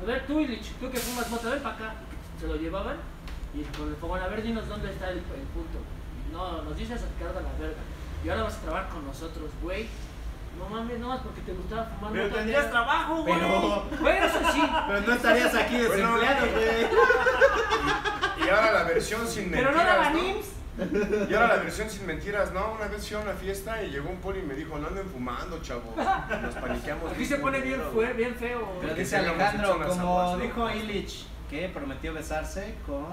[SPEAKER 3] a ver tú Illich, tú que fumas mota, ven para acá. Se lo llevaban y con el fogón, a ver dinos dónde está el, el punto. No, nos dices a carga la verga. Y ahora vas a trabajar con nosotros, güey. No mames, no más porque te gustaba fumar
[SPEAKER 1] Pero
[SPEAKER 3] mota,
[SPEAKER 1] tendrías
[SPEAKER 3] te-
[SPEAKER 1] trabajo, güey.
[SPEAKER 2] Pero-
[SPEAKER 3] Güey, eso sí.
[SPEAKER 2] [laughs] Pero no estarías aquí desempleado, güey.
[SPEAKER 4] Y ahora la versión sin
[SPEAKER 3] Pero
[SPEAKER 4] mentiras.
[SPEAKER 3] no daban
[SPEAKER 4] ¿no?
[SPEAKER 3] IMSS.
[SPEAKER 4] Y ahora la versión sin mentiras, ¿no? Una vez fui a una fiesta y llegó un poli y me dijo, no anden fumando, chavos. Nos paniqueamos.
[SPEAKER 3] Aquí se pone bien,
[SPEAKER 4] culero,
[SPEAKER 3] fue, bien feo.
[SPEAKER 2] Pero
[SPEAKER 4] Que
[SPEAKER 2] dice
[SPEAKER 4] tengamos
[SPEAKER 2] Alejandro,
[SPEAKER 4] muchas
[SPEAKER 2] como
[SPEAKER 4] aguas, ¿no?
[SPEAKER 2] dijo Illich, que prometió besarse con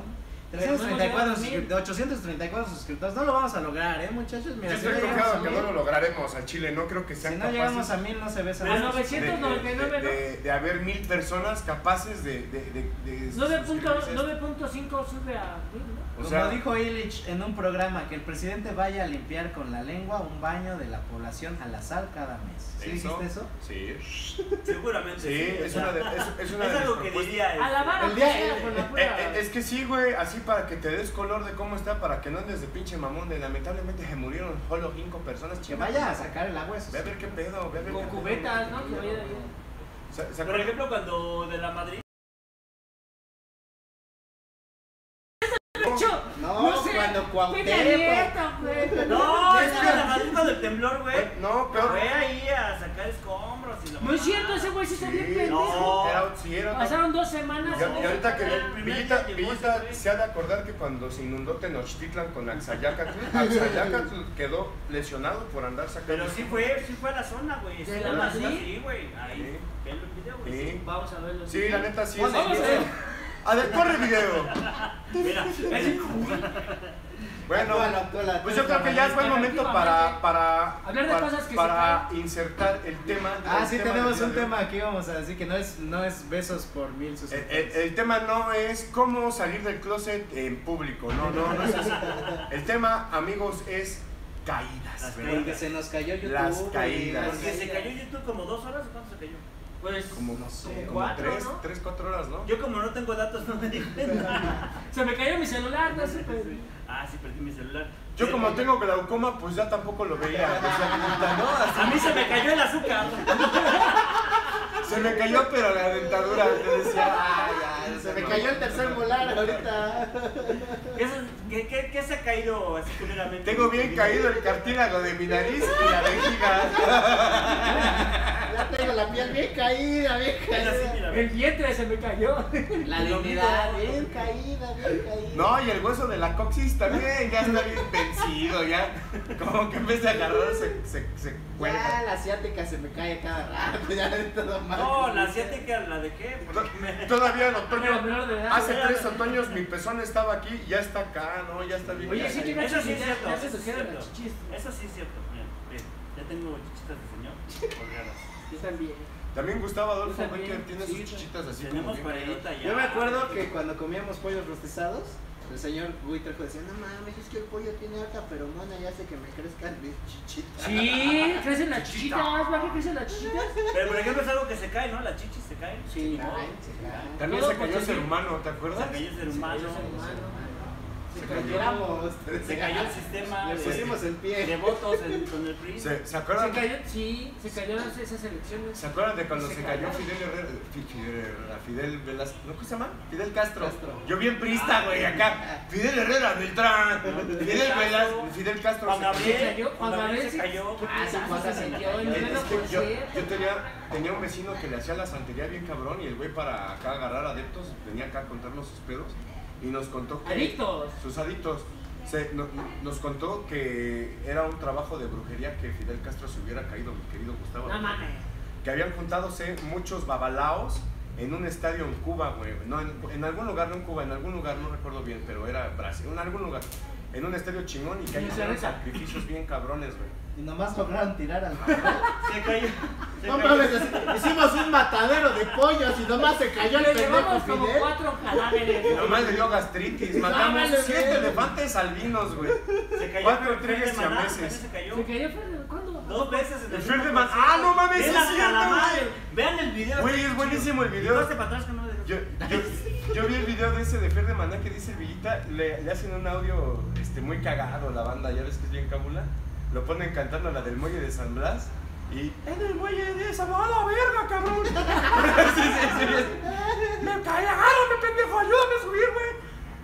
[SPEAKER 3] Pero no hemos llegado
[SPEAKER 2] 334
[SPEAKER 3] a mil.
[SPEAKER 2] suscriptores, 834 suscriptores. No lo vamos a lograr, ¿eh, muchachos?
[SPEAKER 4] Yo
[SPEAKER 2] Mira, si
[SPEAKER 4] estoy
[SPEAKER 2] no llegamos a
[SPEAKER 4] confiado que no lo
[SPEAKER 2] mil,
[SPEAKER 4] lograremos al Chile, no creo que
[SPEAKER 2] si
[SPEAKER 4] sean
[SPEAKER 2] no llegamos
[SPEAKER 4] capaces
[SPEAKER 2] a mil, no se besan.
[SPEAKER 3] A
[SPEAKER 4] de, de-
[SPEAKER 3] 999, ¿no?
[SPEAKER 4] de- de haber mil personas capaces de... de, de, de
[SPEAKER 3] 9.5
[SPEAKER 4] suscribirse.
[SPEAKER 3] 9.5 sube a mil, ¿no?
[SPEAKER 4] O
[SPEAKER 2] Como
[SPEAKER 4] sea,
[SPEAKER 2] dijo Illich en un programa, que el presidente vaya a limpiar con la lengua un baño de la población al azar cada mes. ¿Sí
[SPEAKER 4] ¿eso?
[SPEAKER 2] dijiste eso?
[SPEAKER 4] Sí.
[SPEAKER 1] Seguramente.
[SPEAKER 4] Sí, es una de, es, es una
[SPEAKER 1] Es
[SPEAKER 4] de mis
[SPEAKER 1] algo que
[SPEAKER 4] propuestas.
[SPEAKER 1] diría.
[SPEAKER 3] A la
[SPEAKER 1] este,
[SPEAKER 3] vara,
[SPEAKER 2] El día-
[SPEAKER 3] pues, con la
[SPEAKER 4] Eh, eh,
[SPEAKER 3] pura-
[SPEAKER 4] es que sí, güey, así para que te des color de cómo está, para que no andes de pinche mamón de lamentablemente se murieron solo cinco personas.
[SPEAKER 2] Que
[SPEAKER 4] chinga.
[SPEAKER 2] vaya a sacar el agua, eso
[SPEAKER 4] Ve a
[SPEAKER 2] sí.
[SPEAKER 4] ver qué pedo, ve a ver
[SPEAKER 3] Con
[SPEAKER 4] qué
[SPEAKER 3] cubetas,
[SPEAKER 4] pedo.
[SPEAKER 3] ¿no? Que vaya bien.
[SPEAKER 4] Sa- sacó-
[SPEAKER 1] Por ejemplo, cuando de la Madrid.
[SPEAKER 7] No,
[SPEAKER 3] No sé,
[SPEAKER 7] cuando
[SPEAKER 3] Peña
[SPEAKER 7] Cuauhtémoc.
[SPEAKER 3] Nieto, güey.
[SPEAKER 1] No, es
[SPEAKER 4] es
[SPEAKER 1] que de la Madrid cuando el temblor, güey.
[SPEAKER 4] Güey, No, peor.
[SPEAKER 1] Fue ahí a sacar escombros y la
[SPEAKER 3] No es
[SPEAKER 1] mamada.
[SPEAKER 3] cierto, ese güey sí
[SPEAKER 4] Sí,
[SPEAKER 3] está bien pendejo.
[SPEAKER 4] no, era- sí, era-
[SPEAKER 3] Pasaron dos semanas.
[SPEAKER 4] Y a- y ahorita que
[SPEAKER 1] El primer
[SPEAKER 4] Villita,
[SPEAKER 1] día llegó
[SPEAKER 4] Villita
[SPEAKER 1] ese güey.
[SPEAKER 4] se ha de acordar que cuando se inundó Tenochtitlan con Axayacatl, Axayacatl quedó lesionado por andar sacando.
[SPEAKER 1] Pero sí fue, sí fue a la zona, güey.
[SPEAKER 3] ¿De
[SPEAKER 1] Sí,
[SPEAKER 3] la
[SPEAKER 1] a
[SPEAKER 3] Madrid?
[SPEAKER 1] zona, Sí, güey. Ahí.
[SPEAKER 4] Sí.
[SPEAKER 1] Ven el video, güey.
[SPEAKER 4] Sí,
[SPEAKER 3] Vamos a verlo.
[SPEAKER 4] sí, la neta sí.
[SPEAKER 3] Vamos a
[SPEAKER 4] Sí.
[SPEAKER 3] ver.
[SPEAKER 4] A ver, corre video. [laughs]
[SPEAKER 1] Mira, es-
[SPEAKER 4] Bueno,
[SPEAKER 7] Actúala, actúala,
[SPEAKER 4] pues
[SPEAKER 7] tú
[SPEAKER 4] yo creo que ya es buen momento para, para,
[SPEAKER 3] Hablar de
[SPEAKER 4] para,
[SPEAKER 3] cosas que
[SPEAKER 4] para
[SPEAKER 3] se
[SPEAKER 4] insertar el tema.
[SPEAKER 2] Ah,
[SPEAKER 4] el
[SPEAKER 2] sí,
[SPEAKER 4] tema
[SPEAKER 2] tenemos
[SPEAKER 4] del
[SPEAKER 2] un
[SPEAKER 4] día de hoy.
[SPEAKER 2] tema aquí, vamos a decir que no es, no es besos por mil
[SPEAKER 4] El,
[SPEAKER 2] suscriptores.
[SPEAKER 4] el- Eh, el tema no es cómo salir del closet en público, no, no, no es eso. El tema, amigos, es caídas.
[SPEAKER 1] Las
[SPEAKER 4] ¿verdad?
[SPEAKER 5] Porque se nos cayó YouTube.
[SPEAKER 4] Las
[SPEAKER 5] güey,
[SPEAKER 4] caídas.
[SPEAKER 5] porque
[SPEAKER 1] Porque se cayó YouTube como dos horas, ¿cuánto se cayó?
[SPEAKER 3] Pues
[SPEAKER 4] Como no sé,
[SPEAKER 3] como
[SPEAKER 4] como
[SPEAKER 3] cuatro,
[SPEAKER 4] tres,
[SPEAKER 3] ¿no?
[SPEAKER 4] tres, cuatro horas, ¿no?
[SPEAKER 1] Yo como no tengo datos no me di
[SPEAKER 3] [laughs]
[SPEAKER 1] cuenta.
[SPEAKER 3] se me cayó mi celular, no sé. pues.
[SPEAKER 1] Ah, sí, perdí mi celular.
[SPEAKER 4] Yo como tengo glaucoma, pues ya tampoco lo veía. o sea,
[SPEAKER 2] Ah,
[SPEAKER 4] ahorita, ¿no? Así,
[SPEAKER 1] A mí se me cayó el azúcar.
[SPEAKER 4] se me cayó, pero la dentadura te decía, ay, ay,
[SPEAKER 2] Ah, Se me cayó el tercer molar ahorita.
[SPEAKER 1] ¿Qué, se- qué, qué, qué se ha caído así culeramente?
[SPEAKER 4] Tengo bien caído el cartílago de mi nariz y la vejiga.
[SPEAKER 2] Ya tengo la piel bien caída, bien
[SPEAKER 1] Es así, mira,
[SPEAKER 3] El
[SPEAKER 1] ve.
[SPEAKER 3] vientre se me cayó.
[SPEAKER 5] La
[SPEAKER 1] Lo mismo.
[SPEAKER 5] dignidad, güey.
[SPEAKER 2] Bien caída, bien caída.
[SPEAKER 4] No, y el hueso de la coxis también ya está bien vencido, ya. Como que en vez de agarrar se, se, se
[SPEAKER 2] Ya
[SPEAKER 4] cuelga.
[SPEAKER 2] la asiática se me cae cada rato, ya de todo mal.
[SPEAKER 1] No, la asiática la dejé porque me...
[SPEAKER 4] Todavía en
[SPEAKER 3] Pero [laughs]
[SPEAKER 4] otoño,
[SPEAKER 3] menor de edad.
[SPEAKER 4] hace tres otoños mi pezón estaba aquí y ya está acá, ¿no? Ya está bien.
[SPEAKER 3] Oye, sí,
[SPEAKER 4] caído.
[SPEAKER 3] que
[SPEAKER 1] Eso sí es
[SPEAKER 3] Ya-
[SPEAKER 1] cierto.
[SPEAKER 3] ya
[SPEAKER 1] eso
[SPEAKER 3] se
[SPEAKER 1] sí es
[SPEAKER 3] surgieron
[SPEAKER 1] cierto.
[SPEAKER 3] las chichis.
[SPEAKER 1] Eso sí es cierto. Mira, ve, ya tengo chichitas de señor colgadas.
[SPEAKER 3] Yo también.
[SPEAKER 4] También Gustavo Adolfo
[SPEAKER 3] Yo también,
[SPEAKER 4] Becker tiene
[SPEAKER 3] sí,
[SPEAKER 4] sus chichitas así como
[SPEAKER 1] Tenemos
[SPEAKER 4] bien caídas.
[SPEAKER 1] paredita ya.
[SPEAKER 5] Yo me acuerdo que cuando comíamos pollos rostizados, el señor Buitrejo decía, no mames, es que el pollo tiene alta feromona y hace que me crezcan mis chichitas.
[SPEAKER 3] Sí, crecen las chichitas, ¿va que crecen las chichitas?
[SPEAKER 1] Pero por ejemplo es algo que se cae, ¿no? Las chichis se caen.
[SPEAKER 3] Sí,
[SPEAKER 1] Ni
[SPEAKER 2] Se
[SPEAKER 1] modo.
[SPEAKER 2] caen, se caen.
[SPEAKER 4] También
[SPEAKER 3] Todo
[SPEAKER 4] se cayó
[SPEAKER 3] porque
[SPEAKER 4] ser
[SPEAKER 3] sí.
[SPEAKER 4] humano, ¿te acuerdas?
[SPEAKER 1] Se cayó el ser humano.
[SPEAKER 3] Cayó el humano.
[SPEAKER 2] Se
[SPEAKER 4] cayó.
[SPEAKER 2] cayéramos.
[SPEAKER 5] este,
[SPEAKER 1] Se cayó
[SPEAKER 5] ah,
[SPEAKER 1] el sistema
[SPEAKER 2] Le
[SPEAKER 1] de,
[SPEAKER 2] pusimos el
[SPEAKER 1] de
[SPEAKER 2] pie.
[SPEAKER 1] votos en- con el PRI.
[SPEAKER 4] ¿Se, ¿se
[SPEAKER 3] Se
[SPEAKER 4] acuerdan?
[SPEAKER 3] cayó, sí, se cayeron esas elecciones.
[SPEAKER 4] ¿Se acuerdan de cuando
[SPEAKER 3] Se
[SPEAKER 4] se, cayó
[SPEAKER 3] cayó.
[SPEAKER 4] Fidel Herrera? Fi- Fidel Herrera, Fidel Velasco. ¿No cómo se llama? Fidel Castro.
[SPEAKER 5] Castro.
[SPEAKER 4] Yo bien prista, güey, acá. Fidel Herrera, Beltrán. Fidel Velasco. Fidel Castro.
[SPEAKER 1] Juan
[SPEAKER 4] se cayó.
[SPEAKER 1] Gabriel.
[SPEAKER 3] Se cayó, Juan Gabriel
[SPEAKER 1] se
[SPEAKER 3] se-
[SPEAKER 1] cayó.
[SPEAKER 3] Ah, sí, Juan Gabriel se cayó, no
[SPEAKER 4] Es
[SPEAKER 3] lo
[SPEAKER 4] que yo, yo
[SPEAKER 3] puedo
[SPEAKER 4] tenía, tenía un vecino que le hacía la santería bien cabrón y el güey para acá agarrar adeptos venía acá a contarnos sus pedos y nos contó que...
[SPEAKER 3] Adictos.
[SPEAKER 4] Sus adictos. Se- no- nos contó que era un trabajo de brujería que Fidel Castro se hubiera caído, mi querido Gustavo.
[SPEAKER 3] No mames.
[SPEAKER 4] que habían juntándose muchos babalaos en un estadio en Cuba, güey. No, en, en algún lugar, no en Cuba, en algún lugar, no recuerdo bien, pero era Brasil, en algún lugar. En un estadio chingón y que ahí
[SPEAKER 3] ¿En
[SPEAKER 4] hicieron
[SPEAKER 3] Cereza?
[SPEAKER 4] sacrificios bien cabrones, güey.
[SPEAKER 5] Y nomás lograron tirar al mamá.
[SPEAKER 1] Se cayó. se
[SPEAKER 2] No
[SPEAKER 1] cayó.
[SPEAKER 2] mames, hicimos un matadero de pollos y nomás Ah, se cayó el
[SPEAKER 3] Le
[SPEAKER 2] pendejo
[SPEAKER 3] llevamos como
[SPEAKER 2] Fidel.
[SPEAKER 3] cuatro cadáveres.
[SPEAKER 4] Y nomás le dio gastritis, matamos
[SPEAKER 2] Ándale,
[SPEAKER 4] siete
[SPEAKER 2] güey.
[SPEAKER 4] elefantes albinos, güey.
[SPEAKER 1] Se cayó.
[SPEAKER 4] Cuatro
[SPEAKER 1] el Fer de
[SPEAKER 4] trigues
[SPEAKER 1] Maná,
[SPEAKER 4] siameses.
[SPEAKER 1] también Se cayó.
[SPEAKER 3] Se cayó Fer- ¿cuándo?
[SPEAKER 1] Dos veces en
[SPEAKER 4] El
[SPEAKER 1] el
[SPEAKER 4] Fer de
[SPEAKER 1] mismo
[SPEAKER 4] Man-
[SPEAKER 1] concierto.
[SPEAKER 4] ¡Ah, no mames,
[SPEAKER 1] Vean
[SPEAKER 4] es
[SPEAKER 1] hasta
[SPEAKER 4] cierto,
[SPEAKER 1] la
[SPEAKER 4] güey!
[SPEAKER 1] madre. Vean el video.
[SPEAKER 4] Güey, es buenísimo el video.
[SPEAKER 1] Pase para atrás que no dejes.
[SPEAKER 4] Yo, yo, yo vi el video de ese de Fer de Maná que dice el Villita, le, le hacen un audio este, muy cagado a la banda, ya ves que es bien cabula. Lo ponen cantando la del muelle de San Blas y. ¡En el muelle de San Blas, la verga, cabrón! [laughs] sí, sí, sí, es- ¡Me caí, agárrame, pendejo, ayúdame a subir, güey!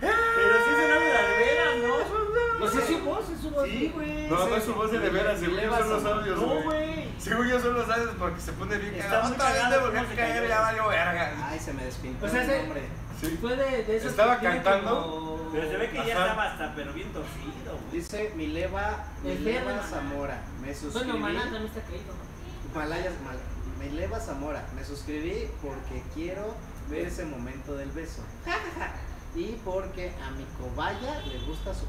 [SPEAKER 4] Eh,
[SPEAKER 1] Pero sí es un audio de veras, ¿no?
[SPEAKER 3] Pues es su voz, es su voz.
[SPEAKER 1] Sí, güey.
[SPEAKER 4] No, no es su voz de de veras, según yo son los audios.
[SPEAKER 1] No, güey.
[SPEAKER 4] Según yo son los audios porque se pone bien
[SPEAKER 1] Está
[SPEAKER 4] cagado.
[SPEAKER 1] muy
[SPEAKER 4] Otra vez
[SPEAKER 1] cagado,
[SPEAKER 4] le volvió a
[SPEAKER 1] ¿cómo se
[SPEAKER 4] caer,
[SPEAKER 1] cayó?
[SPEAKER 4] ya valió verga.
[SPEAKER 5] Ay, se me despintó
[SPEAKER 3] O sea,
[SPEAKER 5] el
[SPEAKER 3] ese-
[SPEAKER 5] nombre.
[SPEAKER 4] Sí.
[SPEAKER 3] Fue de, de esos
[SPEAKER 4] Estaba
[SPEAKER 3] que tiene
[SPEAKER 4] cantando.
[SPEAKER 3] como-
[SPEAKER 1] Pero se ve que ya
[SPEAKER 4] Ajá.
[SPEAKER 1] estaba hasta, pero bien torcido, güey.
[SPEAKER 5] Dice Mileva,
[SPEAKER 3] El Fer de
[SPEAKER 5] Mileva
[SPEAKER 3] Maná.
[SPEAKER 5] Zamora. Me
[SPEAKER 3] Bueno,
[SPEAKER 5] suscribí.
[SPEAKER 3] Maná también está caído. ¿no?
[SPEAKER 5] Malayas Mal. Mileva Zamora. Me suscribí porque quiero ver ese momento del beso. [laughs] Ja, ja, ja. Y porque a mi cobaya le gusta su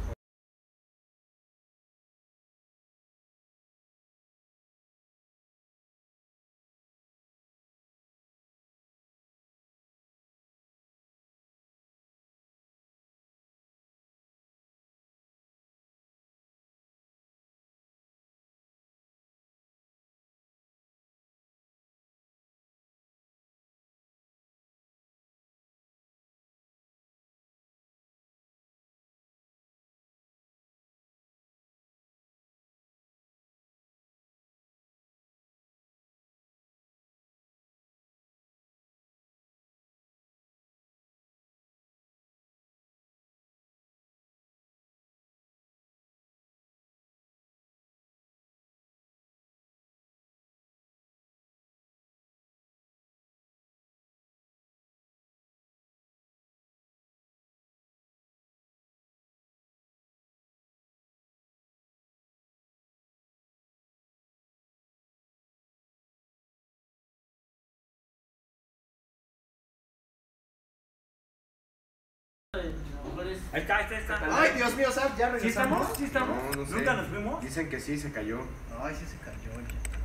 [SPEAKER 3] A lo mejor es-
[SPEAKER 1] Ahí está, ahí está, ahí está.
[SPEAKER 5] Ay, Dios mío, ¿sabes? ¿Ya
[SPEAKER 1] ¿Sí
[SPEAKER 5] regresamos?
[SPEAKER 1] estamos? ¿Sí estamos?
[SPEAKER 4] No, no sé.
[SPEAKER 1] ¿Nunca nos fuimos?
[SPEAKER 4] Dicen que sí, se cayó.
[SPEAKER 5] Ay, sí se cayó.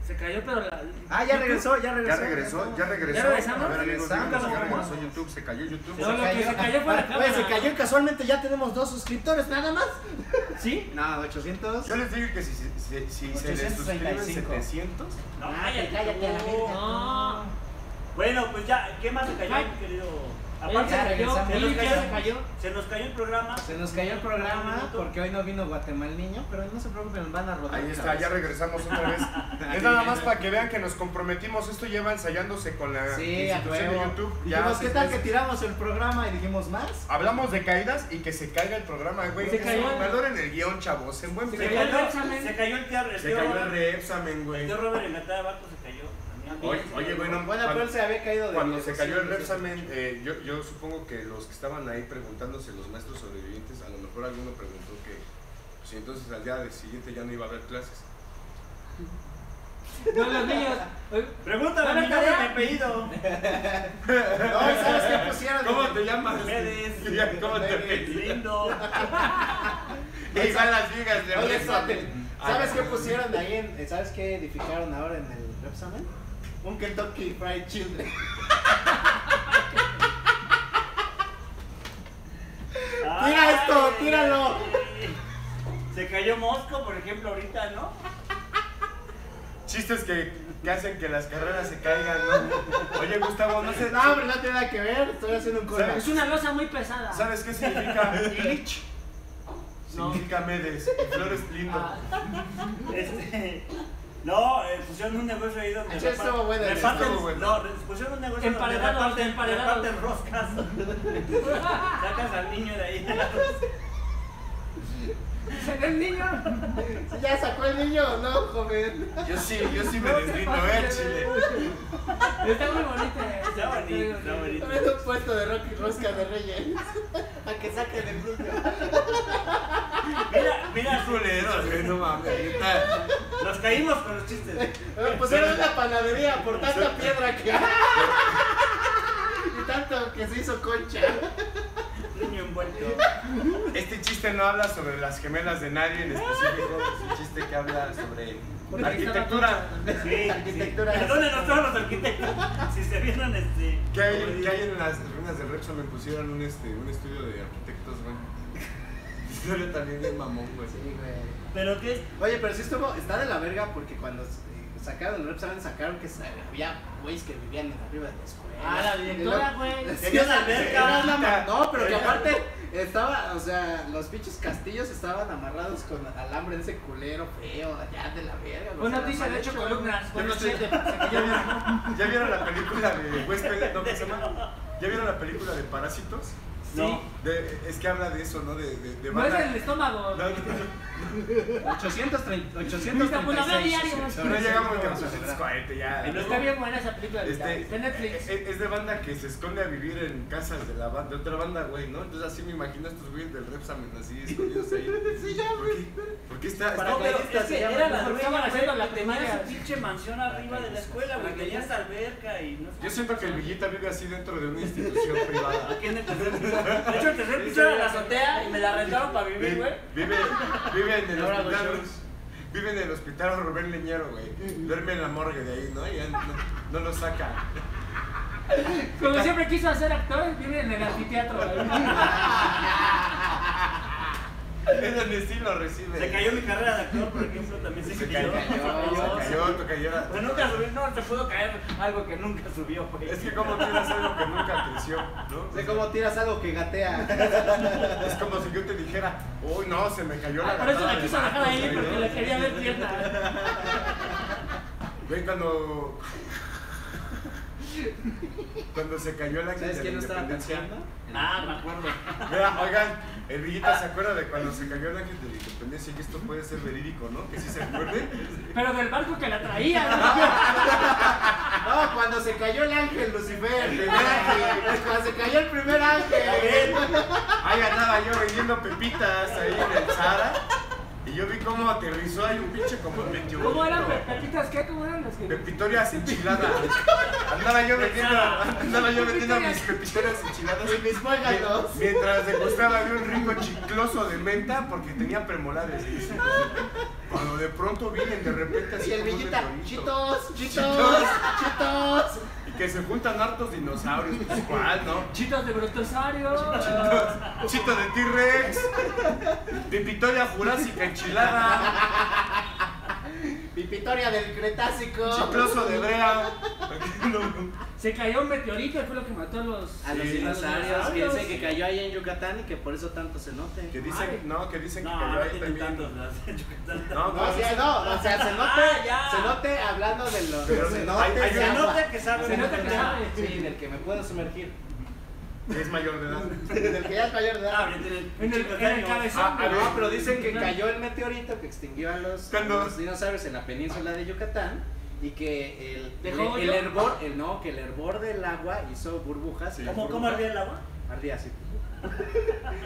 [SPEAKER 3] Se cayó, pero la.
[SPEAKER 5] Ah, ya regresó, ya
[SPEAKER 4] Ya
[SPEAKER 5] regresó.
[SPEAKER 4] regresó, ya regresó.
[SPEAKER 3] ¿Ya regresamos?
[SPEAKER 4] A ver, amigos,
[SPEAKER 5] Regresamos.
[SPEAKER 4] díganos, ya regresó YouTube, se cayó YouTube.
[SPEAKER 3] No, lo que se cayó fue la
[SPEAKER 2] Oye, se
[SPEAKER 3] cámara.
[SPEAKER 2] cayó casualmente, ya tenemos dos suscriptores nada más.
[SPEAKER 3] ¿Sí?
[SPEAKER 2] No, 800.
[SPEAKER 4] Yo les digo que si, si, si- si se les suscriben
[SPEAKER 2] 835.
[SPEAKER 4] 700,
[SPEAKER 1] No,
[SPEAKER 3] Cállate, cállate a la verga. No.
[SPEAKER 1] Bueno, pues ya, ¿qué más se cayó, mi querido? Aparte,
[SPEAKER 2] Ya,
[SPEAKER 1] se,
[SPEAKER 2] regresamos.
[SPEAKER 1] cayó,
[SPEAKER 2] Ya
[SPEAKER 1] se,
[SPEAKER 2] se
[SPEAKER 1] cayó,
[SPEAKER 2] cayó.
[SPEAKER 1] se nos cayó el programa.
[SPEAKER 2] Se nos cayó el programa porque hoy no vino Guatemal niño, pero no se preocupen, nos van a rodar.
[SPEAKER 4] ahí
[SPEAKER 2] otra
[SPEAKER 4] está,
[SPEAKER 2] vez.
[SPEAKER 4] ya regresamos otra vez. Es nada más para que vean que nos comprometimos. Esto lleva ensayándose con la
[SPEAKER 2] Sí, a
[SPEAKER 4] institución de
[SPEAKER 2] huevo.
[SPEAKER 4] YouTube. ya
[SPEAKER 2] Dijimos,
[SPEAKER 4] hace
[SPEAKER 2] ¿qué tal que
[SPEAKER 4] meses.
[SPEAKER 2] tiramos el programa y dijimos más?
[SPEAKER 4] Hablamos de caídas y que se caiga el programa, güey.
[SPEAKER 3] Se
[SPEAKER 4] Eso,
[SPEAKER 3] cayó.
[SPEAKER 4] Valoren el guión, chavos. En buen
[SPEAKER 1] Se
[SPEAKER 4] plan.
[SPEAKER 1] cayó,
[SPEAKER 3] cayó el
[SPEAKER 1] el-
[SPEAKER 3] examen.
[SPEAKER 1] se cayó el tío, el
[SPEAKER 4] Se
[SPEAKER 1] tío
[SPEAKER 4] cayó el
[SPEAKER 1] Robert-
[SPEAKER 4] Repsamen,
[SPEAKER 1] el
[SPEAKER 4] güey.
[SPEAKER 1] tío Robert en mitad de barco se cayó. También.
[SPEAKER 4] Oye, oye, güey, no-
[SPEAKER 2] Bueno, pero él se había caído de
[SPEAKER 4] Cuando
[SPEAKER 2] miedo,
[SPEAKER 4] se cayó
[SPEAKER 2] sí,
[SPEAKER 4] el
[SPEAKER 2] sí, sí.
[SPEAKER 4] Repsamen, eh, yo, yo supongo que los que estaban ahí preguntándose, los maestros sobrevivientes, a lo mejor alguno preguntó que pues, si entonces al día de siguiente ya no iba a haber clases.
[SPEAKER 3] No, los niños. Oye,
[SPEAKER 1] Pregúntame
[SPEAKER 3] ¿Van a
[SPEAKER 1] mi nombre y
[SPEAKER 3] tarea?
[SPEAKER 1] mi apellido.
[SPEAKER 2] [laughs] No, ¿y ¿sabes qué Pues, pusieron?
[SPEAKER 4] ¿Cómo te llamas?
[SPEAKER 2] pues,
[SPEAKER 1] Mercedes.
[SPEAKER 4] [laughs] Ya, ¿Cómo te
[SPEAKER 2] Mercedes.
[SPEAKER 1] Lindo. [laughs]
[SPEAKER 4] Y van las vigas de
[SPEAKER 2] pues, Oye,
[SPEAKER 4] Repsamen.
[SPEAKER 2] espérate, ¿sabes qué pusieron de ahí? En, eh, ¿Sabes qué edificaron ahora en el Repsamen? Un Kentucky Fried Children. [laughs] Tira esto, tíralo.
[SPEAKER 1] Se cayó Mosco, por ejemplo, ahorita, ¿no?
[SPEAKER 4] Chistes que, que hacen que las carreras se caigan, ¿no? Oye, Gustavo, no sé.
[SPEAKER 2] No, hombre, no tiene nada que ver, estoy haciendo un collage.
[SPEAKER 3] Es una losa muy pesada.
[SPEAKER 4] ¿Sabes qué
[SPEAKER 2] [laughs]
[SPEAKER 4] significa Illich?
[SPEAKER 3] No.
[SPEAKER 4] Significa Medes. y Flores lindo.
[SPEAKER 3] Ah,
[SPEAKER 1] Este, [laughs] no, eh, pusieron un negocio ahí donde
[SPEAKER 2] Eso estuvo
[SPEAKER 1] repar-
[SPEAKER 2] bueno, eso
[SPEAKER 1] reparten,
[SPEAKER 4] estuvo bueno.
[SPEAKER 1] no, re- pusieron un negocio
[SPEAKER 3] Emparedados,
[SPEAKER 1] donde reparten,
[SPEAKER 3] emparedados.
[SPEAKER 1] reparten roscas. Sacas al niño de ahí.
[SPEAKER 3] ¿Se ve el niño?
[SPEAKER 2] ¿Ya sacó el niño o no, joven?
[SPEAKER 4] Yo sí, yo sí me deslindo, eh, chile.
[SPEAKER 3] Está muy bonito. eh.
[SPEAKER 1] Está bonito, está bonito.
[SPEAKER 2] Abriendo un puesto de rock y rosca de reyes. [laughs] A que saquen el brujo.
[SPEAKER 1] Mira, mira,
[SPEAKER 4] culeros, güey, no mames. neta.
[SPEAKER 1] nos caímos con los chistes.
[SPEAKER 2] Me pusieron pues, una panadería por tanta piedra que... [laughs] Y tanto que se hizo concha.
[SPEAKER 1] Niño envuelto.
[SPEAKER 4] Este chiste no habla sobre las gemelas de nadie en específico. Es un chiste que habla sobre arquitectura.
[SPEAKER 1] Sí,
[SPEAKER 2] Arquitectura.
[SPEAKER 1] Sí. Perdónenos todos los arquitectos si se vieron este.
[SPEAKER 4] ¿Qué hay, qué hay en las ruinas del Repsol? Me pusieron un, este, un estudio de arquitectos, güey. [laughs] Historia también bien mamón, güey.
[SPEAKER 1] Pero qué es.
[SPEAKER 2] Oye, pero sí estuvo, está de la verga porque cuando eh, sacaron el rap, ¿saben? Sacaron que sa- había güeyes que vivían en arriba de la escuela.
[SPEAKER 3] Ah, la directora, güey.
[SPEAKER 2] [laughs] Sí,
[SPEAKER 1] Tenía
[SPEAKER 2] o sea,
[SPEAKER 1] una alberca.
[SPEAKER 2] era la ma- No, pero que aparte estaba, o sea, los pinches castillos estaban amarrados con alambre ese culero feo, allá de la verga. o
[SPEAKER 3] Fue
[SPEAKER 2] sea,
[SPEAKER 3] noticia
[SPEAKER 2] mal
[SPEAKER 3] de ocho
[SPEAKER 2] hecho.
[SPEAKER 3] columnas. Este,
[SPEAKER 4] Yo
[SPEAKER 3] Con
[SPEAKER 4] no
[SPEAKER 3] los
[SPEAKER 4] sé.
[SPEAKER 3] siete.
[SPEAKER 4] ¿Ya vieron, ya vieron la película de Huésped? ¿No ¿Cómo se llama? ¿Ya vieron la película de Parásitos?
[SPEAKER 1] No.
[SPEAKER 4] De- es que habla de eso, ¿no? De, de, de
[SPEAKER 3] No es
[SPEAKER 4] banda-
[SPEAKER 3] el estómago.
[SPEAKER 4] No, no,
[SPEAKER 2] 830,
[SPEAKER 3] Mira, pues la veo
[SPEAKER 2] 836. sí,
[SPEAKER 3] diario.
[SPEAKER 2] sí,
[SPEAKER 4] no, no
[SPEAKER 2] sí,
[SPEAKER 4] llegamos
[SPEAKER 2] sí,
[SPEAKER 4] a
[SPEAKER 2] vamos a celebrar.
[SPEAKER 4] 1940, ya.
[SPEAKER 3] Pero está bien buena esa película. ¿verdad?
[SPEAKER 4] Este,
[SPEAKER 3] Está en Netflix.
[SPEAKER 4] Es, es de banda que se esconde a vivir en casas de la banda, de otra banda, güey, ¿no? Entonces así me imagino a estos güeyes del Repsamen así escondidos ahí. ¿Por qué? ¿Por qué está,
[SPEAKER 1] No,
[SPEAKER 4] está-
[SPEAKER 1] pero es que era la
[SPEAKER 3] Estaban
[SPEAKER 1] dueña,
[SPEAKER 3] haciendo
[SPEAKER 1] güey,
[SPEAKER 3] la
[SPEAKER 1] que
[SPEAKER 3] primaria.
[SPEAKER 1] tenía su pinche mansión arriba de la escuela, güey, tenías alberca y no sé.
[SPEAKER 4] Yo siento que el Villita vive así dentro de
[SPEAKER 1] [laughs]
[SPEAKER 4] una institución privada.
[SPEAKER 1] Aquí en el tercer piso. De hecho, el tercer piso era la azotea y me la rentaron para
[SPEAKER 4] Vi-
[SPEAKER 1] vivir, güey.
[SPEAKER 4] Vive, vive en el
[SPEAKER 1] Ahora hago
[SPEAKER 4] hospital.
[SPEAKER 1] shows.
[SPEAKER 4] Vive en el hospital Rubén Leñero, güey. Duerme en la morgue de ahí, ¿no? Y ya no, no lo saca. [laughs] eh,
[SPEAKER 3] Como siempre quiso hacer actor, vive en el anfiteatro. güey.
[SPEAKER 4] Es donde sí lo recibe.
[SPEAKER 1] Se cayó mi carrera de actor, por ejemplo, también se,
[SPEAKER 4] Se
[SPEAKER 1] cayó.
[SPEAKER 4] cayó,
[SPEAKER 1] Se cayó.
[SPEAKER 4] se cayó, tu cayó.
[SPEAKER 1] Pues nunca subió, no, se pudo caer algo que nunca subió, güey.
[SPEAKER 4] Es que como tiras algo que nunca creció, ¿no?
[SPEAKER 2] Sé cómo tiras algo que gatea.
[SPEAKER 4] Es como si yo te dijera, uy, no, se me cayó la
[SPEAKER 3] Ah, Por eso
[SPEAKER 4] gatada
[SPEAKER 3] la
[SPEAKER 4] de
[SPEAKER 3] quiso dejar
[SPEAKER 4] Marcos",
[SPEAKER 3] ahí,
[SPEAKER 4] güey,
[SPEAKER 3] porque
[SPEAKER 4] ¿no?
[SPEAKER 3] la quería ver tierna.
[SPEAKER 4] Güey, cuando... [laughs] Cuando se cayó la
[SPEAKER 2] ¿Sabes quién no estaba pensando?
[SPEAKER 1] Ah, me acuerdo.
[SPEAKER 4] Mira, oigan, el Villita se acuerda de cuando se cayó el ángel de la independencia y esto puede ser verídico, ¿no? Que sí se acuerde.
[SPEAKER 3] Pero del barco que la traía.
[SPEAKER 2] [laughs] No, cuando se cayó el ángel,
[SPEAKER 4] [laughs]
[SPEAKER 2] Lucifer, el primer ángel. Cuando se cayó el primer ángel.
[SPEAKER 4] Ahí andaba yo vendiendo pepitas ahí en el Zara y yo vi cómo aterrizó ahí un pinche como
[SPEAKER 3] ¿no?
[SPEAKER 4] meteorito.
[SPEAKER 3] ¿Cómo eran pe- pepitas? ¿Qué? ¿Cómo eran las que?
[SPEAKER 4] Pepitorias enchiladas. Andaba yo vendiendo, andaba yo vendiendo mis pepitorias enchiladas.
[SPEAKER 2] Y mis muéganos.
[SPEAKER 4] Mientras degustaba había un rico chicloso de menta porque tenía premolares. Cuando de pronto vienen de repente así
[SPEAKER 2] Y el
[SPEAKER 4] como un
[SPEAKER 2] villita,
[SPEAKER 4] meteorito.
[SPEAKER 2] chitos, chitos,
[SPEAKER 4] Chitos.
[SPEAKER 2] chitos.
[SPEAKER 4] Y que se juntan hartos dinosaurios, pues cuál, ¿no?
[SPEAKER 3] Chitas de brontosaurio.
[SPEAKER 4] Chito de T-Rex, Pipitoria Jurásica enchilada,
[SPEAKER 8] Pipitoria del Cretácico.
[SPEAKER 4] chicloso de brea. [laughs]
[SPEAKER 3] Se cayó un meteorito y fue lo que mató a los.
[SPEAKER 2] A los
[SPEAKER 4] Sí.
[SPEAKER 2] dinosaurios que
[SPEAKER 3] dinosaurios.
[SPEAKER 2] dicen que cayó ahí en Yucatán y que por eso tanto se note.
[SPEAKER 4] Que dicen, no, que dicen que
[SPEAKER 1] No,
[SPEAKER 4] cayó
[SPEAKER 1] no
[SPEAKER 4] ahí
[SPEAKER 1] tienen
[SPEAKER 4] también.
[SPEAKER 1] tantos [laughs] las de Yucatán.
[SPEAKER 4] No,
[SPEAKER 8] No, o sea, no, o sea,
[SPEAKER 3] Ah,
[SPEAKER 8] cenote,
[SPEAKER 3] ya.
[SPEAKER 8] cenote hablando de los
[SPEAKER 4] Pero se- hay- hay
[SPEAKER 8] cenotes de
[SPEAKER 4] una-
[SPEAKER 8] agua.
[SPEAKER 1] que saben.
[SPEAKER 3] Se nota que sabe.
[SPEAKER 2] Sí, en el que me pueda sumergir.
[SPEAKER 4] es mayor de edad.
[SPEAKER 8] Del que ya es mayor
[SPEAKER 2] Ah,
[SPEAKER 8] de edad.
[SPEAKER 1] Saben, tienen
[SPEAKER 3] En el,
[SPEAKER 1] chicos
[SPEAKER 3] en el
[SPEAKER 1] años.
[SPEAKER 3] cabezón.
[SPEAKER 4] Ah, ah,
[SPEAKER 3] güey.
[SPEAKER 2] No, pero dicen que
[SPEAKER 3] Claro.
[SPEAKER 2] cayó el meteorito que extinguió a los, a
[SPEAKER 4] Cuando-
[SPEAKER 2] los dinosaurios en la península de Yucatán y que el,
[SPEAKER 3] ¿Dejó
[SPEAKER 2] el,
[SPEAKER 3] hoyo?
[SPEAKER 2] hervor, el- no, que el hervor del agua hizo burbujas.
[SPEAKER 4] Sí.
[SPEAKER 2] las
[SPEAKER 1] ¿Cómo, ¿Cómo
[SPEAKER 2] burbujas-
[SPEAKER 1] ardía el agua?
[SPEAKER 2] Ardía así. [laughs]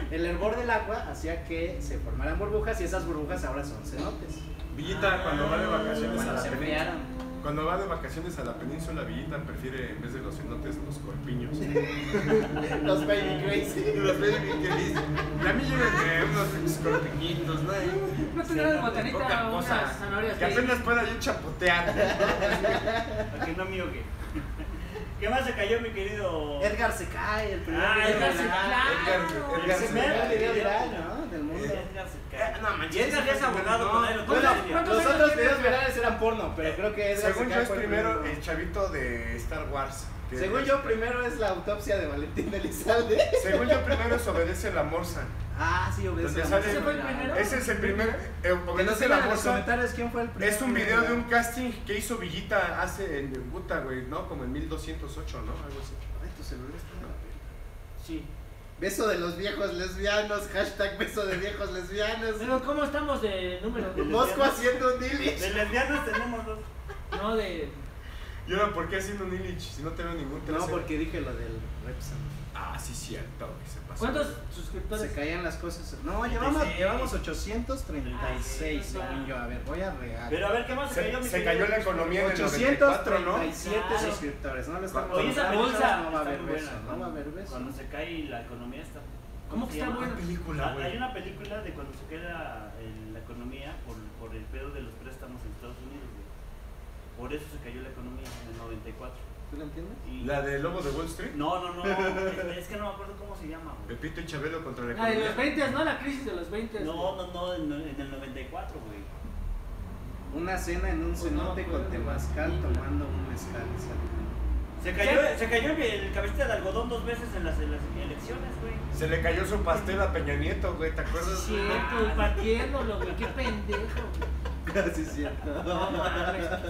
[SPEAKER 2] El hervor del agua hacía que se formaran burbujas y esas burbujas ahora son cenotes.
[SPEAKER 4] Villita, cuando va de vacaciones a
[SPEAKER 2] Cuando
[SPEAKER 4] la
[SPEAKER 2] se
[SPEAKER 4] península.
[SPEAKER 2] enfriaron.
[SPEAKER 4] Cuando va de vacaciones a la península, Villita prefiere en vez de los cenotes los corpiños.
[SPEAKER 2] [laughs]
[SPEAKER 8] Los baby crazy.
[SPEAKER 4] [laughs] Los baby que dicen. Y a mí llegan unos corpiñitos, ¿no?
[SPEAKER 3] No tendrán de
[SPEAKER 4] Poca
[SPEAKER 3] botanita unas
[SPEAKER 4] cosa.
[SPEAKER 3] zanahorias.
[SPEAKER 4] Que
[SPEAKER 3] ahí?
[SPEAKER 4] apenas pueda yo chapotear.
[SPEAKER 1] Para que no miogue. [laughs] ¿Qué más se cayó, mi querido?
[SPEAKER 2] Edgar se cae, el primer
[SPEAKER 1] Ah,
[SPEAKER 2] video
[SPEAKER 1] Edgar
[SPEAKER 2] viral.
[SPEAKER 4] Edgar-
[SPEAKER 3] Claro.
[SPEAKER 4] Edgar
[SPEAKER 2] El
[SPEAKER 4] se
[SPEAKER 2] primer
[SPEAKER 1] cae.
[SPEAKER 2] video viral, ¿no? Del mundo.
[SPEAKER 1] Edgar se
[SPEAKER 4] Eh,
[SPEAKER 1] cayó.
[SPEAKER 4] No, manches.
[SPEAKER 1] Edgar ya es abogado,
[SPEAKER 4] No.
[SPEAKER 1] por ahí lo
[SPEAKER 8] Bueno,
[SPEAKER 1] tiene.
[SPEAKER 3] ¿cuántos
[SPEAKER 8] los
[SPEAKER 3] años
[SPEAKER 8] otros
[SPEAKER 3] tiene?
[SPEAKER 8] videos virales eran porno, pero creo que Edgar
[SPEAKER 4] Según
[SPEAKER 8] se
[SPEAKER 4] yo
[SPEAKER 8] cae
[SPEAKER 4] es
[SPEAKER 8] fue el
[SPEAKER 4] primero
[SPEAKER 8] primero.
[SPEAKER 4] el chavito de Star Wars. que-
[SPEAKER 8] Según yo, primero es la autopsia de Valentín Elizalde.
[SPEAKER 4] Según yo, primero es obedece la morsa.
[SPEAKER 2] [laughs] Ah, sí, obedece.
[SPEAKER 4] Donde
[SPEAKER 2] la
[SPEAKER 4] sale-
[SPEAKER 2] música.
[SPEAKER 3] ¿Ese fue el primero?
[SPEAKER 4] Ese es el primer. eh,
[SPEAKER 2] Que nos
[SPEAKER 4] obedece
[SPEAKER 2] digan
[SPEAKER 4] la
[SPEAKER 2] en los
[SPEAKER 4] morsa.
[SPEAKER 2] comentarios quién fue el primero.
[SPEAKER 4] Es un video de un casting que hizo Villita hace en Buta, güey, ¿no? Como en 1208, ¿no? Algo así.
[SPEAKER 2] Ay, tu celular está en la verga.
[SPEAKER 3] Sí.
[SPEAKER 8] Beso de los viejos lesbianos, hashtag beso de viejos lesbianos.
[SPEAKER 3] Pero ¿cómo estamos de número?
[SPEAKER 8] Mosco haciendo un dilish.
[SPEAKER 1] De lesbianas tenemos dos.
[SPEAKER 3] No, de.
[SPEAKER 4] Y ahora, ¿por qué haciendo un Illich si no tengo ningún
[SPEAKER 2] No,
[SPEAKER 4] tercero?
[SPEAKER 2] porque dije lo del Repsan.
[SPEAKER 4] Ah, sí, cierto, güey, se pasó.
[SPEAKER 3] ¿Cuántos
[SPEAKER 2] Se
[SPEAKER 3] suscriptores?
[SPEAKER 2] caían las cosas. No, llevamos,
[SPEAKER 1] 36.
[SPEAKER 2] llevamos 836,
[SPEAKER 3] Ah, sí,
[SPEAKER 2] según yo. A ver, voy a real.
[SPEAKER 1] Pero a ver, ¿qué más se cayó,
[SPEAKER 4] Se,
[SPEAKER 1] mi
[SPEAKER 4] se
[SPEAKER 1] querido?
[SPEAKER 4] cayó la economía en el 94, ¿no?
[SPEAKER 2] 837
[SPEAKER 3] Claro.
[SPEAKER 2] suscriptores, no lo estamos
[SPEAKER 1] Oye, esa
[SPEAKER 2] contando,
[SPEAKER 1] bolsa
[SPEAKER 2] No va a
[SPEAKER 1] está
[SPEAKER 2] haber
[SPEAKER 1] muy
[SPEAKER 2] beso,
[SPEAKER 1] buena,
[SPEAKER 2] no va a haber beso.
[SPEAKER 1] Cuando se cae la economía está...
[SPEAKER 3] ¿Cómo que
[SPEAKER 1] se
[SPEAKER 3] está
[SPEAKER 1] llama?
[SPEAKER 3] buena?
[SPEAKER 4] película,
[SPEAKER 1] Ah, Hay
[SPEAKER 4] güey.
[SPEAKER 1] una película de cuando se queda en la economía por, por el pedo de los préstamos en Estados Unidos. güey. Por eso se cayó la economía en el 94.
[SPEAKER 2] ¿Tú lo entiendes?
[SPEAKER 1] Y-
[SPEAKER 4] La de Lobo de Wall Street.
[SPEAKER 1] No, no, no. es, es que no me acuerdo cómo se llama. güey.
[SPEAKER 4] Pepito y Chabelo contra la
[SPEAKER 3] La Ah, de los
[SPEAKER 4] economía.
[SPEAKER 3] 20, ¿no? La crisis de los 20.
[SPEAKER 1] No, no, no, en, en el 94, güey.
[SPEAKER 2] Una cena en un
[SPEAKER 3] Pues no,
[SPEAKER 2] cenote
[SPEAKER 3] pues,
[SPEAKER 2] con temazcal
[SPEAKER 3] no.
[SPEAKER 2] tomando un mezcal. ¿sabes?
[SPEAKER 1] Se cayó, se cayó el cabecita de algodón dos veces en las, en las elecciones,
[SPEAKER 3] [laughs]
[SPEAKER 1] güey.
[SPEAKER 4] Se le cayó su pastel a Peña Nieto, güey, ¿te acuerdas?
[SPEAKER 3] Cierto, y partiéndolo, güey. Qué pendejo, güey.
[SPEAKER 2] [laughs] Casi [laughs] cierto.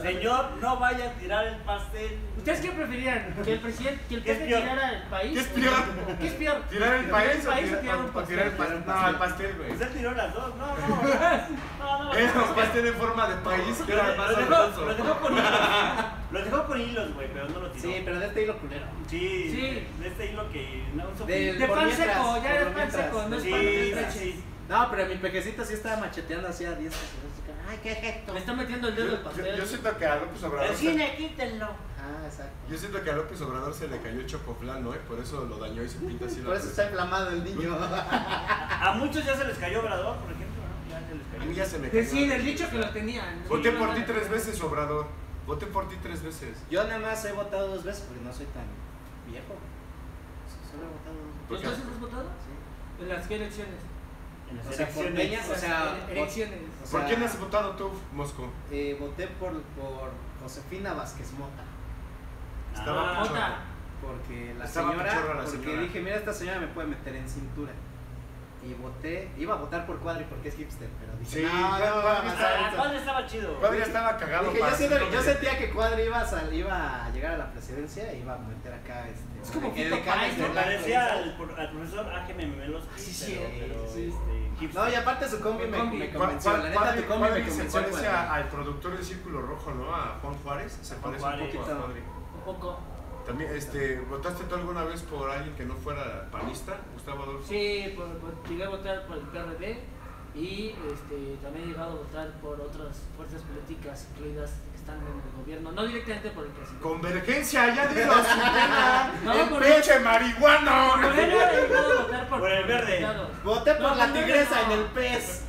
[SPEAKER 1] Señor, no vaya a tirar el pastel.
[SPEAKER 3] ¿Ustedes qué preferirían? ¿Que el presidente, que el
[SPEAKER 1] ¿Qué es
[SPEAKER 3] peje
[SPEAKER 1] peor?
[SPEAKER 3] tirara el país?
[SPEAKER 4] ¿Qué es peor?
[SPEAKER 3] ¿Qué es peor?
[SPEAKER 4] ¿Tirar el país o
[SPEAKER 3] o tirar un
[SPEAKER 4] tirar- o tirar el
[SPEAKER 3] pastel?
[SPEAKER 4] pastel? No, el pastel, güey.
[SPEAKER 1] Usted tiró las dos, no, no.
[SPEAKER 4] [laughs]
[SPEAKER 1] no, no.
[SPEAKER 4] Era un pastel en forma de país que era el más
[SPEAKER 1] Lo dejó,
[SPEAKER 4] sabroso.
[SPEAKER 1] lo dejó con hilos. ¿eh? Lo dejó con hilos, güey, pero no lo tiró.
[SPEAKER 2] Sí, pero de este hilo culero.
[SPEAKER 1] Sí,
[SPEAKER 3] Sí.
[SPEAKER 1] de este hilo que no uso.
[SPEAKER 2] Del-
[SPEAKER 3] De
[SPEAKER 2] Por
[SPEAKER 3] pan
[SPEAKER 2] mientras,
[SPEAKER 3] seco,
[SPEAKER 2] por
[SPEAKER 3] ya eres pan
[SPEAKER 2] mientras.
[SPEAKER 3] seco, no es pan
[SPEAKER 1] sí,
[SPEAKER 3] de
[SPEAKER 1] sí,
[SPEAKER 3] leche.
[SPEAKER 1] sí.
[SPEAKER 2] No, pero mi pejecito sí estaba macheteando así a diestra. Ay, qué gesto.
[SPEAKER 3] Me está metiendo el
[SPEAKER 4] Yo,
[SPEAKER 3] dedo el
[SPEAKER 4] yo-
[SPEAKER 3] pastel.
[SPEAKER 4] yo siento que pues, a López Obrador.
[SPEAKER 1] El
[SPEAKER 4] Se,
[SPEAKER 1] cine, quítenlo.
[SPEAKER 2] Ah, exacto.
[SPEAKER 4] yo siento que a López Obrador se le cayó el chocoflán, ¿no? Y por eso lo dañó y se pinta así la
[SPEAKER 8] Por eso
[SPEAKER 4] cabeza.
[SPEAKER 8] está inflamado el niño.
[SPEAKER 1] A muchos ya se les cayó Obrador, por ejemplo, ¿no? Ya se les
[SPEAKER 4] A mí
[SPEAKER 1] cayó.
[SPEAKER 4] ya se me cayó.
[SPEAKER 3] Deciden, el dicho que lo tenían.
[SPEAKER 4] Voté por ti tres veces, Obrador. Voté por ti tres veces.
[SPEAKER 2] [laughs] Yo nada más he votado dos veces porque no soy tan viejo. Solo he votado dos veces.
[SPEAKER 4] ¿Por qué?
[SPEAKER 3] ¿Entonces has votado?
[SPEAKER 2] Sí.
[SPEAKER 3] ¿En las qué elecciones?
[SPEAKER 1] En las
[SPEAKER 2] O sea, por
[SPEAKER 1] elecciones.
[SPEAKER 2] Peña, o sea,
[SPEAKER 3] Ele-
[SPEAKER 2] por-
[SPEAKER 3] elecciones.
[SPEAKER 2] o sea,
[SPEAKER 4] ¿Por quién has votado tú, Mosco?
[SPEAKER 2] eh, voté por, por Josefina Vázquez Mota.
[SPEAKER 4] Estaba
[SPEAKER 1] Ah,
[SPEAKER 4] mucho.
[SPEAKER 3] Vota.
[SPEAKER 2] Porque la
[SPEAKER 4] Estaba
[SPEAKER 2] señora,
[SPEAKER 4] pichorra la
[SPEAKER 2] porque
[SPEAKER 4] señora.
[SPEAKER 2] dije, mira, esta señora me puede meter en cintura. Y voté, iba a votar por Cuadri porque es hipster, pero dije,
[SPEAKER 4] Sí,
[SPEAKER 2] no,
[SPEAKER 8] No, no,
[SPEAKER 4] Cuadri-
[SPEAKER 8] va a avanzar
[SPEAKER 1] Ah,
[SPEAKER 8] esto.
[SPEAKER 1] ¿cuál estaba chido?
[SPEAKER 4] Cuadri estaba cagado
[SPEAKER 8] Dije,
[SPEAKER 4] para
[SPEAKER 8] yo, siento-
[SPEAKER 4] hacerlo
[SPEAKER 8] yo
[SPEAKER 4] bien.
[SPEAKER 8] sentía que cuadra.
[SPEAKER 2] Cuadri iba a, sal- iba a llegar a la presidencia y iba a meter acá este.
[SPEAKER 3] Es como
[SPEAKER 2] que
[SPEAKER 3] Fito
[SPEAKER 2] decanes
[SPEAKER 3] Páez,
[SPEAKER 2] de
[SPEAKER 1] Me
[SPEAKER 3] ¿no?
[SPEAKER 2] blanco,
[SPEAKER 1] parecía
[SPEAKER 2] ¿sabes?
[SPEAKER 1] al, por- al profesor A.G.M. Memelos,
[SPEAKER 2] sí,
[SPEAKER 1] pero,
[SPEAKER 2] sí,
[SPEAKER 1] pero
[SPEAKER 2] sí.
[SPEAKER 1] este, hipster.
[SPEAKER 2] No, y aparte su combi me,
[SPEAKER 3] Combi.
[SPEAKER 2] me
[SPEAKER 4] Cu-
[SPEAKER 2] convenció. La
[SPEAKER 4] Cuadri-
[SPEAKER 2] neta, tu combi me
[SPEAKER 4] Cuadri se
[SPEAKER 2] convenció.
[SPEAKER 4] parece
[SPEAKER 2] Cuadri.
[SPEAKER 4] a- al productor del Círculo Rojo, ¿no? A Juan Juárez. Se parece un
[SPEAKER 1] Juárez.
[SPEAKER 4] poco a Cuadri.
[SPEAKER 3] Un poco.
[SPEAKER 4] También, este, ¿votaste tú alguna vez por alguien que no fuera panista? Gustavo Adolfo.
[SPEAKER 3] Sí, por, por- llegué a votar por el PRD y este, también he llegado a votar por otras fuerzas políticas incluidas que están en el gobierno, no directamente por el presidente.
[SPEAKER 4] Convergencia, ya dilo a su pena.
[SPEAKER 3] [laughs] No,
[SPEAKER 4] el
[SPEAKER 3] por-
[SPEAKER 4] pinche marihuano.
[SPEAKER 3] Por él he llegado a votar por,
[SPEAKER 1] Por el verde.
[SPEAKER 3] diputados.
[SPEAKER 8] Voté por
[SPEAKER 3] No,
[SPEAKER 8] la
[SPEAKER 3] no,
[SPEAKER 8] tigresa
[SPEAKER 3] no.
[SPEAKER 8] en el pez.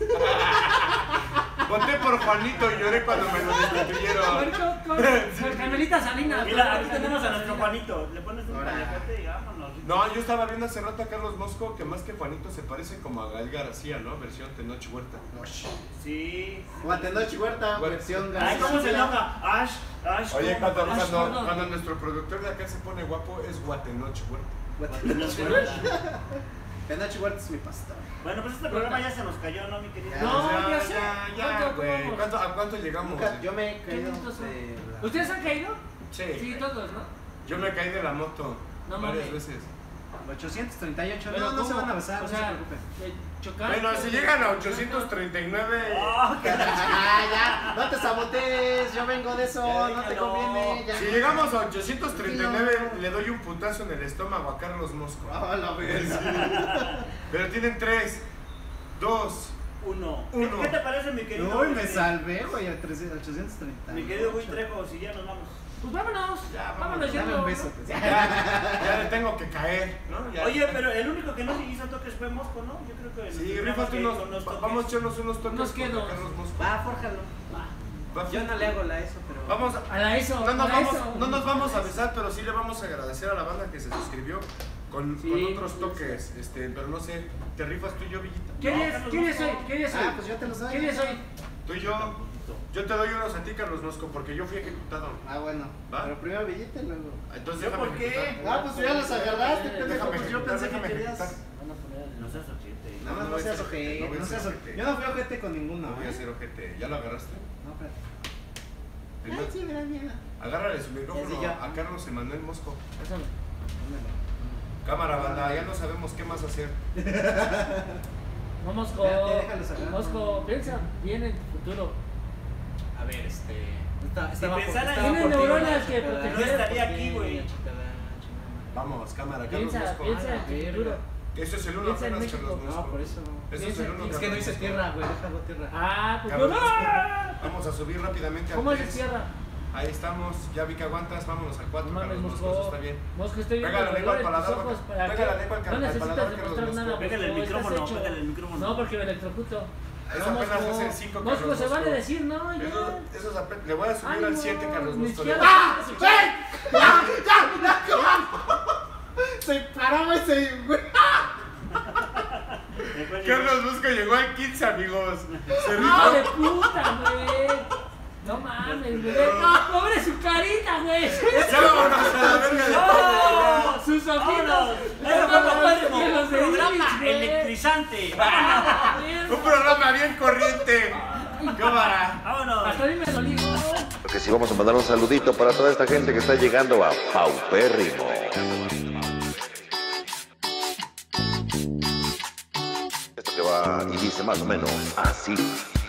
[SPEAKER 4] Voté por Juanito y lloré cuando me
[SPEAKER 3] [laughs]
[SPEAKER 4] lo destituyeron.
[SPEAKER 3] Carmelita Salinas.
[SPEAKER 1] Mira, aquí tenemos a nuestro Juanito. Le pones un
[SPEAKER 2] Ahora.
[SPEAKER 1] palacate y vámonos.
[SPEAKER 4] No, yo estaba viendo hace rato a Carlos Mosco que más que Juanito se parece como a Gael García, ¿no? Versión Tenoch Huerta.
[SPEAKER 1] Sí.
[SPEAKER 2] O a Tenoch Huerta,
[SPEAKER 4] Bueno.
[SPEAKER 2] versión
[SPEAKER 1] Ay, ¿cómo se enoja? Ash, Ash.
[SPEAKER 4] Oye,
[SPEAKER 1] ¿cómo?
[SPEAKER 4] cuando,
[SPEAKER 3] Ay,
[SPEAKER 4] cuando,
[SPEAKER 3] perdón.
[SPEAKER 4] cuando nuestro productor de acá se pone guapo es Guatenoch Huerta.
[SPEAKER 2] Tenoch Huerta es mi pastor.
[SPEAKER 1] Bueno, pues este programa ya se nos cayó, ¿no, mi querido?
[SPEAKER 3] No, ya sé.
[SPEAKER 4] ya, ya,
[SPEAKER 3] ¿Cuánto
[SPEAKER 4] güey.
[SPEAKER 3] vamos?
[SPEAKER 4] ¿Cuánto- ¿A cuánto llegamos?
[SPEAKER 2] Nunca, yo me he caído
[SPEAKER 3] bonitos son.
[SPEAKER 2] de la-
[SPEAKER 3] ¿Ustedes han caído?
[SPEAKER 4] Sí.
[SPEAKER 3] Sí, todos, ¿no?
[SPEAKER 4] Yo me caí de la moto
[SPEAKER 3] No
[SPEAKER 4] varias
[SPEAKER 3] mames.
[SPEAKER 4] veces.
[SPEAKER 5] 838.
[SPEAKER 3] Pero
[SPEAKER 5] no, no se
[SPEAKER 3] ¿cómo?
[SPEAKER 5] van a besar,
[SPEAKER 3] O sea,
[SPEAKER 5] no se
[SPEAKER 2] [laughs]
[SPEAKER 5] preocupen.
[SPEAKER 3] eh, chocar.
[SPEAKER 4] Bueno, si llegan a 839...
[SPEAKER 1] Ah, qué-
[SPEAKER 2] Ah, ya, no te sabotees, yo vengo de eso,
[SPEAKER 1] Ya,
[SPEAKER 2] no te
[SPEAKER 1] déjalo.
[SPEAKER 2] conviene. Ya.
[SPEAKER 4] Si llegamos a 839, le doy un putazo en el estómago a Carlos Mosco.
[SPEAKER 2] Ah, la verga.
[SPEAKER 4] Pero tienen 3, 2,
[SPEAKER 1] Uno.
[SPEAKER 4] Uno.
[SPEAKER 1] ¿Qué te parece, mi querido?
[SPEAKER 5] Uy, me
[SPEAKER 1] este,
[SPEAKER 5] salvé, güey, a 3 830.
[SPEAKER 1] Mi querido Gui Trejo, si ya nos vamos.
[SPEAKER 3] Pues vámonos.
[SPEAKER 4] Ya, vámonos,
[SPEAKER 3] vámonos, ya
[SPEAKER 5] Dame un
[SPEAKER 3] no-
[SPEAKER 5] beso. pues.
[SPEAKER 4] ya le tengo que caer, ¿no? Ya.
[SPEAKER 1] Oye, pero el único que no se hizo toques fue Mosco, ¿no? Yo creo que.
[SPEAKER 4] Sí,
[SPEAKER 1] nos tendríamos
[SPEAKER 4] rifate unos,
[SPEAKER 1] que ir con los
[SPEAKER 4] va-
[SPEAKER 1] toques.
[SPEAKER 4] vamos a echarnos unos toques
[SPEAKER 3] Unos
[SPEAKER 4] contra
[SPEAKER 3] quedos.
[SPEAKER 4] Carlos Mosco.
[SPEAKER 9] Va, fórjalo.
[SPEAKER 4] Va.
[SPEAKER 9] Yo no le hago la eso, pero.
[SPEAKER 4] Vamos a-
[SPEAKER 3] A la ESO.
[SPEAKER 4] no,
[SPEAKER 3] a
[SPEAKER 4] nos
[SPEAKER 3] la
[SPEAKER 4] vamos,
[SPEAKER 3] ESO.
[SPEAKER 4] no nos vamos a besar, pero sí le vamos a agradecer a la banda que se suscribió con,
[SPEAKER 3] Sí,
[SPEAKER 4] con otros
[SPEAKER 3] sí,
[SPEAKER 4] toques. Este, pero no sé, ¿te rifas tú y yo, Villita?
[SPEAKER 3] ¿Quién
[SPEAKER 1] No,
[SPEAKER 3] es?
[SPEAKER 1] Carlos
[SPEAKER 3] ¿Quién es
[SPEAKER 1] Mosco.
[SPEAKER 3] hoy? ¿Quién es hoy?
[SPEAKER 2] Ah, pues yo te los doy.
[SPEAKER 3] ¿Quién es hoy?
[SPEAKER 4] Tú y yo. Yo te doy unos a ti, Carlos Mosco, porque yo fui ejecutado.
[SPEAKER 2] Ah, bueno.
[SPEAKER 4] Va.
[SPEAKER 2] Pero primero billete y luego.
[SPEAKER 4] Entonces,
[SPEAKER 1] ¿Yo
[SPEAKER 4] déjame
[SPEAKER 1] por qué?
[SPEAKER 4] ejecutar.
[SPEAKER 2] Ah, pues tú ya los agarraste, pendejo.
[SPEAKER 4] Déjame
[SPEAKER 2] Pues yo
[SPEAKER 4] ejecutar,
[SPEAKER 2] pensé que
[SPEAKER 4] déjame
[SPEAKER 2] querías.
[SPEAKER 4] ejecutar.
[SPEAKER 3] Van a poner el-
[SPEAKER 1] No seas ochete.
[SPEAKER 2] No, no, no seas ojete.
[SPEAKER 4] voy a
[SPEAKER 2] No
[SPEAKER 4] ser
[SPEAKER 2] seas
[SPEAKER 4] ojete.
[SPEAKER 2] ojete. Yo no fui ojete con ninguno.
[SPEAKER 4] No voy a
[SPEAKER 2] ¿eh?
[SPEAKER 4] ser ojete. ¿Ya lo agarraste?
[SPEAKER 2] No, espérate.
[SPEAKER 4] Primero,
[SPEAKER 2] Ay, sí, gracias.
[SPEAKER 4] agárrale su micrófono
[SPEAKER 2] Ya sé ya.
[SPEAKER 4] a Carlos Emanuel Mosco.
[SPEAKER 3] Pásame.
[SPEAKER 4] Cámara, banda, ya no sabemos qué más hacer.
[SPEAKER 3] No, Mosco.
[SPEAKER 5] Ya, ya déjalos hablar.
[SPEAKER 3] Mosco, piensa bien en tu futuro.
[SPEAKER 9] A ver, este. Estaba,
[SPEAKER 1] estaba por-
[SPEAKER 9] pensara,
[SPEAKER 1] estaba
[SPEAKER 9] tiene
[SPEAKER 1] por ti,
[SPEAKER 3] neuronas que
[SPEAKER 9] chingada,
[SPEAKER 3] protegen.
[SPEAKER 9] no estaría
[SPEAKER 1] Porque
[SPEAKER 9] aquí, güey.
[SPEAKER 1] la
[SPEAKER 4] Vamos, cámara, Carlos
[SPEAKER 3] Piensa,
[SPEAKER 4] Mosco.
[SPEAKER 3] piensa
[SPEAKER 9] Ah, la
[SPEAKER 3] en tu futuro.
[SPEAKER 9] verga.
[SPEAKER 4] Eso es el uno
[SPEAKER 3] piensa en
[SPEAKER 4] apenas,
[SPEAKER 3] México.
[SPEAKER 4] Carlos
[SPEAKER 3] No,
[SPEAKER 4] Mosco.
[SPEAKER 9] por eso.
[SPEAKER 4] Eso es
[SPEAKER 3] Piensa
[SPEAKER 4] el
[SPEAKER 3] en
[SPEAKER 4] uno
[SPEAKER 3] ti.
[SPEAKER 9] Es que no hice tierra, güey. Déjalo tierra.
[SPEAKER 3] Ah, pues.
[SPEAKER 4] Carlos
[SPEAKER 3] ¡Ah!
[SPEAKER 4] Mosco. Vamos a subir rápidamente al
[SPEAKER 3] ¿Cómo se
[SPEAKER 4] tres.
[SPEAKER 3] cierra?
[SPEAKER 4] Ahí estamos, ya vi que aguantas, vámonos al 4,
[SPEAKER 3] No mames,
[SPEAKER 4] Carlos Mosco,
[SPEAKER 3] Mosco.
[SPEAKER 4] eso está bien.
[SPEAKER 3] Mosco, estoy viendo
[SPEAKER 4] Pégale la
[SPEAKER 3] los
[SPEAKER 4] lengua al
[SPEAKER 3] colores de tus
[SPEAKER 4] paladar,
[SPEAKER 3] ojos. ¿Para
[SPEAKER 4] pégale la
[SPEAKER 3] qué?
[SPEAKER 4] lengua al-
[SPEAKER 3] No
[SPEAKER 4] al paladar,
[SPEAKER 3] necesitas
[SPEAKER 4] Carlos
[SPEAKER 3] demostrar nada.
[SPEAKER 4] Mosco.
[SPEAKER 1] Pégale el
[SPEAKER 3] Mosco, estás
[SPEAKER 1] micrófono,
[SPEAKER 3] hecho.
[SPEAKER 1] pégale el micrófono.
[SPEAKER 3] No, porque me electrocuto.
[SPEAKER 4] Eso
[SPEAKER 3] No,
[SPEAKER 4] apenas
[SPEAKER 3] Mosco.
[SPEAKER 4] es el cinco,
[SPEAKER 3] Mosco,
[SPEAKER 4] Carlos
[SPEAKER 3] se
[SPEAKER 4] Mosco.
[SPEAKER 3] vale decir no, ya.
[SPEAKER 4] Eso, eso es apenas- le voy a subir al
[SPEAKER 3] Ánimo,
[SPEAKER 4] 7, Carlos Mosco.
[SPEAKER 3] ni
[SPEAKER 4] le-
[SPEAKER 3] siquiera-
[SPEAKER 2] ¡Ah! ¡Ey! ¡Ya! ¡Ya! ¡Ya! ¡Ya! Se paraba ese güey.
[SPEAKER 1] Recuerden-
[SPEAKER 4] Ah, Carlos Mosco llegó al 15, amigos. Se
[SPEAKER 3] ¡Hijo
[SPEAKER 4] rifó.
[SPEAKER 3] de puta, güey! No mames, güey. No, pobre su carita, güey.
[SPEAKER 4] Ya vámonos a la verga de
[SPEAKER 3] ¡No! Sus
[SPEAKER 1] ¡Vámonos!
[SPEAKER 3] ojitos.
[SPEAKER 1] Eso fue lo último,
[SPEAKER 3] Que los
[SPEAKER 1] un
[SPEAKER 3] de Grinch,
[SPEAKER 1] programa
[SPEAKER 3] güey.
[SPEAKER 1] electrizante.
[SPEAKER 4] Un programa bien corriente. Cámara.
[SPEAKER 1] ¡Vámonos!
[SPEAKER 3] Hasta a mí me dolí.
[SPEAKER 10] Porque si vamos a mandar un saludito para toda esta gente que está llegando a Paupérrimo. Esto que va y dice más o menos así.